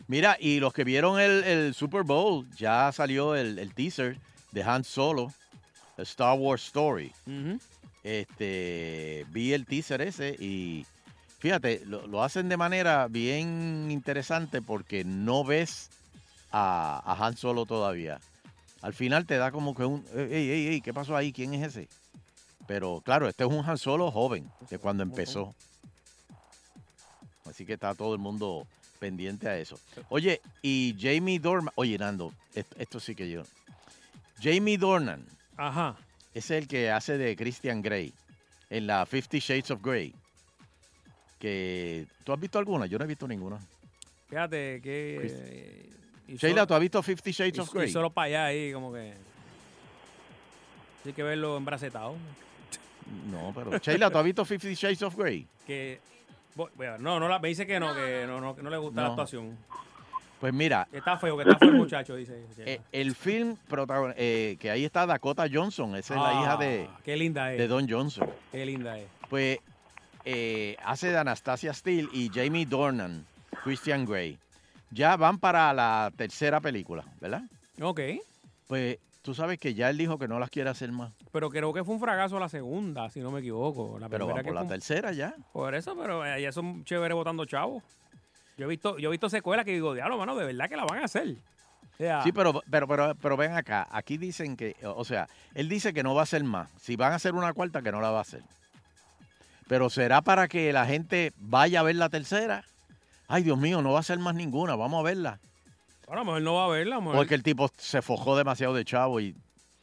[SPEAKER 5] Mira, y los que vieron el, el Super Bowl, ya salió el, el teaser de Han Solo, A Star Wars Story. Este, vi el teaser ese y fíjate, lo, lo hacen de manera bien interesante porque no ves a, a Han Solo todavía. Al final te da como que un, ey, ey, ey, ¿qué pasó ahí? ¿Quién es ese? Pero claro, este es un Han Solo joven, de cuando empezó. Así que está todo el mundo pendiente a eso. Oye, y Jamie Dornan, oye Nando, esto, esto sí que yo. Jamie Dornan.
[SPEAKER 4] Ajá.
[SPEAKER 5] Es el que hace de Christian Grey en la Fifty Shades of Grey. Que tú has visto alguna, yo no he visto ninguna.
[SPEAKER 4] Fíjate que...
[SPEAKER 5] Chris-
[SPEAKER 4] eh, y
[SPEAKER 5] Sheila,
[SPEAKER 4] solo-
[SPEAKER 5] ¿tú has visto Fifty Shades
[SPEAKER 4] y-
[SPEAKER 5] of Grey?
[SPEAKER 4] Y solo para allá ahí, como que... Hay que verlo embracetado.
[SPEAKER 5] No, pero *laughs* Sheila, ¿tú has visto Fifty Shades of Grey?
[SPEAKER 4] Que... bo- bueno, no, no, la- me dice que no, que no, no, que no le gusta la
[SPEAKER 5] No.
[SPEAKER 4] actuación.
[SPEAKER 5] Pues mira,
[SPEAKER 4] Que está feo, que está feo el muchacho, dice.
[SPEAKER 5] eh, el film protagon- eh, que ahí está Dakota Johnson, esa es
[SPEAKER 4] Ah,
[SPEAKER 5] la hija de,
[SPEAKER 4] Qué linda es.
[SPEAKER 5] de Don Johnson.
[SPEAKER 4] Qué linda es.
[SPEAKER 5] Pues eh, hace de Anastasia Steele y Jamie Dornan, Christian Grey. Ya van para la tercera película, ¿verdad?
[SPEAKER 4] Ok.
[SPEAKER 5] Pues tú sabes que ya él dijo que no las quiere hacer más.
[SPEAKER 4] Pero creo que fue un fracaso la segunda, si no me equivoco. La
[SPEAKER 5] Pero
[SPEAKER 4] primera
[SPEAKER 5] va
[SPEAKER 4] que
[SPEAKER 5] por la
[SPEAKER 4] fue un-
[SPEAKER 5] tercera ya.
[SPEAKER 4] Por eso, pero eh, ya son chéveres votando chavos. Yo he visto, yo he visto secuelas que digo, diablo, mano, de verdad que la van a hacer. O sea,
[SPEAKER 5] Sí, pero, pero, pero, pero ven acá. Aquí dicen que, o sea, él dice que no va a hacer más. Si van a hacer una cuarta, que no la va a hacer. Pero será para que la gente vaya a ver la tercera. Ay, Dios mío, no va a ser más ninguna. Vamos a verla.
[SPEAKER 4] bueno, a lo mejor no va a verla, a lo mejor-
[SPEAKER 5] Porque el tipo se fojó demasiado de chavo y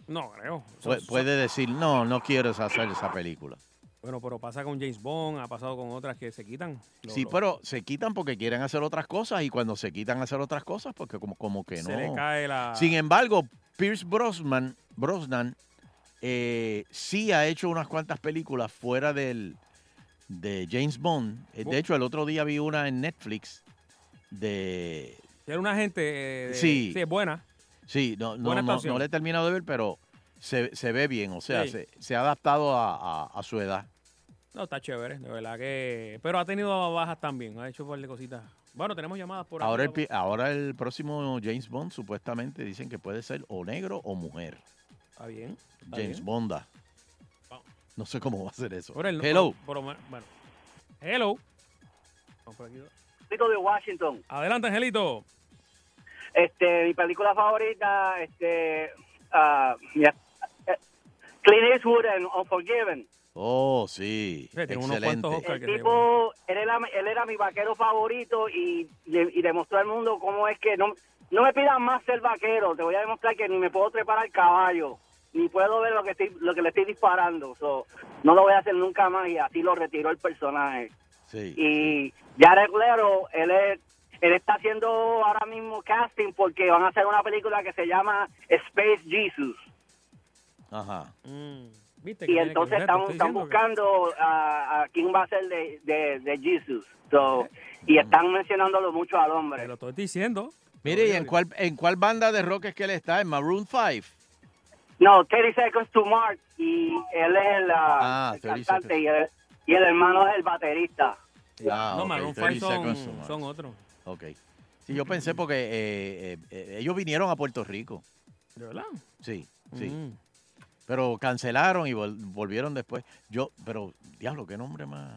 [SPEAKER 4] No, creo. Eso-
[SPEAKER 5] pu- puede decir, no, no quiero hacer esa película.
[SPEAKER 4] Bueno, pero pasa con James Bond, ha pasado con otras que se quitan. Lo-
[SPEAKER 5] Sí, pues.
[SPEAKER 4] lo-
[SPEAKER 5] pero se quitan porque quieren hacer otras cosas y cuando se quitan a hacer otras cosas, porque como, como que
[SPEAKER 4] Se
[SPEAKER 5] no.
[SPEAKER 4] le cae la-
[SPEAKER 5] Sin embargo, Pierce Brosnan, Brosnan eh, sí ha hecho unas cuantas películas fuera del de James Bond. Eh,
[SPEAKER 4] Bu-
[SPEAKER 5] De hecho, el otro día vi una en Netflix de...
[SPEAKER 4] Era una gente. eh, de-
[SPEAKER 5] Sí.
[SPEAKER 4] es buena.
[SPEAKER 5] Sí, no, no,
[SPEAKER 4] Buena
[SPEAKER 5] no- no
[SPEAKER 4] actuación.
[SPEAKER 5] la he terminado de ver, pero se, se ve bien, o sea,
[SPEAKER 4] Sí.
[SPEAKER 5] se, se ha adaptado a, a- a su edad.
[SPEAKER 4] No, está chévere, de verdad que. Pero ha tenido bajas también, ha hecho un par de cositas. Bueno, tenemos llamadas por
[SPEAKER 5] Ahora el,
[SPEAKER 4] aquí.
[SPEAKER 5] pi- ahora el próximo James Bond supuestamente dicen que puede ser o negro o mujer.
[SPEAKER 4] Está bien. está
[SPEAKER 5] James
[SPEAKER 4] bien.
[SPEAKER 5] Bonda.
[SPEAKER 4] Vamos.
[SPEAKER 5] No sé cómo va a ser eso.
[SPEAKER 4] Ahora el-
[SPEAKER 5] Hello.
[SPEAKER 4] por- por lo menos- bueno. Hello. Vamos por aquí.
[SPEAKER 2] Angelito de Washington.
[SPEAKER 4] Adelante, Angelito.
[SPEAKER 2] Este, mi película favorita, este, ah, mira, eh, Clint Eastwood en Unforgiven.
[SPEAKER 5] Oh, sí.
[SPEAKER 4] tiene unos
[SPEAKER 5] Excelente.
[SPEAKER 4] cuantos Oscar
[SPEAKER 2] El tipo, él era, él era mi vaquero favorito y, le- y demostró al mundo cómo es que no, no me pidan más ser vaquero. Te voy a demostrar que ni me puedo trepar al caballo, ni puedo ver lo que, estoy, lo que le estoy disparando. So, no lo voy a hacer nunca más y así lo retiró el personaje.
[SPEAKER 5] Sí.
[SPEAKER 2] Y Jared Leto, él, es- él está haciendo ahora mismo casting porque van a hacer una película que se llama Space Jesus.
[SPEAKER 5] Ajá.
[SPEAKER 4] Mm. ¿Viste que
[SPEAKER 2] Y
[SPEAKER 4] tiene que
[SPEAKER 2] entonces
[SPEAKER 4] ver, te
[SPEAKER 2] están,
[SPEAKER 4] estoy
[SPEAKER 2] están
[SPEAKER 4] diciendo que-
[SPEAKER 2] buscando a, a quién va a ser de, de, de Jesus. So, y están mencionándolo mucho al hombre.
[SPEAKER 4] Eh, Te lo estoy diciendo.
[SPEAKER 5] Mire, ¿y en cuál, en cuál banda de rock es que él está? ¿En Maroon 5?
[SPEAKER 2] No, 30 Seconds to Mars. Y él es el, ah,
[SPEAKER 5] Ah,
[SPEAKER 2] el
[SPEAKER 5] 30
[SPEAKER 2] cantante y el, y el hermano es el baterista.
[SPEAKER 5] Ah,
[SPEAKER 4] No,
[SPEAKER 5] ok,
[SPEAKER 4] Maroon
[SPEAKER 5] 30
[SPEAKER 4] 5 son-
[SPEAKER 5] Seconds to Mars.
[SPEAKER 4] son otros.
[SPEAKER 5] Ok. Sí, yo pensé porque eh, eh, eh, ellos vinieron a Puerto Rico.
[SPEAKER 4] ¿De verdad?
[SPEAKER 5] Sí, sí.
[SPEAKER 4] Mm.
[SPEAKER 5] Pero cancelaron y vol- volvieron después. Yo, pero, diablo, qué nombre más.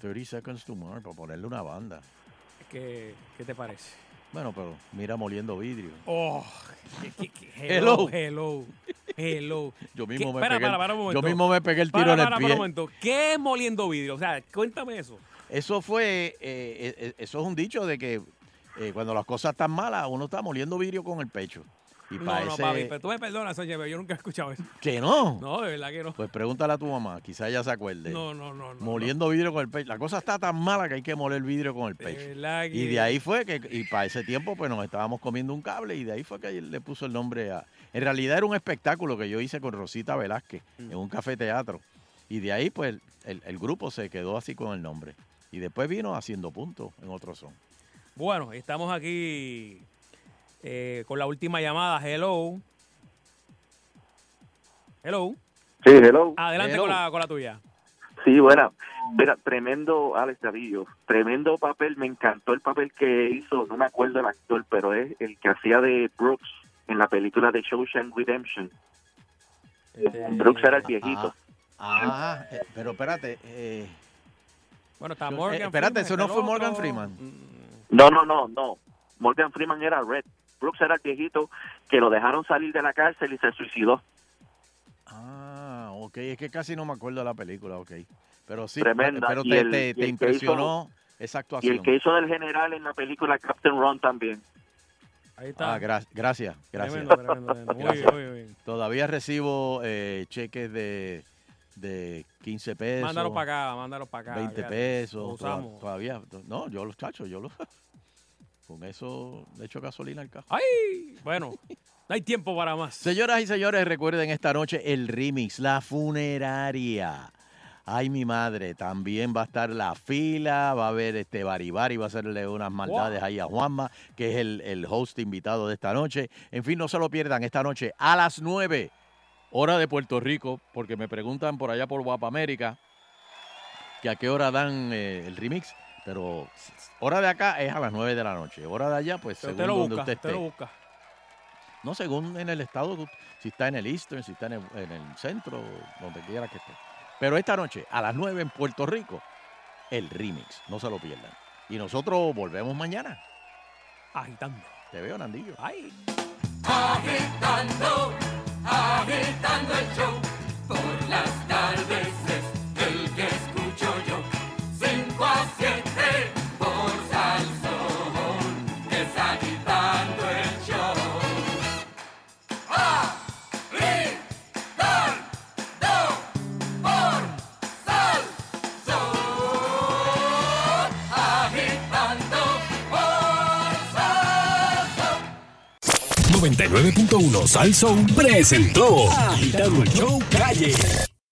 [SPEAKER 5] 30 Seconds to Mars, para ponerle una banda.
[SPEAKER 4] ¿Qué, qué te parece?
[SPEAKER 5] Bueno, pero mira moliendo vidrio.
[SPEAKER 4] Oh, que- que- que-
[SPEAKER 5] Hello.
[SPEAKER 4] hello, hello, hello.
[SPEAKER 5] Yo mismo
[SPEAKER 4] ¿Qué?
[SPEAKER 5] me
[SPEAKER 4] Espera,
[SPEAKER 5] pegué el-
[SPEAKER 4] para, para un
[SPEAKER 5] yo
[SPEAKER 4] momento.
[SPEAKER 5] mismo me pegué el tiro
[SPEAKER 4] Para,
[SPEAKER 5] en el
[SPEAKER 4] para, para
[SPEAKER 5] pie.
[SPEAKER 4] un momento. ¿Qué es moliendo vidrio? O sea, cuéntame eso.
[SPEAKER 5] Eso fue, eh, eh, eh, eso es un dicho de que eh, cuando las cosas están malas, uno está moliendo vidrio con el pecho. Y
[SPEAKER 4] no,
[SPEAKER 5] parece
[SPEAKER 4] no, papi, pero tú me perdonas, Sánchez, pero yo nunca he escuchado eso.
[SPEAKER 5] que no.
[SPEAKER 4] No, de verdad que no.
[SPEAKER 5] Pues pregúntale a tu mamá, quizás ella se acuerde.
[SPEAKER 4] No, no, no, no.
[SPEAKER 5] Moliendo vidrio con el pecho. La cosa está tan mala que hay que moler vidrio con el pecho.
[SPEAKER 4] verdad
[SPEAKER 5] Y
[SPEAKER 4] que-
[SPEAKER 5] de ahí fue que, y para ese tiempo, pues nos estábamos comiendo un cable y de ahí fue que le puso
[SPEAKER 7] Mm.
[SPEAKER 5] el nombre a... En realidad era un espectáculo que yo hice con Rosita Velázquez en un café teatro. Y de ahí, pues, el, el grupo se quedó así con el nombre. Y después vino haciendo puntos en otro son.
[SPEAKER 4] Bueno, estamos aquí eh, con la última llamada. Hello. Hello.
[SPEAKER 7] Sí, hello.
[SPEAKER 4] Adelante
[SPEAKER 7] Hello.
[SPEAKER 4] Con, la, con la tuya.
[SPEAKER 7] Sí, buena. Mira, tremendo Alex Davillo, tremendo papel, me encantó el papel que hizo, no me acuerdo el actor, pero es el que hacía de Brooks en la película de Shawshank Redemption. Brooks era el viejito.
[SPEAKER 5] Ah, eh, pero espérate. eh,
[SPEAKER 4] Bueno, está
[SPEAKER 5] yo- eh,
[SPEAKER 4] Morgan.
[SPEAKER 5] espérate,
[SPEAKER 4] Freeman,
[SPEAKER 5] eso no
[SPEAKER 4] el
[SPEAKER 5] fue
[SPEAKER 4] otro.
[SPEAKER 5] Morgan Freeman.
[SPEAKER 7] No, no, no, no. Morgan Freeman era Red. Brooks era el viejito que lo dejaron salir de la cárcel y se suicidó.
[SPEAKER 5] Ah, ok, es que casi no me acuerdo de la película, ok. Pero sí,
[SPEAKER 7] Tremenda,
[SPEAKER 5] pero
[SPEAKER 7] y
[SPEAKER 5] te,
[SPEAKER 7] el-
[SPEAKER 5] te-
[SPEAKER 7] y el
[SPEAKER 5] te
[SPEAKER 7] que hizo-
[SPEAKER 5] impresionó esa
[SPEAKER 7] Y
[SPEAKER 5] actuación.
[SPEAKER 7] el que hizo del general en la película Captain Ron también.
[SPEAKER 4] Ahí está.
[SPEAKER 5] Ah, gra- gracias, gracias. *laughs*
[SPEAKER 4] Tremendo, tremendo, tremendo. Muy
[SPEAKER 5] Gracias.
[SPEAKER 4] bien, muy bien.
[SPEAKER 5] Todavía recibo eh, cheques de, de 15 pesos.
[SPEAKER 4] Mándalo para acá, mándalo para acá.
[SPEAKER 5] 20
[SPEAKER 4] olvídate. Lo
[SPEAKER 5] pesos. toda-
[SPEAKER 4] usamos.
[SPEAKER 5] todavía. No, yo los cacho, yo los. *laughs* Con eso le echo gasolina al carro.
[SPEAKER 4] ¡Ay! Bueno, no hay tiempo para más.
[SPEAKER 5] Señoras y señores, recuerden esta noche el remix, la funeraria. Ay, mi madre, también va a estar la fila, va a haber este Baribari, va a hacerle unas maldades ahí a Juanma, que es el, el host invitado de esta noche. En fin, no se lo pierdan esta noche a las 9, hora de Puerto Rico, porque me preguntan por allá por Guapa América que a qué hora dan eh, el remix, pero hora de acá es a las 9 de la noche, hora de allá, pues
[SPEAKER 4] Pero
[SPEAKER 5] según
[SPEAKER 4] usted lo
[SPEAKER 5] donde
[SPEAKER 4] busca,
[SPEAKER 5] usted
[SPEAKER 4] usted,
[SPEAKER 5] esté.
[SPEAKER 4] lo busca.
[SPEAKER 5] No, según en el estado, tú- si está en el Eastern, si está en el, en el centro, donde quiera que esté. Pero esta noche, a las 9 en Puerto Rico, el remix. No se lo pierdan. Y nosotros volvemos mañana.
[SPEAKER 4] Agitando.
[SPEAKER 5] Te veo, Nandillo.
[SPEAKER 4] ¡Ay!
[SPEAKER 3] agitando, agitando el show por las tardes es el que escucho yo. 5 a 7 por Salsón es agitando el show. Agitando por Salsón. Agitando por Salsón.
[SPEAKER 1] 99.1 Sal Soul presentó Agitando el Show Calle.